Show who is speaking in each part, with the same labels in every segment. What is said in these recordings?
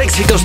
Speaker 1: éxitos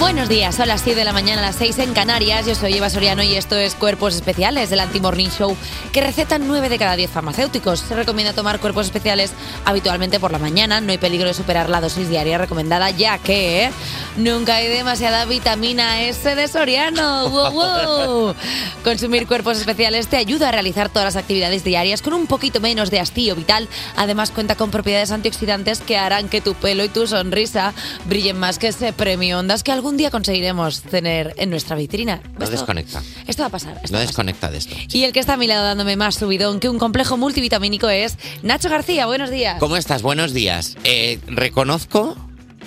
Speaker 2: Buenos días, son las 10 de la mañana, las 6 en Canarias. Yo soy Eva Soriano y esto es Cuerpos Especiales del Anti-Morning Show, que recetan 9 de cada 10 farmacéuticos. Se recomienda tomar cuerpos especiales habitualmente por la mañana. No hay peligro de superar la dosis diaria recomendada, ya que ¿eh? nunca hay demasiada vitamina S de Soriano. ¡Wow, wow! Consumir cuerpos especiales te ayuda a realizar todas las actividades diarias con un poquito menos de hastío vital. Además, cuenta con propiedades antioxidantes que harán que tu pelo y tu sonrisa brillen más que ese premio Ondas que algún un día conseguiremos tener en nuestra vitrina.
Speaker 3: No desconecta.
Speaker 2: Esto va a pasar. esto
Speaker 3: No
Speaker 2: va a pasar.
Speaker 3: desconecta de esto.
Speaker 2: Y el que está a mi lado dándome más subidón que un complejo multivitamínico es Nacho García. Buenos días.
Speaker 3: ¿Cómo estás? Buenos días. Eh, reconozco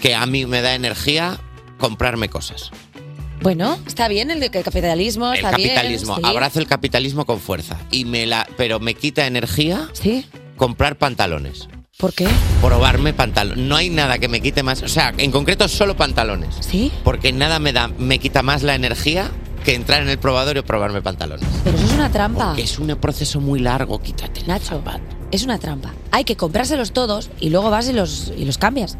Speaker 3: que a mí me da energía comprarme cosas.
Speaker 2: Bueno, está bien el, de- el capitalismo,
Speaker 3: El
Speaker 2: está
Speaker 3: capitalismo.
Speaker 2: bien. sí.
Speaker 3: Abrazo el capitalismo con fuerza. Y me la, pero me quita energía
Speaker 2: ¿Sí?
Speaker 3: comprar pantalones.
Speaker 2: ¿Por qué?
Speaker 3: Probarme pantalones. No hay nada que me quite más. O sea, en concreto solo pantalones.
Speaker 2: ¿Sí?
Speaker 3: Porque nada me da, me quita más la energía que entrar en el probador y probarme pantalones.
Speaker 2: Pero eso es una trampa.
Speaker 3: Es un proceso muy largo, quítate.
Speaker 2: Nacho, es una trampa. Hay que comprárselos todos y luego vas y los, y los cambias.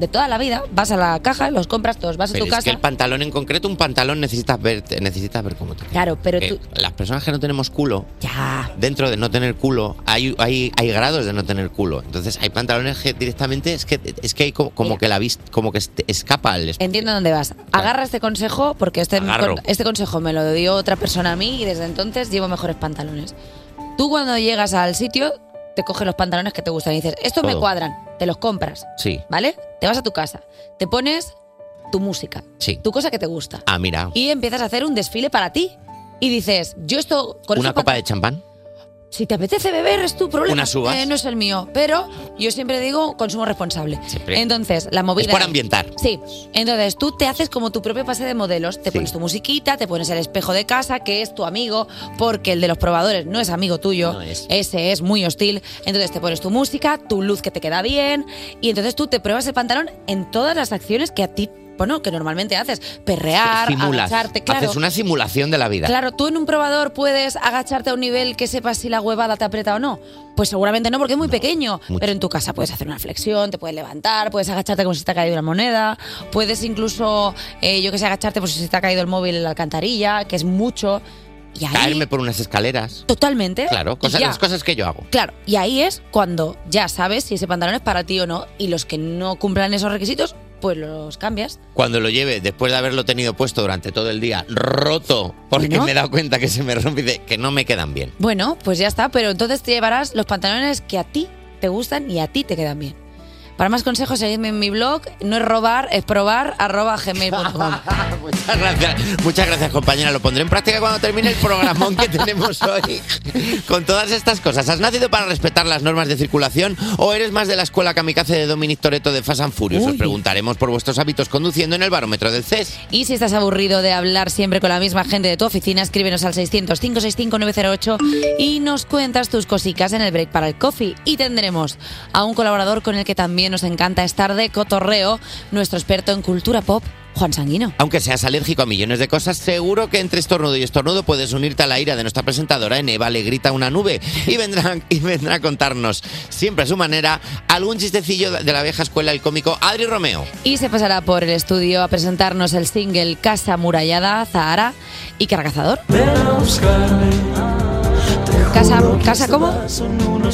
Speaker 2: De toda la vida, vas a la caja, los compras todos, vas a tu
Speaker 3: Pero es que
Speaker 2: casa.
Speaker 3: el pantalón en concreto, un pantalón necesitas ver, necesitas ver cómo te queda.
Speaker 2: Claro, pero
Speaker 3: Eh,
Speaker 2: tú.
Speaker 3: Las personas que no tenemos culo,
Speaker 2: Ya.
Speaker 3: dentro de no tener culo, hay, hay, hay grados de no tener culo. Entonces hay pantalones que directamente es que es que hay co- como, que la vis- como que este- escapa el
Speaker 2: Entiendo dónde vas. Agarra este consejo porque este,
Speaker 3: Agarro.
Speaker 2: con- este consejo me lo dio otra persona a mí y desde entonces llevo mejores pantalones. Tú cuando llegas al sitio te coges los pantalones que te gustan y dices, estos me
Speaker 3: Todo.
Speaker 2: cuadran, te los compras,
Speaker 3: Sí,
Speaker 2: ¿vale? Te vas a tu casa, te pones tu música,
Speaker 3: sí.
Speaker 2: tu cosa que te gusta
Speaker 3: Ah, mira.
Speaker 2: y empiezas a hacer un desfile para ti. Y dices, yo esto con
Speaker 3: Una
Speaker 2: estos
Speaker 3: copa de champán.
Speaker 2: si te apetece beber, es tu problema.
Speaker 3: Unas uvas.
Speaker 2: Eh, no es el mío. Pero yo siempre digo consumo responsable.
Speaker 3: Siempre.
Speaker 2: Entonces, la movida.
Speaker 3: Es por
Speaker 2: es-
Speaker 3: ambientar.
Speaker 2: Sí. Entonces, tú te haces como tu propio pase de modelos. Te pones tu musiquita, te pones el espejo de casa, que es tu amigo, porque el de los probadores no es amigo tuyo. Ese es muy hostil. Entonces, te pones tu música, tu luz que te queda bien. Y entonces tú te pruebas el pantalón en todas las acciones que a ti. Bueno, que normalmente haces. Perrear,
Speaker 3: Simulas.
Speaker 2: agacharte, claro.
Speaker 3: Haces una simulación de la vida.
Speaker 2: Claro, tú en un probador puedes agacharte a un nivel que sepas si la huevada te aprieta o no. Pues seguramente no, porque es muy pequeño. Pero en tu casa puedes hacer una flexión, te puedes levantar, puedes agacharte como si te ha caído una moneda, puedes incluso, eh, yo que sé, agacharte por si se te ha caído el móvil en la alcantarilla, que es mucho. Y ahí,
Speaker 3: Caerme por unas escaleras.
Speaker 2: totalmente.
Speaker 3: Claro, cosas,
Speaker 2: ya.
Speaker 3: las cosas que yo hago.
Speaker 2: Claro, y ahí es cuando ya sabes si ese pantalón es para ti o no, y los que no cumplan esos requisitos, pues los cambias.
Speaker 3: Cuando lo lleve, después de haberlo tenido puesto durante todo el día, roto, porque
Speaker 2: Bueno.
Speaker 3: me he dado cuenta que se me rompe, y de- que no me quedan bien.
Speaker 2: Bueno, pues ya está, pero entonces te llevarás los pantalones que a ti te gustan y a ti te quedan bien. Para más consejos, seguidme en mi blog, no es robar, es probar, arroba gmail.com.
Speaker 3: Muchas gracias, muchas gracias compañera. Lo pondré en práctica cuando termine el programón que tenemos hoy. Con todas estas cosas, ¿has nacido para respetar las normas de circulación o eres más de la escuela kamikaze de Dominic Toretto de Fast and Furious? Os preguntaremos por vuestros hábitos conduciendo en el barómetro del CES.
Speaker 2: Y si estás aburrido de hablar siempre con la misma gente de tu oficina, escríbenos al 600-565-908 y nos cuentas tus cositas en el break para el coffee. Y tendremos a un colaborador con el que también nos encanta estar de cotorreo, nuestro experto en cultura pop, Juan Sanguino.
Speaker 3: Aunque seas alérgico a millones de cosas, seguro que entre estornudo y estornudo puedes unirte a la ira de nuestra presentadora en Eva le grita una nube y vendrá, y vendrá a contarnos, siempre a su manera, algún chistecillo de la vieja escuela el cómico Adri Romeo.
Speaker 2: Y se pasará por el estudio a presentarnos el single Casa Murallada, Zahara y Cargazador. Casa, ¿Casa cómo?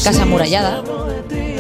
Speaker 2: Casa Murallada.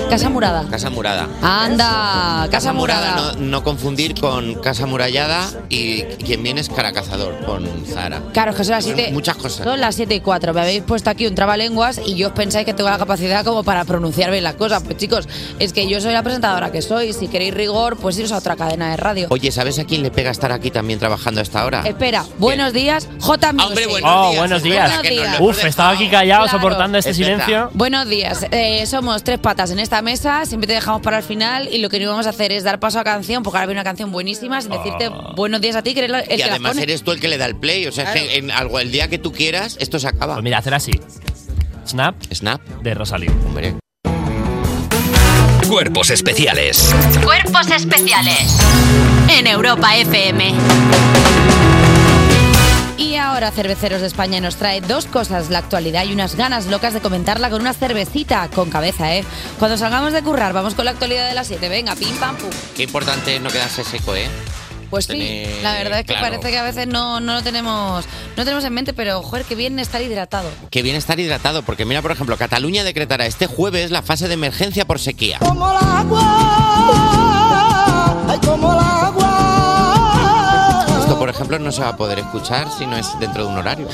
Speaker 2: Casa Murada.
Speaker 3: Casa Murada.
Speaker 2: Anda, Casa Murada.
Speaker 3: No, no confundir con Casa Murallada y quien viene es Caracazador con Zara.
Speaker 2: Claro, es que son las
Speaker 3: Son
Speaker 2: 7.
Speaker 3: muchas cosas.
Speaker 2: Son las 7 y 4. Me habéis puesto aquí un trabalenguas y yo os pensáis que tengo la capacidad como para pronunciar bien las cosas. Pues chicos, es que yo soy la presentadora que soy. Si queréis rigor, pues iros a otra cadena de radio.
Speaker 3: Oye, ¿sabes a quién le pega estar aquí también trabajando a esta hora?
Speaker 2: Espera, buenos días, J. Music.
Speaker 3: Ah. Hombre, buenos
Speaker 4: Oh,
Speaker 3: días.
Speaker 4: buenos
Speaker 3: es
Speaker 4: días.
Speaker 3: verdad que nos lo hemos
Speaker 4: Uf, estaba aquí callado
Speaker 2: Claro.
Speaker 4: soportando este silencio.
Speaker 2: Buenos días, eh, somos tres patas en esta mesa, siempre te dejamos para el final y lo que no íbamos a hacer es dar paso a canción, porque ahora viene una canción buenísima, sin decirte buenos días a ti, que eres la- el
Speaker 3: Ah. Y
Speaker 2: que la
Speaker 3: además
Speaker 2: pone.
Speaker 3: eres tú el que le da el play. O sea, es
Speaker 2: Claro.
Speaker 3: que en algo, el día que tú quieras, esto se acaba.
Speaker 4: Pues mira, hacer así. Snap
Speaker 3: Snap.
Speaker 4: de Rosalía.
Speaker 3: Hombre.
Speaker 1: Cuerpos especiales.
Speaker 5: Cuerpos especiales en Europa FM.
Speaker 2: ahora Cerveceros de España nos trae dos cosas, la actualidad y unas ganas locas de comentarla con una cervecita con cabeza, ¿eh? Cuando salgamos de currar, vamos con la actualidad de las 7, venga, pim pam pum.
Speaker 3: Qué importante es no quedarse seco, ¿eh?
Speaker 2: Pues sí,
Speaker 3: Tener-
Speaker 2: la verdad es que
Speaker 3: claro.
Speaker 2: parece que a veces no, no lo tenemos, no tenemos en mente, pero joder, que bien estar hidratado.
Speaker 3: Qué bien estar hidratado, porque mira, por ejemplo, Cataluña decretará este jueves la fase de emergencia por sequía.
Speaker 6: como el agua, ay como el agua.
Speaker 3: Esto, por ejemplo, no se va a poder escuchar si no es dentro de un horario.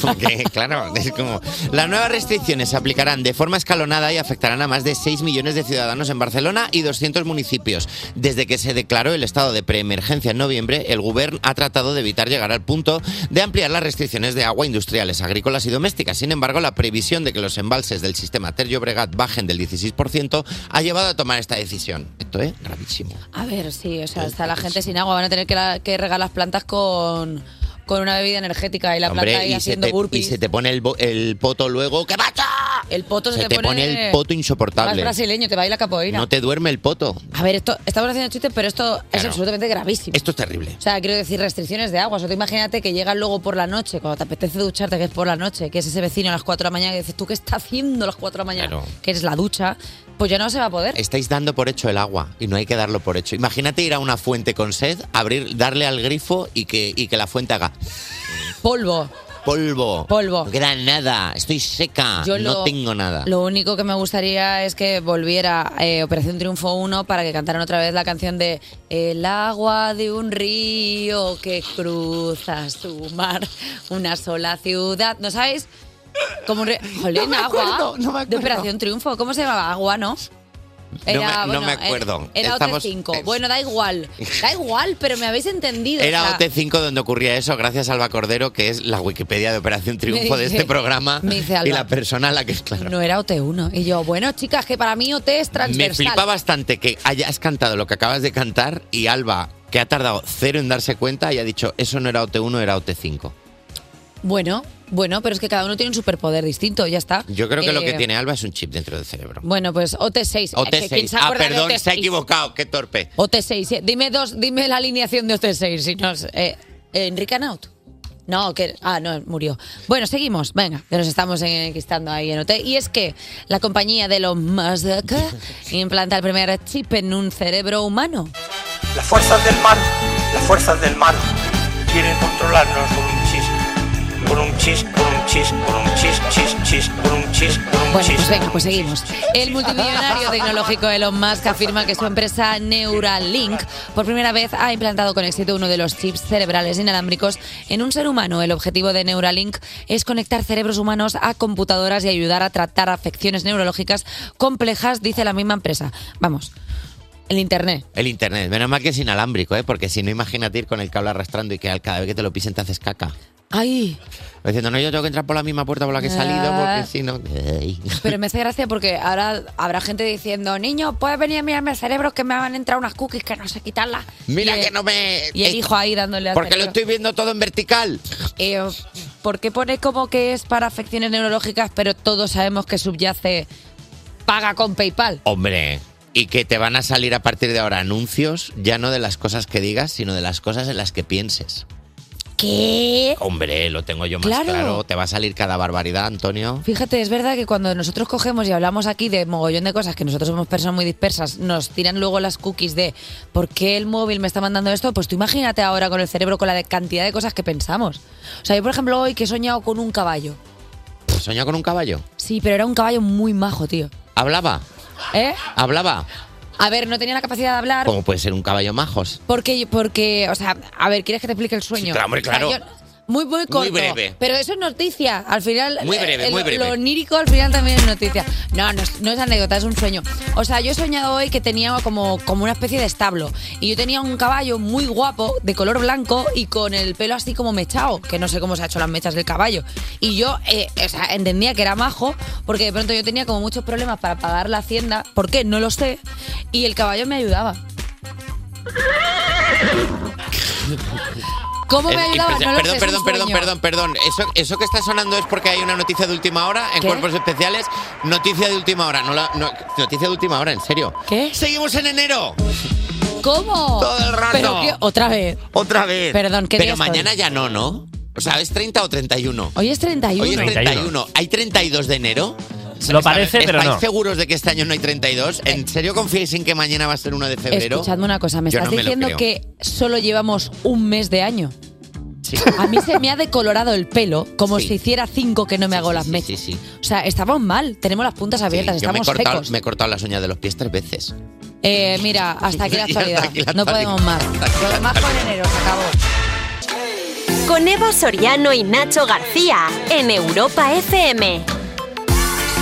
Speaker 3: Porque, claro, es como... Las nuevas restricciones se aplicarán de forma escalonada y afectarán a más de 6 millones de ciudadanos en Barcelona y 200 municipios. Desde que se declaró el estado de preemergencia en noviembre, el gobierno ha tratado de evitar llegar al punto de ampliar las restricciones de agua industriales, agrícolas y domésticas. Sin embargo, la previsión de que los embalses del sistema Terrio Bregat bajen del 16% ha llevado a tomar esta decisión. Esto es gravísimo.
Speaker 2: A ver, sí, o
Speaker 3: Eh,
Speaker 2: sea, está la gente sin agua, van a tener que, la- que regar las plantas con, con una bebida energética y la planta ahí
Speaker 3: Hombre, y se,
Speaker 2: haciendo
Speaker 3: te, y
Speaker 2: burpees.
Speaker 3: se te pone el, bo- el poto luego. ¿Qué pasa?
Speaker 2: El poto se,
Speaker 3: Se te pone el poto
Speaker 2: Más
Speaker 3: insoportable.
Speaker 2: brasileño, te baila capoeira.
Speaker 3: No te duerme el poto.
Speaker 2: A ver, esto estamos haciendo chistes, pero esto es absolutamente gravísimo.
Speaker 3: Esto es terrible.
Speaker 2: O sea, quiero decir, restricciones de agua. O sea, tú imagínate que llegas luego por la noche, cuando te apetece ducharte, que es por la noche, que es ese vecino a las 4 de la mañana, que dices, ¿tú qué está haciendo a las 4 de la mañana?
Speaker 3: Claro.
Speaker 2: Que es la ducha. Pues ya no se va a poder.
Speaker 3: Estáis dando por hecho el agua y no hay que darlo por hecho. Imagínate ir a una fuente con sed, abrir, darle al grifo y que, y que la fuente haga
Speaker 2: Polvo.
Speaker 3: polvo.
Speaker 2: Polvo.
Speaker 3: No queda nada. Estoy seca.
Speaker 2: Yo
Speaker 3: Ah, no
Speaker 2: lo-
Speaker 3: tengo nada.
Speaker 2: Lo único que me gustaría es que volviera eh, Operación Triunfo 1 para que cantaran otra vez la canción de El agua de un río que cruza su mar, una sola ciudad. ¿No sabéis? Como un río. Jolín,
Speaker 6: me
Speaker 2: agua.
Speaker 6: acuerdo, no me
Speaker 2: De
Speaker 6: acuerdo.
Speaker 2: Operación Triunfo. ¿Cómo se llamaba? Agua, ¿no?
Speaker 3: me- no me acuerdo.
Speaker 2: Era,
Speaker 3: Estamos-
Speaker 2: OT5. Bueno, da igual. Da igual, pero me habéis entendido. o
Speaker 3: Era
Speaker 2: sea,
Speaker 3: OT5 donde ocurría eso, gracias a Alba Cordero, que es la Wikipedia de Operación Triunfo de
Speaker 2: dice-
Speaker 3: este programa.
Speaker 2: me dice Alba.
Speaker 3: y la persona a la que es claro.
Speaker 2: No era OT1. Y yo, bueno, chicas, que para mí OT es transversal.
Speaker 3: Me flipa bastante que hayas cantado lo que acabas de cantar y Alba, que ha tardado cero en darse cuenta, haya dicho, eso no era OT1, era OT5.
Speaker 2: Bueno, bueno, pero es que cada uno tiene un superpoder distinto, ya está.
Speaker 3: Yo creo que lo
Speaker 2: Eh,
Speaker 3: que tiene Alba es un chip dentro del cerebro.
Speaker 2: Bueno, pues OT6. Eh, ¿quién
Speaker 3: OT6.
Speaker 2: se
Speaker 3: Ah,
Speaker 2: acuerda de
Speaker 3: perdón, se ha
Speaker 2: OT6?
Speaker 3: equivocado, qué torpe.
Speaker 2: OT6, eh, dime dos, dime la alineación de OT6, si no es, eh, eh, Enrique Anaut. No, que ah, no, murió. Bueno, seguimos, venga, que nos estamos enquistando ahí en OT. Y es que la compañía de los Mazda implanta el primer chip en un cerebro humano.
Speaker 7: Las fuerzas del mal, las fuerzas del mal quieren controlarnos con un chis, con un chis, con un chis, con un chis, chis, chis, con un chis, con un
Speaker 2: Bueno,
Speaker 7: chis.
Speaker 2: pues venga, pues seguimos. El multimillonario tecnológico Elon Musk afirma que su empresa Neuralink por primera vez ha implantado con éxito uno de los chips cerebrales inalámbricos en un ser humano. El objetivo de Neuralink es conectar cerebros humanos a computadoras y ayudar a tratar afecciones neurológicas complejas, dice la misma empresa. Vamos, el Internet.
Speaker 3: El internet, menos mal que es inalámbrico, ¿eh? porque si no, imagínate ir con el cable arrastrando y que al- cada vez que te lo pisen te haces caca.
Speaker 2: ¡Ay!
Speaker 3: Diciendo, no, yo tengo que entrar por la misma puerta por la que he salido,
Speaker 2: Ah.
Speaker 3: porque si no... Ay.
Speaker 2: Pero me hace gracia porque ahora habrá gente diciendo, niño, puedes venir a mirarme el cerebro que me van a entrar unas cookies que no sé quitarlas.
Speaker 3: Mira
Speaker 2: Y el-
Speaker 3: que no me...
Speaker 2: Y el hijo ahí dándole al
Speaker 3: Porque lo
Speaker 2: cerebro.
Speaker 3: estoy viendo todo en vertical.
Speaker 2: Eh, ¿Por qué pone como que es para afecciones neurológicas, pero todos sabemos que subyace paga con PayPal?
Speaker 3: Hombre, y que te van a salir a partir de ahora anuncios, ya no de las cosas que digas, sino de las cosas en las que pienses.
Speaker 2: ¿Qué?
Speaker 3: Hombre, lo tengo yo más
Speaker 2: Claro.
Speaker 3: claro. Te va a salir cada barbaridad, Antonio.
Speaker 2: Fíjate, es verdad que cuando nosotros cogemos y hablamos aquí de mogollón de cosas, que nosotros somos personas muy dispersas, nos tiran luego las cookies de ¿por qué el móvil me está mandando esto? Pues tú imagínate ahora con el cerebro, con la de- cantidad de cosas que pensamos. O sea, yo por ejemplo hoy que he soñado con un caballo.
Speaker 3: Soñó con un caballo.
Speaker 2: Sí, pero era un caballo muy majo, tío.
Speaker 3: Hablaba,
Speaker 2: ¿Eh?
Speaker 3: hablaba.
Speaker 2: A ver, no tenía la capacidad de hablar.
Speaker 3: ¿Cómo puede ser un caballo majos?
Speaker 2: Porque, porque, o sea, a ver, ¿quieres que te explique el sueño?
Speaker 3: Sí, claro, hombre,
Speaker 2: O sea,
Speaker 3: claro.
Speaker 2: yo- muy, muy corto.
Speaker 3: breve.
Speaker 2: Pero eso es noticia. Al final.
Speaker 3: Muy breve,
Speaker 2: eh,
Speaker 3: muy
Speaker 2: lo-
Speaker 3: breve.
Speaker 2: Lo onírico al final también es noticia. No, no es, no es anécdota, es un sueño. O sea, yo he soñado hoy que tenía como, como una especie de establo. Y yo tenía un caballo muy guapo, de color blanco y con el pelo así como mechado, que no sé cómo se ha hecho las mechas del caballo. Y yo eh, o sea, entendía que era majo, porque de pronto yo tenía como muchos problemas para pagar la hacienda. ¿Por qué? No lo sé. Y el caballo me ayudaba. ¿Cómo me
Speaker 3: Es
Speaker 2: ayudaba?
Speaker 3: impresi-
Speaker 2: No lo sé,
Speaker 3: perdón,
Speaker 2: es
Speaker 3: perdón,
Speaker 2: un
Speaker 3: perdón,
Speaker 2: sueño.
Speaker 3: perdón, perdón. Eso, eso que está sonando es porque hay una noticia de última hora en
Speaker 2: ¿Qué?
Speaker 3: cuerpos especiales. Noticia de última hora, no la- no- noticia de última hora, en serio.
Speaker 2: ¿Qué?
Speaker 3: Seguimos en enero.
Speaker 2: ¿Cómo?
Speaker 3: Todo el rato.
Speaker 2: Pero qué- otra vez.
Speaker 3: Otra vez.
Speaker 2: Perdón, ¿qué día
Speaker 3: Pero
Speaker 2: es hoy?
Speaker 3: mañana ya no, ¿no? O sea, ¿es 30 o 31?
Speaker 2: Hoy es 31.
Speaker 3: Hoy es 31. ¿Hay 32 de enero?
Speaker 4: Lo parece, pero no.
Speaker 3: ¿Estáis seguros de que este año no hay 32? ¿En serio confiáis en que mañana va a ser 1 de febrero?
Speaker 2: Escuchadme una cosa, me
Speaker 3: Yo
Speaker 2: estás
Speaker 3: no me lo
Speaker 2: diciendo
Speaker 3: creo.
Speaker 2: que solo llevamos un mes de año. A mí se me ha decolorado el pelo como si hiciera cinco que no me hago las mechas. O sea, estamos mal, tenemos las puntas abiertas,
Speaker 3: Yo me he,
Speaker 2: estamos
Speaker 3: cortado,
Speaker 2: secos.
Speaker 3: me he cortado las uñas de los pies tres veces.
Speaker 2: Eh, mira, hasta aquí la
Speaker 3: Y hasta
Speaker 2: actualidad.
Speaker 3: aquí la
Speaker 2: no
Speaker 3: actualidad.
Speaker 2: podemos más. Lo demás con enero, se acabó.
Speaker 5: Con Eva Soriano y Nacho García en Europa FM.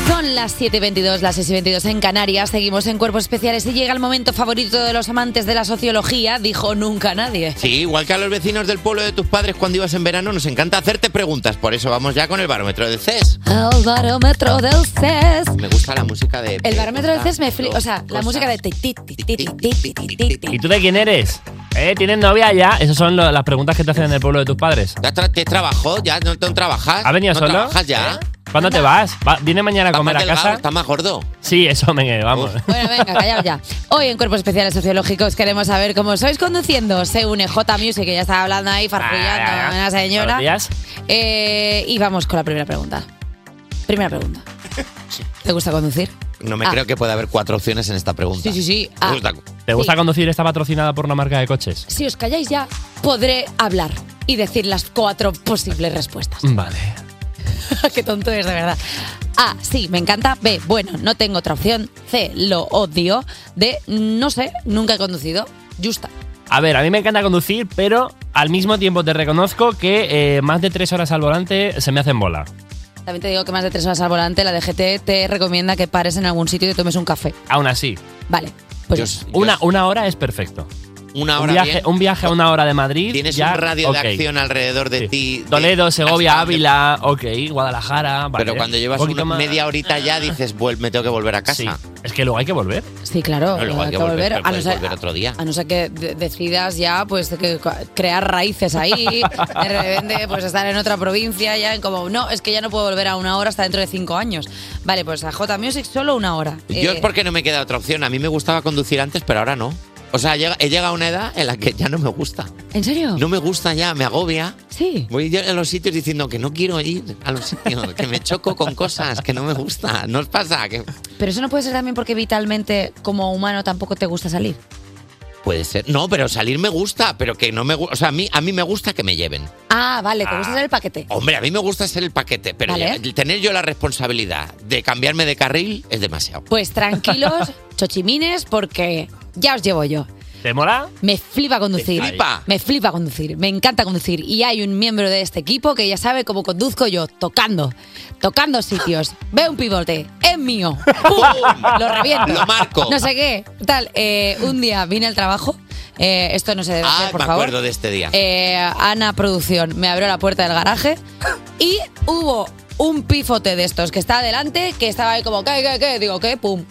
Speaker 2: Son las 7.22, las 6.22 en Canarias. Seguimos en Cuerpos Especiales y llega el momento favorito de los amantes de la sociología, dijo nunca nadie.
Speaker 3: Sí, igual que a los vecinos del pueblo de tus padres cuando ibas en verano, nos encanta hacerte preguntas. Por eso vamos ya con el barómetro del CES.
Speaker 2: El barómetro del CES.
Speaker 3: Me gusta la música de...
Speaker 2: El barómetro del CES me flipa. O sea, la música de... ti, ti, ti, ti, ti, ti, ti, ti, ti, ti.
Speaker 4: ¿Y tú de quién eres? ¿Eh? ¿Tienes novia ya? Esas son lo- las preguntas que te hacen en el pueblo de tus padres.
Speaker 3: ¿Ya tra- te trabajó? ¿Ya no, no trabajas?
Speaker 4: ¿Has venido
Speaker 3: ¿No
Speaker 4: solo?
Speaker 3: trabajas
Speaker 2: ¿Eh?
Speaker 3: ya?
Speaker 4: ¿Cuándo te vas? Va- ¿Viene mañana a
Speaker 3: ¿Estás
Speaker 4: comer
Speaker 3: más
Speaker 4: a
Speaker 3: delgado?
Speaker 4: casa?
Speaker 3: ¿Estás más gordo?
Speaker 4: Sí, eso, me vamos.
Speaker 2: Bueno, venga, callaos ya. Hoy en Cuerpos Especiales Sociológicos queremos saber cómo sois conduciendo. Se une J Music, que ya estaba hablando ahí, farfullando
Speaker 4: Ah,
Speaker 2: una señora.
Speaker 4: buenos días.
Speaker 2: Eh, y vamos con la primera pregunta. Primera pregunta. ¿Te gusta conducir?
Speaker 3: No me
Speaker 2: Ah.
Speaker 3: creo que pueda haber cuatro opciones en esta pregunta.
Speaker 2: Sí, sí, sí.
Speaker 3: Me
Speaker 2: Ah,
Speaker 3: gusta.
Speaker 4: ¿Te gusta conducir? Está patrocinada por una marca de coches.
Speaker 2: si os calláis ya, podré hablar y decir las cuatro posibles respuestas.
Speaker 4: Vale.
Speaker 2: Qué tonto es, de verdad. A, sí, me encanta. B, bueno, no tengo otra opción. C, lo odio. D, no sé, nunca he conducido. Justa.
Speaker 4: A ver, a mí me encanta conducir, pero al mismo tiempo te reconozco que eh, más de tres horas al volante se me hacen bola.
Speaker 2: También te digo que más de tres horas al volante, la DGT te recomienda que pares en algún sitio y te tomes un café.
Speaker 4: Aún así,
Speaker 2: Vale, pues
Speaker 3: Yo- yo-
Speaker 4: una, una hora es perfecto.
Speaker 3: una
Speaker 4: Un
Speaker 3: hora
Speaker 4: viaje,
Speaker 3: bien.
Speaker 4: un viaje a una hora de Madrid.
Speaker 3: Tienes
Speaker 4: ya,
Speaker 3: un radio
Speaker 4: ok.
Speaker 3: de acción alrededor de
Speaker 4: Sí.
Speaker 3: ti. de-
Speaker 4: Toledo, Segovia,
Speaker 3: hasta donde-
Speaker 4: Ávila, ok, Guadalajara. Vale.
Speaker 3: Pero cuando llevas
Speaker 4: Poquito
Speaker 3: una
Speaker 4: más.
Speaker 3: media horita ya dices, "Vuel- me tengo que volver a casa.
Speaker 4: Sí. Es que luego hay que volver.
Speaker 2: sí, claro,
Speaker 3: No, luego hay que volver, pero puedes volver otro día.
Speaker 2: a no ser que de- decidas ya pues que co- crear raíces ahí, de repente pues estar en otra provincia ya en como, no, es que ya no puedo volver a una hora hasta dentro de cinco años. Vale, pues a J Music solo una hora.
Speaker 3: Yo
Speaker 2: Eh,
Speaker 3: es porque no me queda otra opción. A mí me gustaba conducir antes, pero ahora no. O sea, llega- he llegado a una edad en la que ya no me gusta.
Speaker 2: ¿En serio?
Speaker 3: No me gusta ya, me agobia.
Speaker 2: Sí.
Speaker 3: Voy yo a los sitios diciendo que no quiero ir a los sitios, que me choco con cosas que no me gusta. ¿No os pasa? Que
Speaker 2: Pero eso no puede ser también porque vitalmente como humano tampoco te gusta salir.
Speaker 3: puede ser. No, pero salir me gusta, pero que no me gusta. O sea, a mí, a mí me gusta que me lleven.
Speaker 2: Ah, vale, te gusta hacer el paquete.
Speaker 3: Hombre, a mí me gusta ser el paquete, pero
Speaker 2: Vale.
Speaker 3: ya- tener yo la responsabilidad de cambiarme de carril es demasiado.
Speaker 2: Pues tranquilos, chochimines, porque ya os llevo yo.
Speaker 4: ¿Te mola?
Speaker 2: Me flipa conducir.
Speaker 3: ¿Te flipa?
Speaker 2: Me flipa conducir. Me encanta conducir. Y hay un miembro de este equipo que ya sabe cómo conduzco yo, tocando. Tocando sitios. Veo un pivote. Es mío. ¡Pum! Lo reviento.
Speaker 3: Lo marco.
Speaker 2: No sé qué. Tal, eh, un día vine al trabajo. Eh, esto no se debe
Speaker 3: Ah,
Speaker 2: hacer, por
Speaker 3: me
Speaker 2: favor.
Speaker 3: acuerdo de este día.
Speaker 2: Eh, Ana Producción me abrió la puerta del garaje y hubo un pifote de estos que está adelante, que estaba ahí como, ¿qué, qué, qué? Digo, ¿qué? Pum.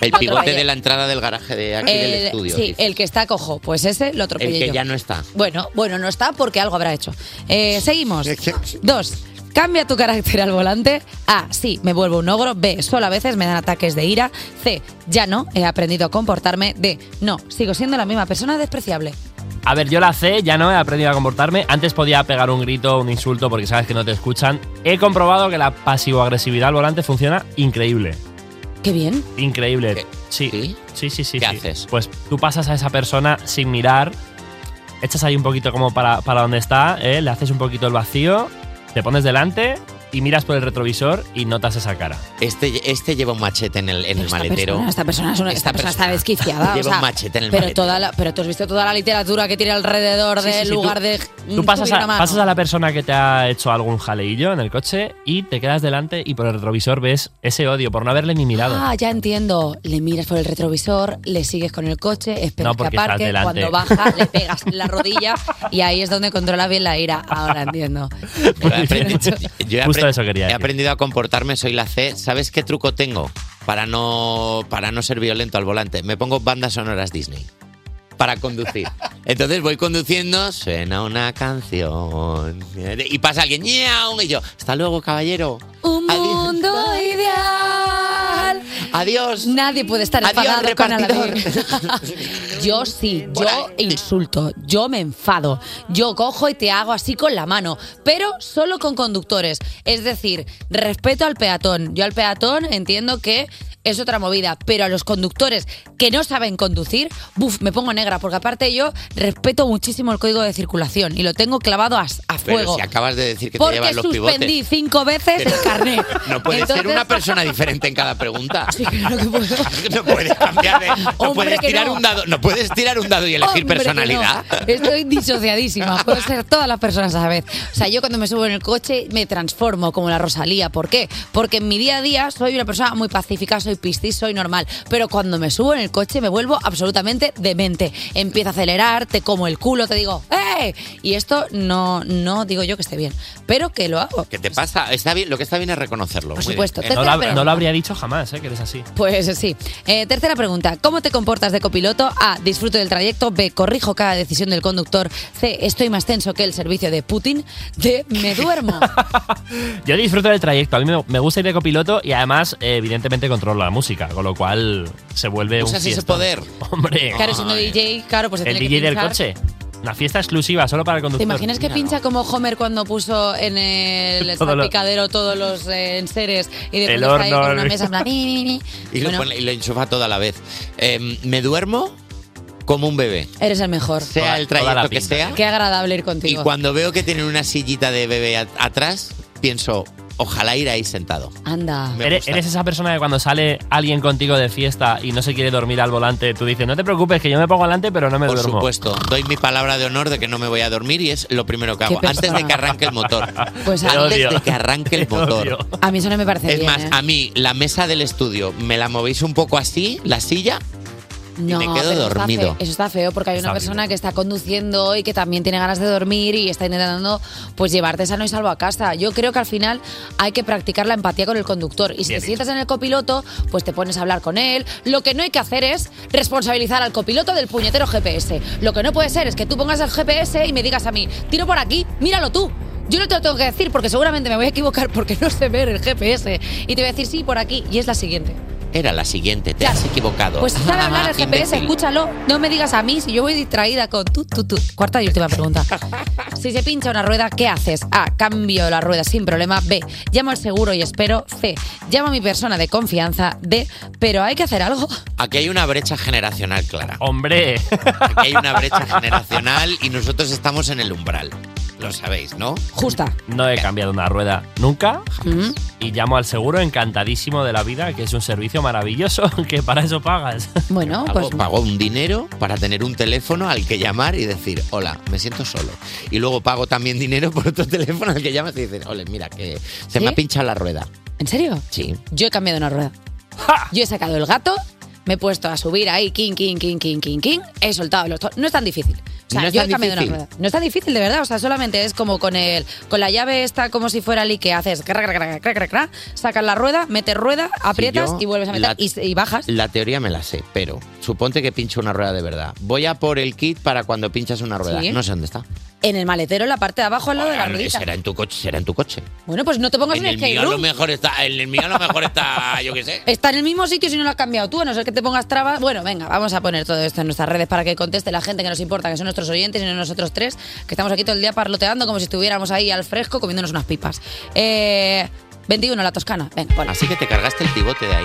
Speaker 3: el
Speaker 2: otro
Speaker 3: pivote
Speaker 2: ayer.
Speaker 3: de la entrada del garaje de aquí del
Speaker 2: El-
Speaker 3: estudio.
Speaker 2: sí,
Speaker 3: dice.
Speaker 2: el que está cojo, pues ese lo
Speaker 3: El
Speaker 2: atropellé
Speaker 3: que
Speaker 2: yo.
Speaker 3: ya no está.
Speaker 2: Bueno, bueno, no está porque algo habrá hecho. Eh, seguimos. Dos. Cambia tu carácter al volante. A. Sí, me vuelvo un ogro. B. Solo a veces me dan ataques de ira. C. Ya no, he aprendido a comportarme. D. No, sigo siendo la misma persona despreciable.
Speaker 4: A ver, yo la C, ya no he aprendido a comportarme. Antes podía pegar un grito, un insulto, porque sabes que no te escuchan. He comprobado que la pasivo-agresividad al volante funciona increíble.
Speaker 2: Qué bien.
Speaker 4: Increíble.
Speaker 3: ¿Qué?
Speaker 4: Sí.
Speaker 3: ¿Sí?
Speaker 4: Sí, sí, sí. sí.
Speaker 3: ¿Qué haces?
Speaker 4: Pues tú pasas a esa persona sin mirar, echas ahí un poquito como para, para donde está, ¿eh? le haces un poquito el vacío, te pones delante y miras por el retrovisor y notas esa cara.
Speaker 3: Este, este lleva un machete en el, en
Speaker 2: Pero
Speaker 3: el maletero.
Speaker 2: Pues, Esta persona, esta persona, es una-
Speaker 3: Esta
Speaker 2: esta persona
Speaker 3: persona
Speaker 2: está desquiciada. o
Speaker 3: lleva un
Speaker 2: sea,
Speaker 3: machete en el
Speaker 2: pero
Speaker 3: maletero.
Speaker 2: toda la- Pero tú has visto toda la literatura que tiene alrededor
Speaker 4: Sí, sí,
Speaker 2: del
Speaker 4: sí, tú-
Speaker 2: lugar de.
Speaker 4: Tú pasas
Speaker 2: subir
Speaker 4: a,
Speaker 2: la mano.
Speaker 4: pasas a la persona que te ha hecho algún jaleillo en el coche y te quedas delante y por el retrovisor ves ese odio por no haberle ni mirado.
Speaker 2: Ah, ya entiendo. Le miras por el retrovisor, le sigues con el coche, esperas
Speaker 4: No,
Speaker 2: que
Speaker 4: porque estás
Speaker 2: aparque,
Speaker 4: delante.
Speaker 2: cuando baja le pegas en la rodilla y ahí es donde controlas bien la ira. Ahora entiendo.
Speaker 3: Yo he aprendido, yo he
Speaker 4: Justo
Speaker 3: aprendido-
Speaker 4: eso quería
Speaker 3: He
Speaker 4: decir.
Speaker 3: aprendido a comportarme, soy la C. ¿Sabes qué truco tengo para no, para no ser violento al volante? Me pongo bandas sonoras Disney para conducir. Entonces voy conduciendo, suena una canción y pasa alguien ¡Niau! y yo, hasta luego caballero.
Speaker 2: Un
Speaker 3: Adiós.
Speaker 2: mundo ideal
Speaker 3: Adiós.
Speaker 2: Nadie puede estar
Speaker 3: Adiós,
Speaker 2: enfadado con Aladín.
Speaker 3: repartidor.
Speaker 2: Yo sí, yo insulto, yo me enfado, yo cojo y te hago así con la mano, pero solo con conductores. Es decir, respeto al peatón. Yo al peatón entiendo que es otra movida, pero a los conductores que no saben conducir, buf, me pongo negra, porque aparte yo respeto muchísimo el código de circulación y lo tengo clavado a, a
Speaker 3: Pero
Speaker 2: fuego.
Speaker 3: si acabas de decir que te
Speaker 2: porque
Speaker 3: llevan los pivotes.
Speaker 2: suspendí cinco veces
Speaker 3: Pero-
Speaker 2: el carnet.
Speaker 3: No puede ser
Speaker 2: Entonces-
Speaker 3: una persona diferente en cada pregunta.
Speaker 2: no
Speaker 3: puedes cambiar de. No
Speaker 2: Hombre,
Speaker 3: puedes
Speaker 2: que
Speaker 3: tirar
Speaker 2: no.
Speaker 3: un dado. No puedes tirar un dado y elegir
Speaker 2: Hombre, que
Speaker 3: personalidad.
Speaker 2: no. Estoy disociadísima. Puedo ser todas las personas a la vez. O sea, yo cuando me subo en el coche me transformo como la Rosalía. ¿Por qué? Porque en mi día a día soy una persona muy pacífica, soy piscis, soy normal. Pero cuando me subo en el coche me vuelvo absolutamente demente. Empiezo a acelerar, te como el culo, te digo ¡eh! Y esto no, no digo yo que esté bien, pero que lo hago.
Speaker 3: ¿Qué te pasa? Está bien, lo que está bien es reconocerlo. Por
Speaker 2: supuesto.
Speaker 4: Eh, no, lo,
Speaker 2: Tercera
Speaker 4: hab-
Speaker 2: pregunta.
Speaker 4: no lo habría dicho jamás, ¿eh? Que eres así.
Speaker 2: Pues sí. Eh, tercera pregunta. ¿Cómo te comportas de copiloto? A. Disfruto del trayecto. B. Corrijo cada decisión del conductor. C. Estoy más tenso que el servicio de Putin. D. Me duermo.
Speaker 4: Yo disfruto del trayecto. A mí me, me gusta ir de copiloto y además, eh, evidentemente, controlo la música, con lo cual se vuelve
Speaker 3: Usas
Speaker 4: un
Speaker 3: ese
Speaker 4: fiestón.
Speaker 3: poder.
Speaker 4: Hombre,
Speaker 2: Claro, siendo DJ, claro, pues se
Speaker 4: el
Speaker 2: tiene que
Speaker 4: DJ del
Speaker 2: pinchar.
Speaker 4: coche. Una fiesta exclusiva solo para
Speaker 2: ¿Te
Speaker 4: el conductor.
Speaker 2: imaginas que pincha como Homer cuando puso en el
Speaker 4: Todo lo-
Speaker 2: salpicadero todos los eh, enseres y de
Speaker 3: El
Speaker 2: fondo está ahí
Speaker 3: horno,
Speaker 2: con una
Speaker 3: el-
Speaker 2: mesa en plan, "Ni, ni, ni"?
Speaker 3: Y lo,
Speaker 2: Bueno,
Speaker 3: pone- y lo enchufa todo a la vez. Eh, me duermo como un bebé.
Speaker 2: eres el mejor.
Speaker 3: Sea el trayecto que sea.
Speaker 2: Qué agradable ir
Speaker 3: Y
Speaker 2: contigo.
Speaker 3: cuando veo que tienen una sillita de bebé at- atrás, pienso, ojalá ir ahí sentado.
Speaker 2: Anda.
Speaker 3: Me
Speaker 4: ¿Eres,
Speaker 3: gusta.
Speaker 4: eres esa persona que cuando sale alguien contigo de fiesta y no se quiere dormir al volante, tú dices, no te preocupes, que yo me pongo adelante, pero no me
Speaker 3: Por
Speaker 4: duermo.
Speaker 3: supuesto, doy mi palabra de honor de que no me voy a dormir y es lo primero que
Speaker 4: Qué
Speaker 3: hago. Antes de
Speaker 4: persona.
Speaker 3: que arranque el motor.
Speaker 4: Pues Te
Speaker 3: antes
Speaker 4: odio.
Speaker 3: de que arranque el
Speaker 4: Te
Speaker 3: motor.
Speaker 4: odio.
Speaker 2: A mí eso no me parece
Speaker 3: Es
Speaker 2: bien.
Speaker 3: más,
Speaker 2: ¿eh?
Speaker 3: a mí la mesa del estudio, me la movéis un poco así, la silla,
Speaker 2: No,
Speaker 3: me quedo
Speaker 2: pero eso está
Speaker 3: dormido.
Speaker 2: feo- eso está feo porque hay
Speaker 3: Está
Speaker 2: una
Speaker 3: horrible.
Speaker 2: persona que está conduciendo y que también tiene ganas de dormir y está intentando pues llevarte sano y salvo a casa. Yo creo que al final hay que practicar la empatía con el conductor y
Speaker 6: Bien
Speaker 2: si
Speaker 6: dicho.
Speaker 2: te sientas en el copiloto, pues te pones a hablar con él. Lo que no hay que hacer es responsabilizar al copiloto del puñetero GPS. Lo que no puede ser es que tú pongas el GPS y me digas a mí, tiro por aquí, míralo tú. Yo no te lo tengo que decir porque seguramente me voy a equivocar porque no sé ver el GPS. Y te voy a decir sí por aquí. Y es la siguiente.
Speaker 3: era la siguiente, te has equivocado.
Speaker 2: Pues sabe hablar el GPS,
Speaker 3: Imbécil.
Speaker 2: escúchalo. No me digas a mí si yo voy distraída con tu, tu, tu. Cuarta y última pregunta. Si se pincha una rueda, ¿qué haces? A. Cambio la rueda sin problema. B. Llamo al seguro y espero. C. Llamo a mi persona de confianza. D. Pero hay que hacer algo.
Speaker 3: Aquí hay una brecha generacional, Clara.
Speaker 4: Hombre.
Speaker 3: Aquí hay una brecha generacional y nosotros estamos en el umbral. Lo sabéis, ¿no?
Speaker 2: Justa.
Speaker 4: No he cambiado una rueda nunca.
Speaker 2: ¿Mm?
Speaker 4: Y llamo al seguro encantadísimo de la vida, que es un servicio maravilloso, que para eso pagas.
Speaker 2: Bueno, pues
Speaker 3: Pagó, pagó un dinero para tener un teléfono al que llamar y decir, hola, me siento solo. Y luego pago también dinero por otro teléfono al que llamas y dices, ole, mira, que se me
Speaker 2: ¿Sí?
Speaker 3: ha pinchado la rueda.
Speaker 2: ¿En serio?
Speaker 3: Sí.
Speaker 2: Yo he cambiado una rueda. Yo he sacado el gato, me he puesto a subir ahí, king, king, king, king, king, king, he soltado los to- No es tan difícil. O sea,
Speaker 3: No es
Speaker 2: yo he
Speaker 3: tan
Speaker 2: cambiado una
Speaker 3: difícil.
Speaker 2: rueda. No es tan difícil, de verdad. O sea, solamente es como con el, con la llave esta, como si fuera el que haces, cra, cra, cra, cra, cra, cra, sacas la rueda, metes rueda, aprietas
Speaker 3: yo
Speaker 2: y vuelves a meter
Speaker 3: la-
Speaker 2: y, y bajas.
Speaker 3: La teoría me la sé, pero suponte que pincho una rueda de verdad. Voy a por el kit para cuando pinchas una rueda.
Speaker 2: Sí.
Speaker 3: No sé dónde está.
Speaker 2: En el maletero, en la parte de abajo, al lado de la ruedita.
Speaker 3: Será en tu coche, será en tu coche.
Speaker 2: Bueno, pues no te pongas
Speaker 3: En
Speaker 2: en,
Speaker 3: el
Speaker 2: skate
Speaker 3: mío a lo
Speaker 2: room.
Speaker 3: mejor está, en el mío a lo mejor está, yo qué sé.
Speaker 2: Está en el mismo sitio si no lo has cambiado tú, a no ser que te pongas trabas. Bueno, venga, vamos a poner todo esto en nuestras redes para que conteste la gente que nos importa, que son nuestros oyentes y no nosotros tres, que estamos aquí todo el día parloteando como si estuviéramos ahí al fresco comiéndonos unas pipas. Eh, 21, la Toscana. Venga, ponla.
Speaker 3: Así que te cargaste el pivote de ahí.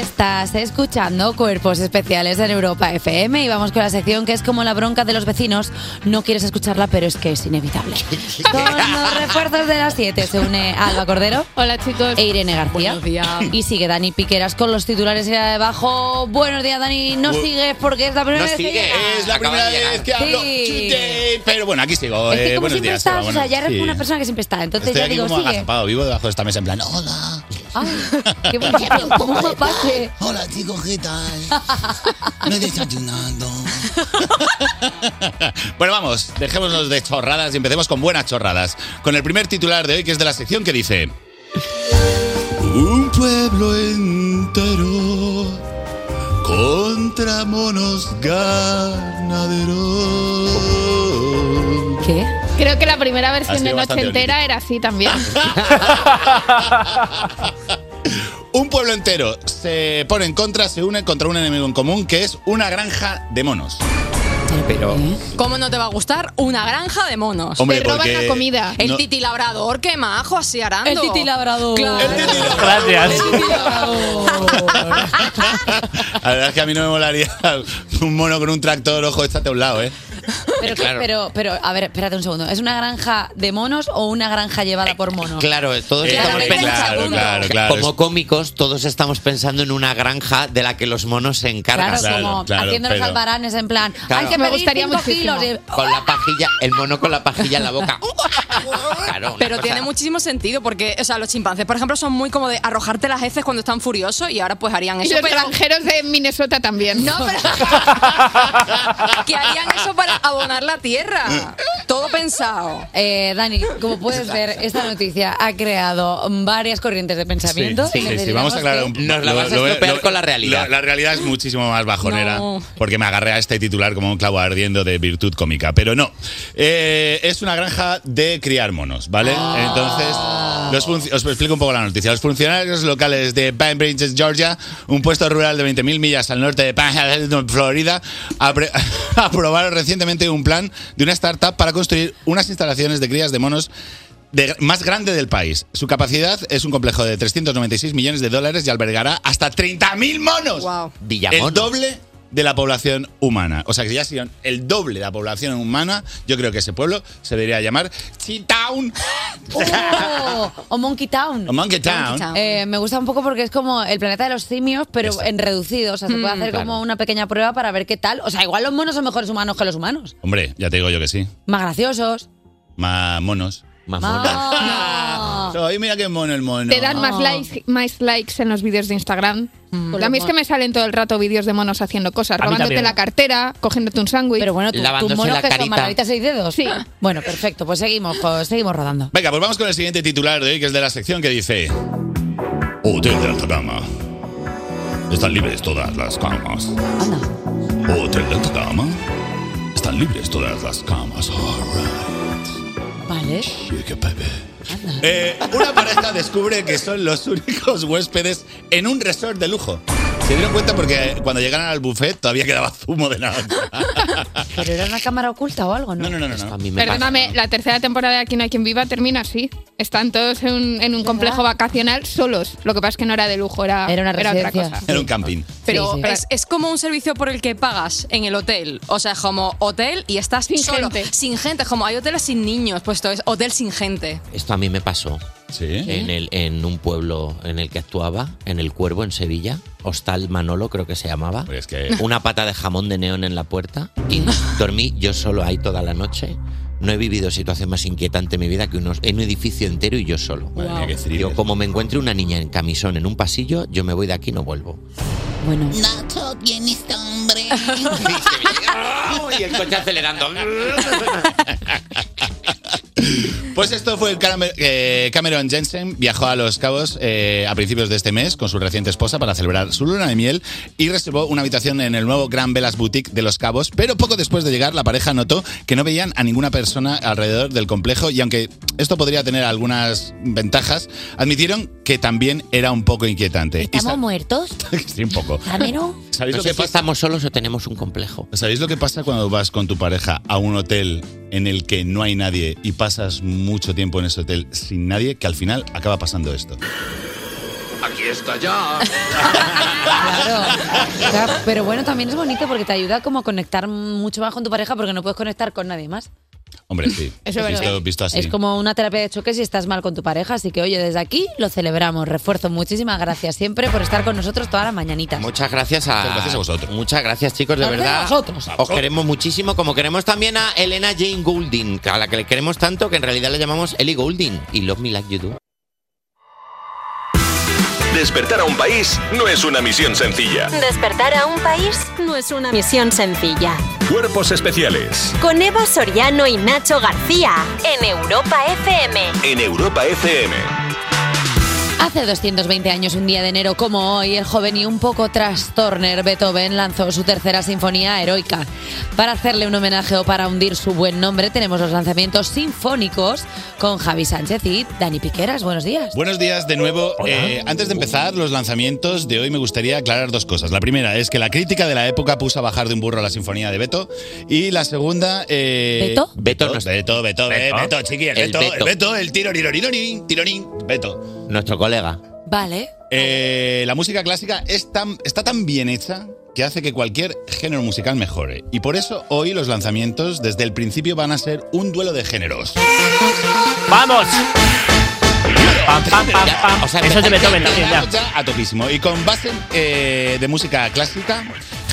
Speaker 2: Estás escuchando Cuerpos Especiales en Europa FM y vamos con la sección que es como la bronca de los vecinos. No quieres escucharla, pero es que es inevitable. Con los refuerzos de las 7 se une Alba Cordero. Hola chicos. E Irene García. Y sigue Dani Piqueras con los titulares y la de abajo. Buenos días Dani, no
Speaker 8: Bu-
Speaker 2: sigues porque es la primera
Speaker 8: No
Speaker 2: vez que
Speaker 8: sigue,
Speaker 2: llegas.
Speaker 8: es la primera vez que hablo.
Speaker 2: Sí.
Speaker 8: Today. Pero bueno, aquí sigo.
Speaker 2: Es que
Speaker 8: eh,
Speaker 2: como
Speaker 8: buenos
Speaker 2: siempre
Speaker 8: días.
Speaker 2: estás,
Speaker 8: hola,
Speaker 2: o sea,
Speaker 8: buenos-
Speaker 2: ya eres
Speaker 8: sí.
Speaker 2: una persona que siempre está. Entonces
Speaker 8: Estoy
Speaker 2: ya
Speaker 8: aquí
Speaker 2: digo,
Speaker 8: como
Speaker 2: sigue.
Speaker 8: agazapado, vivo debajo de esta mesa en plan, hola.
Speaker 2: Ay, qué buen un mapache.
Speaker 8: Hola chicos, ¿qué tal? No he desayunado. Bueno, vamos, dejémonos de chorradas y empecemos con buenas chorradas. Con el primer titular de hoy, que es de la sección que dice... Un pueblo entero Contra monos ganaderos.
Speaker 2: ¿Qué?
Speaker 6: Creo que la primera versión
Speaker 8: sido
Speaker 6: de Noche
Speaker 8: bastante
Speaker 6: Entera era así también.
Speaker 8: Un pueblo entero se pone en contra, se une contra un enemigo en común que es una granja de monos.
Speaker 3: Pero.
Speaker 9: ¿Cómo no te va a gustar una granja de monos?
Speaker 8: Hombre, Te roban porque- la
Speaker 6: comida.
Speaker 9: El
Speaker 8: no-
Speaker 9: titi labrador, qué majo, así arando.
Speaker 2: El titi labrador.
Speaker 9: Claro.
Speaker 2: El titi
Speaker 4: Gracias.
Speaker 8: La verdad es que a mí no me molaría un mono con un tractor, ojo, estate a un lado, ¿eh?
Speaker 2: Pero, qué-
Speaker 3: Claro.
Speaker 2: pero, pero, a ver, espérate un segundo. ¿Es una granja de monos o una granja llevada por monos?
Speaker 3: Claro, todos
Speaker 8: Eh,
Speaker 3: estamos
Speaker 9: claramente
Speaker 3: pensando.
Speaker 9: el segundo.
Speaker 8: Claro, claro,
Speaker 3: Como
Speaker 8: es-
Speaker 3: cómicos, todos estamos pensando en una granja de la que los monos se encargan.
Speaker 2: Claro,
Speaker 8: Claro,
Speaker 2: como
Speaker 8: claro,
Speaker 2: haciéndonos
Speaker 8: pero-
Speaker 2: albaranes en plan,
Speaker 3: Claro.
Speaker 2: hay que
Speaker 6: Me
Speaker 2: pedir
Speaker 6: gustaría
Speaker 2: cinco
Speaker 6: muchísimo.
Speaker 2: kilos. de-
Speaker 3: Con la pajilla, el mono con la pajilla en la boca. Claro, una
Speaker 9: Pero
Speaker 3: cosa-
Speaker 9: tiene muchísimo sentido porque, o sea, los chimpancés, por ejemplo, son muy como de arrojarte las heces cuando están furiosos y ahora pues harían
Speaker 6: Y
Speaker 9: eso.
Speaker 6: los
Speaker 9: pero
Speaker 6: granjeros de Minnesota también.
Speaker 9: No, pero. que harían eso para abonar la tierra. Todo pensado.
Speaker 2: Eh, Dani, como puedes ver, esta noticia ha creado varias corrientes de pensamiento.
Speaker 8: Sí, sí, sí, vamos a aclarar un poco.
Speaker 3: Nos la vas a estropear con la realidad.
Speaker 8: La, realidad es muchísimo más bajonera,
Speaker 9: No.
Speaker 8: porque me agarré a este titular como un clavo ardiendo de virtud cómica. Pero no, Eh, es una granja de criar monos, ¿vale? Entonces, los func- os explico un poco la noticia. Los funcionarios locales de Bainbridge, Georgia, un puesto rural de 20.000 millas al norte de Panhandle, Florida, apre- aprobaron recientemente un plan de una startup para construir unas instalaciones de crías de monos de- más grande del país. Su capacidad es un complejo de 396 millones de dólares y albergará hasta 30.000 monos.
Speaker 9: Wow.
Speaker 3: Villamono.
Speaker 8: El doble de la población humana. O sea, que ya sido el doble de la población humana, yo creo que ese pueblo se debería llamar Cheetown
Speaker 2: Oh, o Monkey Town.
Speaker 8: o Monkey Town.
Speaker 9: Monkey Town.
Speaker 2: Eh, me gusta un poco porque es como el planeta de los simios, pero en reducido. O sea, se puede
Speaker 8: Mm,
Speaker 2: hacer como una pequeña prueba para ver qué tal. O sea, igual los monos son mejores humanos que los humanos.
Speaker 8: Hombre, ya te digo yo que sí.
Speaker 2: Más graciosos.
Speaker 8: Más monos.
Speaker 3: Mamona.
Speaker 2: Ah.
Speaker 8: Ay, mira qué mono el mono.
Speaker 6: Te dan
Speaker 2: Oh.
Speaker 6: más likes, más likes en los vídeos de Instagram.
Speaker 2: Hmm.
Speaker 6: A mí es que me salen todo el rato vídeos de monos haciendo cosas,
Speaker 4: mí
Speaker 6: robándote
Speaker 4: también.
Speaker 6: la cartera, cogiéndote un sándwich.
Speaker 2: Pero bueno, tú- tus
Speaker 3: Lavándose
Speaker 2: monos
Speaker 3: la
Speaker 2: que son
Speaker 3: carita.
Speaker 2: margaritas seis dedos.
Speaker 6: Sí.
Speaker 2: Bueno, perfecto. Pues seguimos, jo- seguimos rodando.
Speaker 8: Venga, pues vamos con el siguiente titular de hoy, que es de la sección que dice... Hotel de Atacama. Están libres todas las camas.
Speaker 2: Anda.
Speaker 8: Hotel de Atacama. Están libres todas las camas. All
Speaker 2: Vale.
Speaker 8: right, you can baby. Eh, una pareja descubre que son los únicos huéspedes en un resort de lujo. Se dieron cuenta porque eh, cuando llegaron al buffet todavía quedaba zumo de naranja. Ah.
Speaker 2: Pero era una cámara oculta o algo, ¿no?
Speaker 8: No, no, no, no.
Speaker 3: A
Speaker 8: no.
Speaker 3: mí me
Speaker 6: Perdóname, la tercera temporada de Aquí no hay quien viva termina así. Están todos en un, en un complejo vacacional solos. Lo que pasa es que no era de lujo, era,
Speaker 2: Era una
Speaker 6: otra
Speaker 2: residencia.
Speaker 6: cosa.
Speaker 8: Era un camping.
Speaker 9: Pero
Speaker 2: Sí, sí.
Speaker 9: Es, es como un servicio por el que pagas en el hotel. O sea, es como hotel y estás
Speaker 6: Sin
Speaker 9: solo.
Speaker 6: gente.
Speaker 9: Sin gente. Es como hay hoteles sin niños, pues esto es hotel sin gente.
Speaker 3: Esto a mí me pasó
Speaker 8: Sí.
Speaker 3: en, el, en un pueblo en el que actuaba, en El Cuervo, en Sevilla. Hostal Manolo, creo que se llamaba.
Speaker 8: Pues es que-
Speaker 3: Una pata de jamón de neón en la puerta. Y dormí yo solo ahí toda la noche. No he vivido situación más inquietante en mi vida que unos, en un edificio entero y yo solo.
Speaker 8: Madre mía, qué thriller.
Speaker 3: Yo, como me encuentre una niña en camisón en un pasillo, yo me voy de aquí y no vuelvo.
Speaker 2: Bueno.
Speaker 10: Nacho, bien este hombre.
Speaker 3: y el coche acelerando.
Speaker 8: Pues esto fue el Camer- eh, Cameron Jensen. Viajó a Los Cabos eh, a principios de este mes con su reciente esposa para celebrar su luna de miel y reservó una habitación en el nuevo Gran Velas Boutique de Los Cabos. Pero poco después de llegar, la pareja notó que no veían a ninguna persona alrededor del complejo y aunque esto podría tener algunas ventajas, admitieron que también era un poco inquietante. Y
Speaker 2: ¿Estamos
Speaker 8: sa-
Speaker 2: muertos?
Speaker 8: sí, un poco.
Speaker 2: ¿Camero?
Speaker 8: ¿Sabéis
Speaker 3: No
Speaker 8: lo
Speaker 3: sé
Speaker 8: que
Speaker 3: si
Speaker 8: pasa?
Speaker 3: estamos solos o tenemos un complejo.
Speaker 8: ¿Sabéis lo que pasa cuando vas con tu pareja a un hotel en el que no hay nadie y pasas mucho tiempo en ese hotel sin nadie? Que al final acaba pasando esto.
Speaker 1: Aquí está ya.
Speaker 2: Claro. O sea, pero bueno, también es bonito porque te ayuda como a conectar mucho más con tu pareja porque no puedes conectar con nadie más.
Speaker 8: Hombre, sí.
Speaker 6: Eso es
Speaker 8: visto,
Speaker 6: verdad.
Speaker 8: visto así.
Speaker 2: Es como una terapia de choque si estás mal con tu pareja. Así que, oye, desde aquí lo celebramos. Refuerzo, muchísimas gracias siempre por estar con nosotros todas las mañanitas.
Speaker 3: Muchas gracias a,
Speaker 8: Muchas gracias a vosotros.
Speaker 3: Muchas gracias, chicos, de
Speaker 2: Gracias
Speaker 3: verdad.
Speaker 2: a vosotros.
Speaker 3: Os queremos muchísimo, como queremos también a Elena Jane Goulding, a la que le queremos tanto que en realidad le llamamos Ellie Goulding y Love Me Like You Do.
Speaker 11: Despertar a un país no es una misión sencilla.
Speaker 5: Despertar a un país no es una misión sencilla.
Speaker 11: Cuerpos especiales
Speaker 5: Con Eva Soriano y Nacho García en Europa FM.
Speaker 11: en Europa FM.
Speaker 2: Hace 220 años, un día de enero como hoy, el joven y un poco trastorner Beethoven lanzó su tercera sinfonía heroica. Para hacerle un homenaje o para hundir su buen nombre, tenemos los lanzamientos sinfónicos con Javi Sánchez y Dani Piqueras. Buenos días.
Speaker 8: Buenos días de nuevo. Eh, antes de empezar los lanzamientos de hoy me gustaría aclarar dos cosas. La primera es que la crítica de la época puso a bajar de un burro a la sinfonía de Beto. Y la segunda... Eh,
Speaker 3: ¿Beto?
Speaker 8: Beto, Beto, Beto, Beto, eh,
Speaker 3: Beto.
Speaker 8: Beto, chiqui, el
Speaker 3: El
Speaker 8: Beto, el
Speaker 3: Beto.
Speaker 8: Beto, el tironirorinorin, tironín, Beto.
Speaker 3: Nuestro colega.
Speaker 2: Vale.
Speaker 8: Eh, la música clásica es tan- está tan bien hecha que hace que cualquier género musical mejore. Y por eso hoy los lanzamientos desde el principio van a ser un duelo de géneros.
Speaker 4: ¡Vamos! Pam, pam, pam, pam. Eso es de Beethoven también, ya.
Speaker 8: Vamos ya a topísimo. Y con base eh, de música clásica,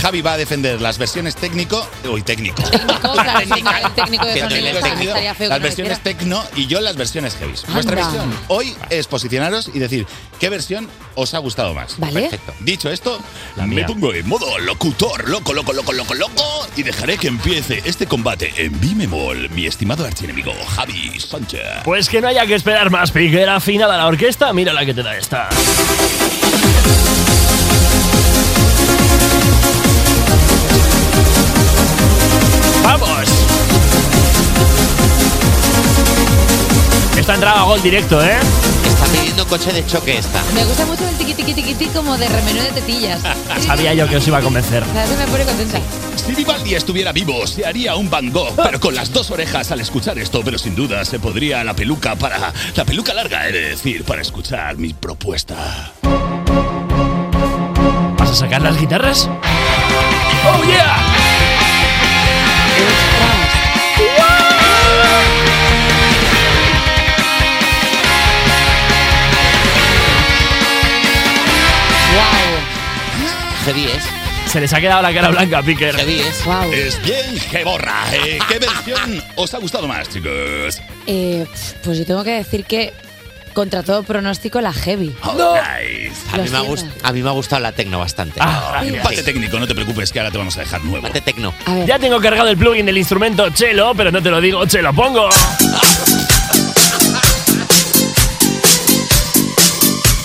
Speaker 8: Javi va a defender las versiones técnico... Uy, técnico.
Speaker 2: el técnico de sonido, o sea,
Speaker 8: Pero técnico, técnico,
Speaker 2: estaría feo que
Speaker 8: este las
Speaker 2: no lo hiciera.
Speaker 8: versiones tecno y yo las versiones heavy.
Speaker 2: Anda.
Speaker 8: Vuestra misión hoy es posicionaros y decir qué versión os ha gustado más.
Speaker 2: Vale.
Speaker 8: Perfecto. Dicho esto, me
Speaker 12: mía.
Speaker 8: pongo en modo locutor, loco, loco, loco, loco, loco, y dejaré que empiece este combate en bimemol, mi estimado archienemigo Javi Sánchez.
Speaker 4: Pues que no haya que esperar más, Piquera. Afinada la orquesta, mira la que te da esta. ¡Vamos! Esta entrada a gol directo, ¿eh?
Speaker 3: Está pidiendo coche de choque esta.
Speaker 2: Me gusta mucho el tiqui tiqui tiqui tiqui como de remenú de tetillas.
Speaker 4: Sabía yo que os iba a convencer.
Speaker 2: O sea, eso me pone contenta.
Speaker 8: Si Vivaldi estuviera vivo, se haría un Van Gogh, pero con las dos orejas al escuchar esto, pero sin duda se podría la peluca para. La peluca larga, es decir, para escuchar mi propuesta.
Speaker 4: ¿Vas a sacar las guitarras?
Speaker 12: ¡Oh, yeah!
Speaker 3: Heavy ¿eh? es.
Speaker 4: Se les ha quedado la cara blanca, Piquer.
Speaker 3: es.
Speaker 8: Es bien geborra. Eh, ¿Qué versión os ha gustado más, chicos?
Speaker 2: Eh, pues yo tengo que decir que contra todo pronóstico la heavy.
Speaker 3: A mí, me ha gust- a mí me ha gustado la tecno bastante.
Speaker 8: Pate técnico, no te preocupes, que ahora te vamos a dejar nuevo. Pate
Speaker 3: tecno.
Speaker 4: Ya tengo cargado el plugin del instrumento chelo, pero no te lo digo, chelo pongo.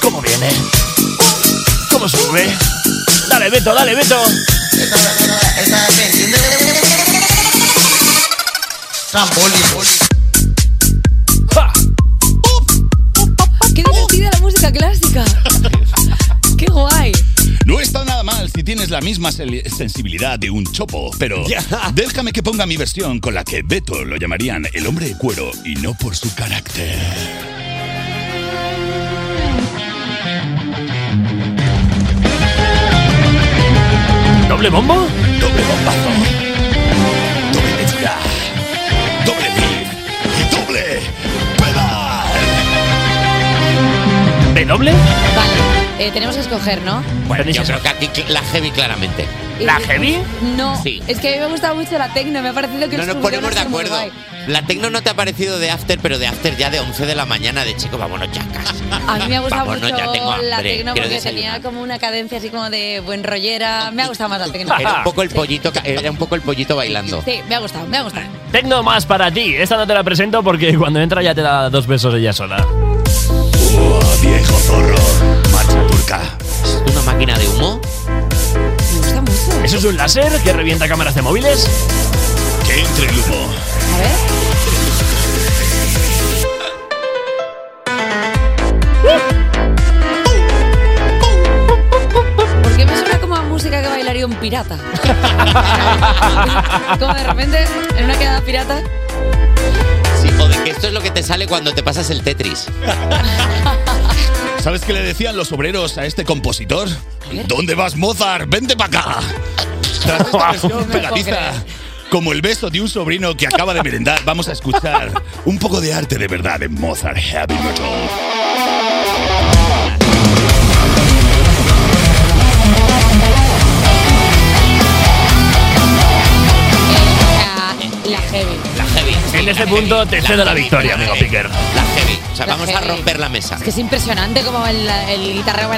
Speaker 4: ¿Cómo viene? ¿Cómo sube? Dale, Beto, dale, Beto.
Speaker 2: ¡Qué divertida la música clásica! ¡Qué guay!
Speaker 8: No está nada mal si tienes la misma sel- sensibilidad de un chopo, pero
Speaker 12: Ya.
Speaker 8: déjame que ponga mi versión con la que Beto lo llamarían el hombre de cuero y no por su carácter.
Speaker 4: ¿Doble bombo?
Speaker 8: Doble bombazo. Doble textura. Doble beat. Y doble pedal.
Speaker 4: ¿De doble?
Speaker 2: Vale, eh, tenemos que escoger, ¿no?
Speaker 3: Bueno, yo creo que aquí cl- la heavy claramente.
Speaker 2: Eh, No,
Speaker 3: Sí.
Speaker 2: es que a mí me ha gustado mucho la tecno, me ha parecido que
Speaker 3: No
Speaker 2: el
Speaker 3: nos
Speaker 2: subidón
Speaker 3: ponemos de
Speaker 2: está muy
Speaker 3: acuerdo.
Speaker 2: guay.
Speaker 3: La tecno no te ha parecido de after, pero de after ya de 11 de la mañana, de chico, vámonos ya casi.
Speaker 2: A mí me ha gustado
Speaker 3: Vámonos,
Speaker 2: mucho
Speaker 3: ya tengo hambre,
Speaker 2: la tecno
Speaker 3: quiero
Speaker 2: porque
Speaker 3: desayunar.
Speaker 2: tenía como una cadencia así como de buen rollera. Me ha gustado más la tecno.
Speaker 3: Era un poco el pollito, ca- era un poco el pollito bailando.
Speaker 2: Sí, me ha gustado, me ha gustado.
Speaker 4: Tecno más para ti. Esta no te la presento porque cuando entra ya te da dos besos ella sola.
Speaker 8: viejo zorro. Marcha turca.
Speaker 3: ¿Es una máquina de humo?
Speaker 4: ¿Eso es un láser que revienta cámaras de móviles?
Speaker 8: Que entre el humo.
Speaker 2: Porque me suena como a música que bailaría un pirata. como de repente, en una quedada pirata.
Speaker 3: Sí, o de que esto es lo que te sale cuando te pasas el Tetris.
Speaker 8: ¿Sabes qué le decían los obreros a este compositor? ¿Dónde vas, Mozart? ¡Vente para acá! Tras esta versión pegadiza, como el beso de un sobrino que acaba de merendar, vamos a escuchar un poco de arte de verdad en Mozart Heavy Metal.
Speaker 2: Ah, La heavy.
Speaker 3: La heavy. Eh.
Speaker 4: En este punto te cedo la victoria, amigo Piquer.
Speaker 3: La heavy. O sea,
Speaker 2: La
Speaker 3: vamos
Speaker 2: heavy.
Speaker 3: a romper la mesa.
Speaker 2: Es que es impresionante como el, el guitarreo.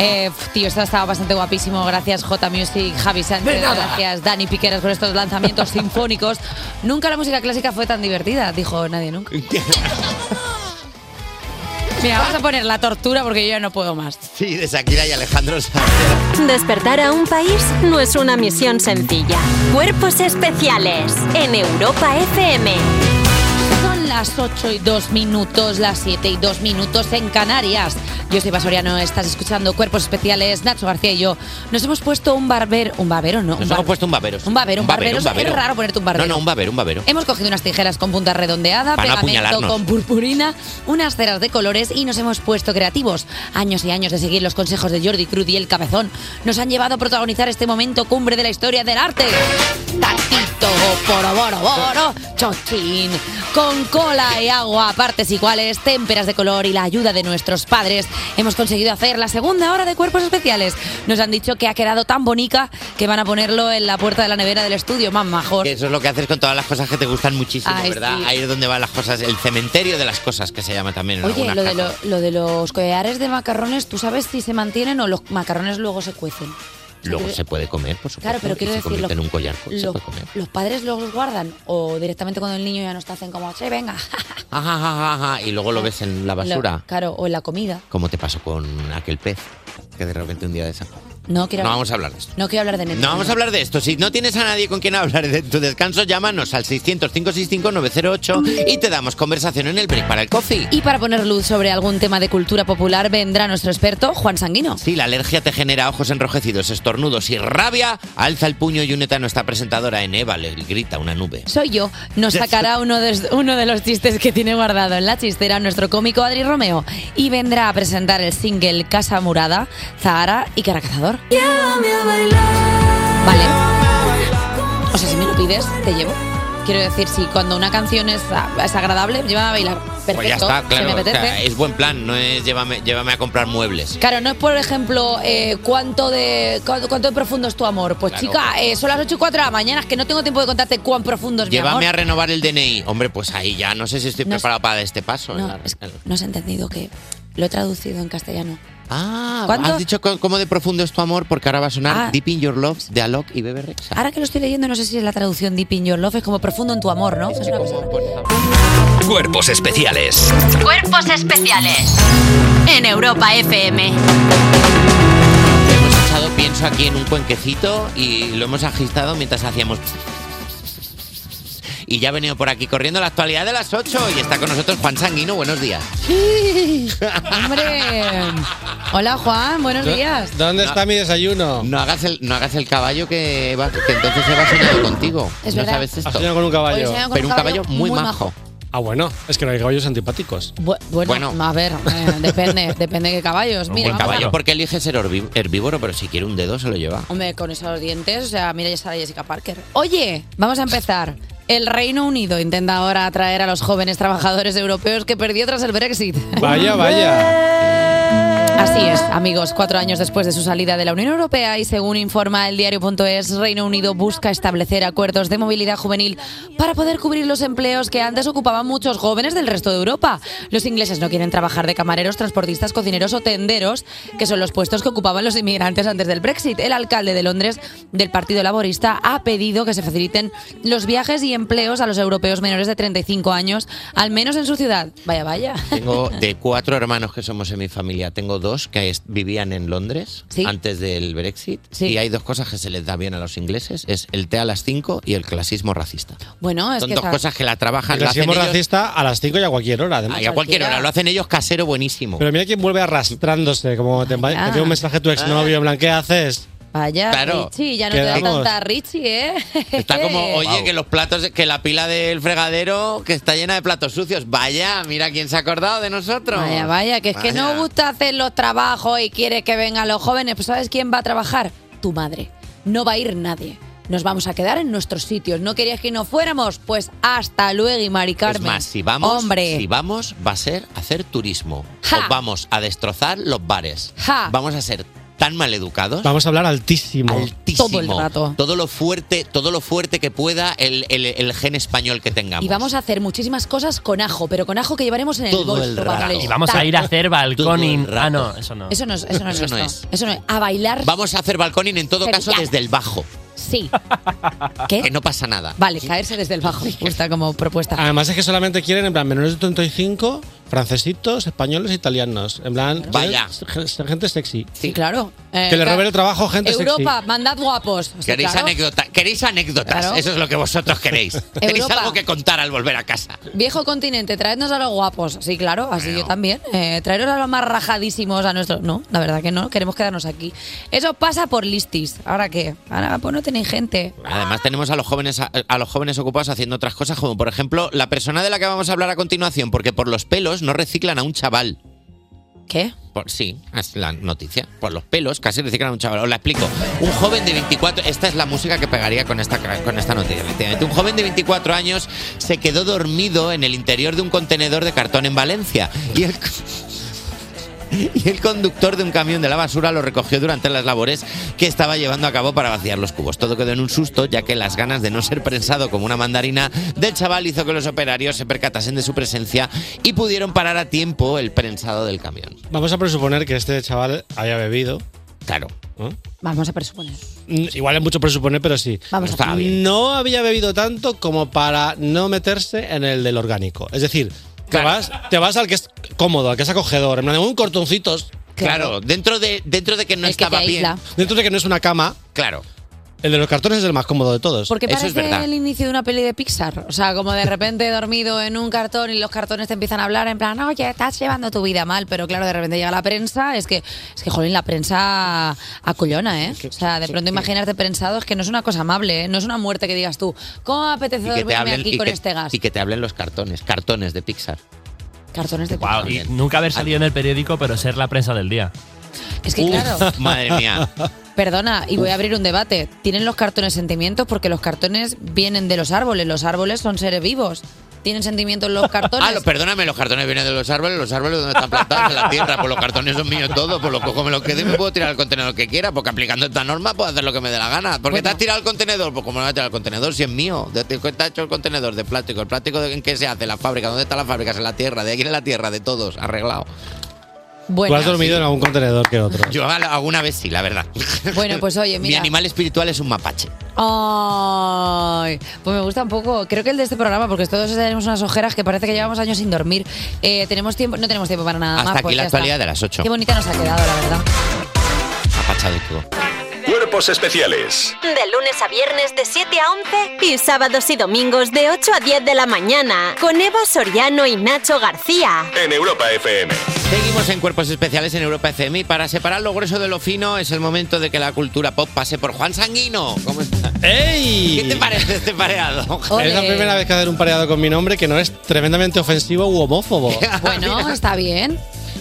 Speaker 2: Eh, pf, tío, esto estaba bastante guapísimo. Gracias, J Music, Javi Sánchez.
Speaker 3: De nada.
Speaker 2: Gracias, Dani Piqueras, por estos lanzamientos sinfónicos. Nunca la música clásica fue tan divertida, dijo nadie nunca. Mira, vamos a poner la tortura porque yo ya no puedo más.
Speaker 3: Sí, de Shakira y Alejandro Sanz.
Speaker 5: Despertar a un país no es una misión sencilla. Cuerpos especiales en Europa FM.
Speaker 2: Son las 8 y 2 minutos, las 7 y 2 minutos en Canarias. Yo soy Basoriano, estás escuchando Cuerpos Especiales, Nacho García y yo. Nos hemos puesto un barber, un babero, ¿no?
Speaker 3: Nos
Speaker 2: un bar-
Speaker 3: hemos puesto un babero. sí.
Speaker 2: Un babero, un barbero. Es raro ponerte un Em- barbero.
Speaker 3: No, no, un babero, un babero.
Speaker 2: Hemos cogido unas tijeras con punta redondeada,
Speaker 3: Para no
Speaker 2: pegamento
Speaker 3: apuñalarnos.
Speaker 2: con purpurina, unas ceras de colores y nos hemos puesto creativos. Años y años de seguir los consejos de Jordi Cruz y el Cabezón nos han llevado a protagonizar este momento cumbre de la historia del arte. Tatito, poro, boro, boro, chochín. Con cola y agua a partes iguales, témperas de color y la ayuda de nuestros padres, hemos conseguido hacer la segunda hora de cuerpos especiales. Nos han dicho que ha quedado tan bonita que van a ponerlo en la puerta de la nevera del estudio, más majos.
Speaker 3: Que eso es lo que haces con todas las cosas que te gustan muchísimo,
Speaker 2: Ay,
Speaker 3: ¿verdad?
Speaker 2: sí.
Speaker 3: Ahí es donde van las cosas, el cementerio de las cosas que se llama también. en
Speaker 2: Oye,
Speaker 3: algunas
Speaker 2: lo de,
Speaker 3: casas.
Speaker 2: lo, lo de los collares de macarrones, ¿tú sabes si se mantienen o los macarrones luego se cuecen?
Speaker 3: Luego se puede comer, por supuesto.
Speaker 2: Claro, pero
Speaker 3: y
Speaker 2: quiero
Speaker 3: se
Speaker 2: decir,
Speaker 3: convierte
Speaker 2: lo-
Speaker 3: en un collar, pues, se
Speaker 2: lo-
Speaker 3: puede comer.
Speaker 2: ¿Los padres los guardan o directamente cuando el niño ya no está hacen como, che, venga?
Speaker 3: Ajá, ajá, ajá, ajá, Y luego lo ves en la basura,
Speaker 2: Ah, Lo- claro, o en la comida.
Speaker 3: como te pasó con aquel pez, que de repente un día desapareció.
Speaker 2: No quiero,
Speaker 3: No vamos a hablar de esto.
Speaker 2: no quiero hablar de Netflix.
Speaker 3: No vamos a hablar de esto. Si no tienes a nadie con quien hablar de tu descanso, llámanos al 600-565-908 y te damos conversación en el break para el coffee.
Speaker 2: Y para poner luz sobre algún tema de cultura popular vendrá nuestro experto, Juan Sanguino.
Speaker 3: Si la alergia te genera ojos enrojecidos, estornudos y rabia, alza el puño y únete a nuestra presentadora en Eva, le grita una nube.
Speaker 2: Soy yo. Nos sacará uno de, uno de los chistes que tiene guardado en la chistera nuestro cómico Adri Romeo y vendrá a presentar el single Casa Murada, Zahara y Caracazador. Vale. O sea, si me lo pides, te llevo. Quiero decir, si cuando una canción es, es agradable, llévame a bailar. Perfecto.
Speaker 3: Pues ya está,
Speaker 2: si
Speaker 3: claro.
Speaker 2: me
Speaker 3: o sea, eh.
Speaker 2: apetece.
Speaker 3: es buen plan, no es llévame, llévame a comprar muebles.
Speaker 2: Claro, no es por ejemplo eh, cuánto de cuánto, cuánto de profundo es tu amor. Pues
Speaker 3: Claro.
Speaker 2: chica, eh, son las 8 y 4 de la mañana, es que no tengo tiempo de contarte cuán profundo es Pues, mi amor.
Speaker 3: Llévame a renovar el DNI. Hombre, pues ahí ya no sé si estoy
Speaker 2: No es-
Speaker 3: preparado para este paso.
Speaker 2: No, es- no has entendido que lo he traducido en castellano.
Speaker 3: Ah,
Speaker 2: ¿Cuánto?
Speaker 3: Has dicho co- cómo de profundo es tu amor porque ahora va a sonar
Speaker 2: Ah.
Speaker 3: Deep in Your Love de Alok y Bebe Rexa.
Speaker 2: Ahora que lo estoy leyendo, no sé si es la traducción Deep in Your Love, es como profundo en tu amor, ¿no? Es una cosa-
Speaker 1: Cuerpos especiales.
Speaker 5: Cuerpos especiales en Europa FM.
Speaker 3: Hemos echado pienso aquí en un cuenquecito y lo hemos agitado mientras hacíamos. Y ya ha venido por aquí corriendo la actualidad de las 8 y está con nosotros Juan Sanguino. Buenos días.
Speaker 2: Hombre. Hola Juan, buenos días.
Speaker 13: ¿Dónde está mi desayuno?
Speaker 3: No hagas el, no hagas el caballo que, Eva- que entonces Eva ha soñado contigo.
Speaker 2: Es
Speaker 3: no
Speaker 2: verdad.
Speaker 3: sabes esto.
Speaker 13: Ha soñado con un caballo. Hoy he soñado con
Speaker 3: Pero
Speaker 13: un
Speaker 3: un caballo,
Speaker 13: caballo
Speaker 3: muy,
Speaker 13: muy
Speaker 3: majo.
Speaker 13: Ah, bueno, es que no hay caballos antipáticos.
Speaker 2: Bu- bueno, a ver, eh, depende, depende de qué caballos. Mira,
Speaker 3: el
Speaker 2: vamos a-
Speaker 3: caballo porque elige ser herbi- herbívoro, pero si quiere un dedo se lo lleva.
Speaker 2: Hombre, con esos dientes, o sea, mira ya está Jessica Parker. Oye, vamos a empezar. El Reino Unido intenta ahora atraer a los jóvenes trabajadores europeos que perdió tras el Brexit.
Speaker 13: Vaya, vaya.
Speaker 2: Así es, amigos, cuatro años después de su salida de la Unión Europea y según informa el diario.es, Reino Unido busca establecer acuerdos de movilidad juvenil para poder cubrir los empleos que antes ocupaban muchos jóvenes del resto de Europa. Los ingleses no quieren trabajar de camareros, transportistas, cocineros o tenderos, que son los puestos que ocupaban los inmigrantes antes del Brexit. El alcalde de Londres del Partido Laborista ha pedido que se faciliten los viajes y empleos a los europeos menores de 35 años, al menos en su ciudad. Vaya, vaya.
Speaker 3: Tengo de cuatro hermanos que somos en mi familia, tengo dos que es- vivían en Londres antes del Brexit y hay dos cosas que se les da bien a los ingleses, es el té a las 5 y el clasismo racista.
Speaker 2: Bueno, es
Speaker 3: Son
Speaker 2: que
Speaker 3: dos
Speaker 2: está-
Speaker 3: cosas que la trabajan,
Speaker 13: El
Speaker 3: lo hacen
Speaker 13: racismo
Speaker 3: ellos
Speaker 13: racista a las 5 y a cualquier hora. además.
Speaker 3: y a cualquier hora, lo hacen ellos casero buenísimo.
Speaker 13: Pero mira quién vuelve arrastrándose, como te, envi-
Speaker 2: ya.
Speaker 13: te envía un mensaje a tu exnovio, en plan, ¿qué haces?
Speaker 2: Vaya,
Speaker 13: Claro.
Speaker 2: Richie, ya no
Speaker 13: Que
Speaker 2: te da
Speaker 13: vamos.
Speaker 2: tanta Richie, ¿eh?
Speaker 3: Está como, oye, que los platos, que la pila del fregadero que está llena de platos sucios. Vaya, mira quién se ha acordado de nosotros.
Speaker 2: Vaya, vaya, que es que no
Speaker 3: Vaya.
Speaker 2: gusta hacer los trabajos y quiere que vengan los jóvenes. Pues ¿sabes quién va a trabajar? Tu madre. No va a ir nadie. Nos vamos a quedar en nuestros sitios. ¿No querías que nos fuéramos? Pues hasta luego, y Mari Carmen.
Speaker 3: Es más, si vamos,
Speaker 2: Hombre.
Speaker 3: si vamos, va a ser hacer turismo.
Speaker 2: Ja.
Speaker 3: Os vamos a destrozar los bares.
Speaker 2: Ja.
Speaker 3: Vamos a ser tan maleducados.
Speaker 13: Vamos a hablar altísimo.
Speaker 3: altísimo. Todo lo fuerte, todo lo fuerte que pueda el, el- el gen español que tengamos.
Speaker 2: Y vamos a hacer muchísimas cosas con ajo, pero con ajo que llevaremos en el
Speaker 3: Todo
Speaker 2: bolso.
Speaker 3: el
Speaker 2: para
Speaker 3: rato.
Speaker 2: molestar.
Speaker 4: Y vamos a ir a hacer balconing. Ah, no, eso no.
Speaker 2: Eso no es, eso no es
Speaker 3: Eso no
Speaker 2: esto. Eso no es. A bailar,
Speaker 3: Vamos a hacer balconing en todo
Speaker 2: Pero
Speaker 3: caso
Speaker 2: ya.
Speaker 3: desde el bajo.
Speaker 2: sí.
Speaker 3: Que no pasa nada.
Speaker 2: Vale, caerse desde el bajo. Me gusta como propuesta.
Speaker 13: Además es que solamente quieren, en plan, menores de 35 francesitos, españoles, e italianos. En plan,
Speaker 3: Vaya.
Speaker 13: gen- Gente sexy.
Speaker 2: Sí, Eh, claro.
Speaker 13: Que le robe el trabajo a gente
Speaker 2: Europa, mandad guapos. O sea,
Speaker 3: Queréis,
Speaker 2: Pues claro.
Speaker 3: anécdota- queréis anécdotas,
Speaker 2: Claro.
Speaker 3: eso es lo que vosotros queréis. Tenéis
Speaker 2: Europa.
Speaker 3: algo que contar al volver a casa.
Speaker 2: Viejo continente, traednos a los guapos. Sí, claro, así yo también. Eh, traeros a los más rajadísimos a nuestros. No, la verdad que no, queremos quedarnos aquí. Eso pasa por listis. ¿Ahora qué? Ahora pues no tenéis gente.
Speaker 3: Además tenemos a los jóvenes a, a los jóvenes ocupados haciendo otras cosas, como por ejemplo la persona de la que vamos a hablar a continuación, porque por los pelos no reciclan a un chaval.
Speaker 2: ¿Qué?
Speaker 3: Por, sí, es la noticia. Por los pelos casi reciclan a un chaval. Os la explico. Un joven de 24, esta es la música que pegaría con esta, ca- con esta noticia, efectivamente. Un joven de 24 años se quedó dormido en el interior de un contenedor de cartón en Valencia. Y el, y el conductor de un camión de la basura lo recogió durante las labores que estaba llevando a cabo para vaciar los cubos. Todo quedó en un susto, ya que las ganas de no ser prensado como una mandarina del chaval hizo que los operarios se percatasen de su presencia y pudieron parar a tiempo el prensado del camión.
Speaker 13: Vamos a presuponer que este chaval haya bebido.
Speaker 3: Claro.
Speaker 2: Vamos a presuponer.
Speaker 13: Mm, Igual es mucho presuponer, pero sí.
Speaker 2: Vamos a- Estaba
Speaker 13: No había bebido tanto como para no meterse en el del orgánico. Es decir, te, vas, te vas al que es cómodo, al que es acogedor. En plan, un cortoncitos.
Speaker 3: Claro, dentro de, dentro de que no estaba bien.
Speaker 13: Dentro de que no es una cama.
Speaker 3: Claro.
Speaker 13: El de los cartones es el más cómodo de todos.
Speaker 2: Porque parece el inicio de una peli de Pixar. O sea, como de repente dormido en un cartón y los cartones te empiezan a hablar en plan, oye, estás llevando tu vida mal. Pero claro, de repente llega la prensa. Es que, es que jolín, la prensa acollona, ¿eh? O sea, de pronto imaginarte prensado es que no es una cosa amable, ¿eh? No es una muerte que digas tú, ¿cómo me apetece
Speaker 3: Y que, te
Speaker 2: dormirme
Speaker 3: hablen,
Speaker 2: aquí
Speaker 3: y
Speaker 2: con
Speaker 3: que-
Speaker 2: este gas?
Speaker 3: y que te hablen los cartones, cartones de Pixar.
Speaker 2: Cartones de
Speaker 4: Guau, y nunca haber salido en el periódico, pero ser la prensa del día.
Speaker 2: Es que claro.
Speaker 3: Madre mía.
Speaker 2: Perdona, y voy a abrir un debate. ¿Tienen los cartones sentimientos? Porque los cartones vienen de los árboles. Los árboles son seres vivos. ¿Tienen sentimientos los cartones?
Speaker 3: Ah, lo- perdóname, los cartones vienen de los árboles, los árboles donde están plantados en la tierra, pues los cartones son míos todos, pues los cojo, me los quedo y me puedo tirar al contenedor que quiera, porque aplicando esta norma puedo hacer lo que me dé la gana. ¿Por qué te has tirado al contenedor? Pues como no me voy a tirar al contenedor si es mío. ¿De qué está hecho el contenedor? De plástico. ¿El plástico de- en qué se hace? ¿La fábrica? ¿Dónde está la fábrica? Es en la tierra, de aquí en la tierra, de todos, arreglado.
Speaker 13: Tú has dormido en algún contenedor que otro.
Speaker 3: Yo al- alguna vez sí, la verdad.
Speaker 2: Bueno, pues oye,
Speaker 3: Mi
Speaker 2: mira.
Speaker 3: animal espiritual es un mapache.
Speaker 2: Ay, pues me gusta un poco. Creo que el de este programa, porque todos tenemos unas ojeras que parece que llevamos años sin dormir. Eh, tenemos tiempo, no tenemos tiempo para nada
Speaker 3: Hasta
Speaker 2: más.
Speaker 3: aquí
Speaker 2: pues
Speaker 3: la
Speaker 2: ya está.
Speaker 3: actualidad de las ocho.
Speaker 2: Qué bonita nos ha quedado, la verdad.
Speaker 3: Mapachadico.
Speaker 11: Cuerpos especiales
Speaker 5: De lunes a viernes de 7 a 11 y sábados y domingos de 8 a 10 de la mañana con Eva Soriano y Nacho García.
Speaker 11: en Europa FM.
Speaker 3: Seguimos en Cuerpos Especiales en Europa FM y para separar lo grueso de lo fino es el momento de que la cultura pop pase por Juan Sanguino. ¿Cómo está?
Speaker 13: ¡Ey!
Speaker 3: ¿Qué te parece este pareado?
Speaker 13: Es la primera vez que hacer un pareado con mi nombre que no es tremendamente ofensivo u homófobo.
Speaker 2: Bueno, está bien.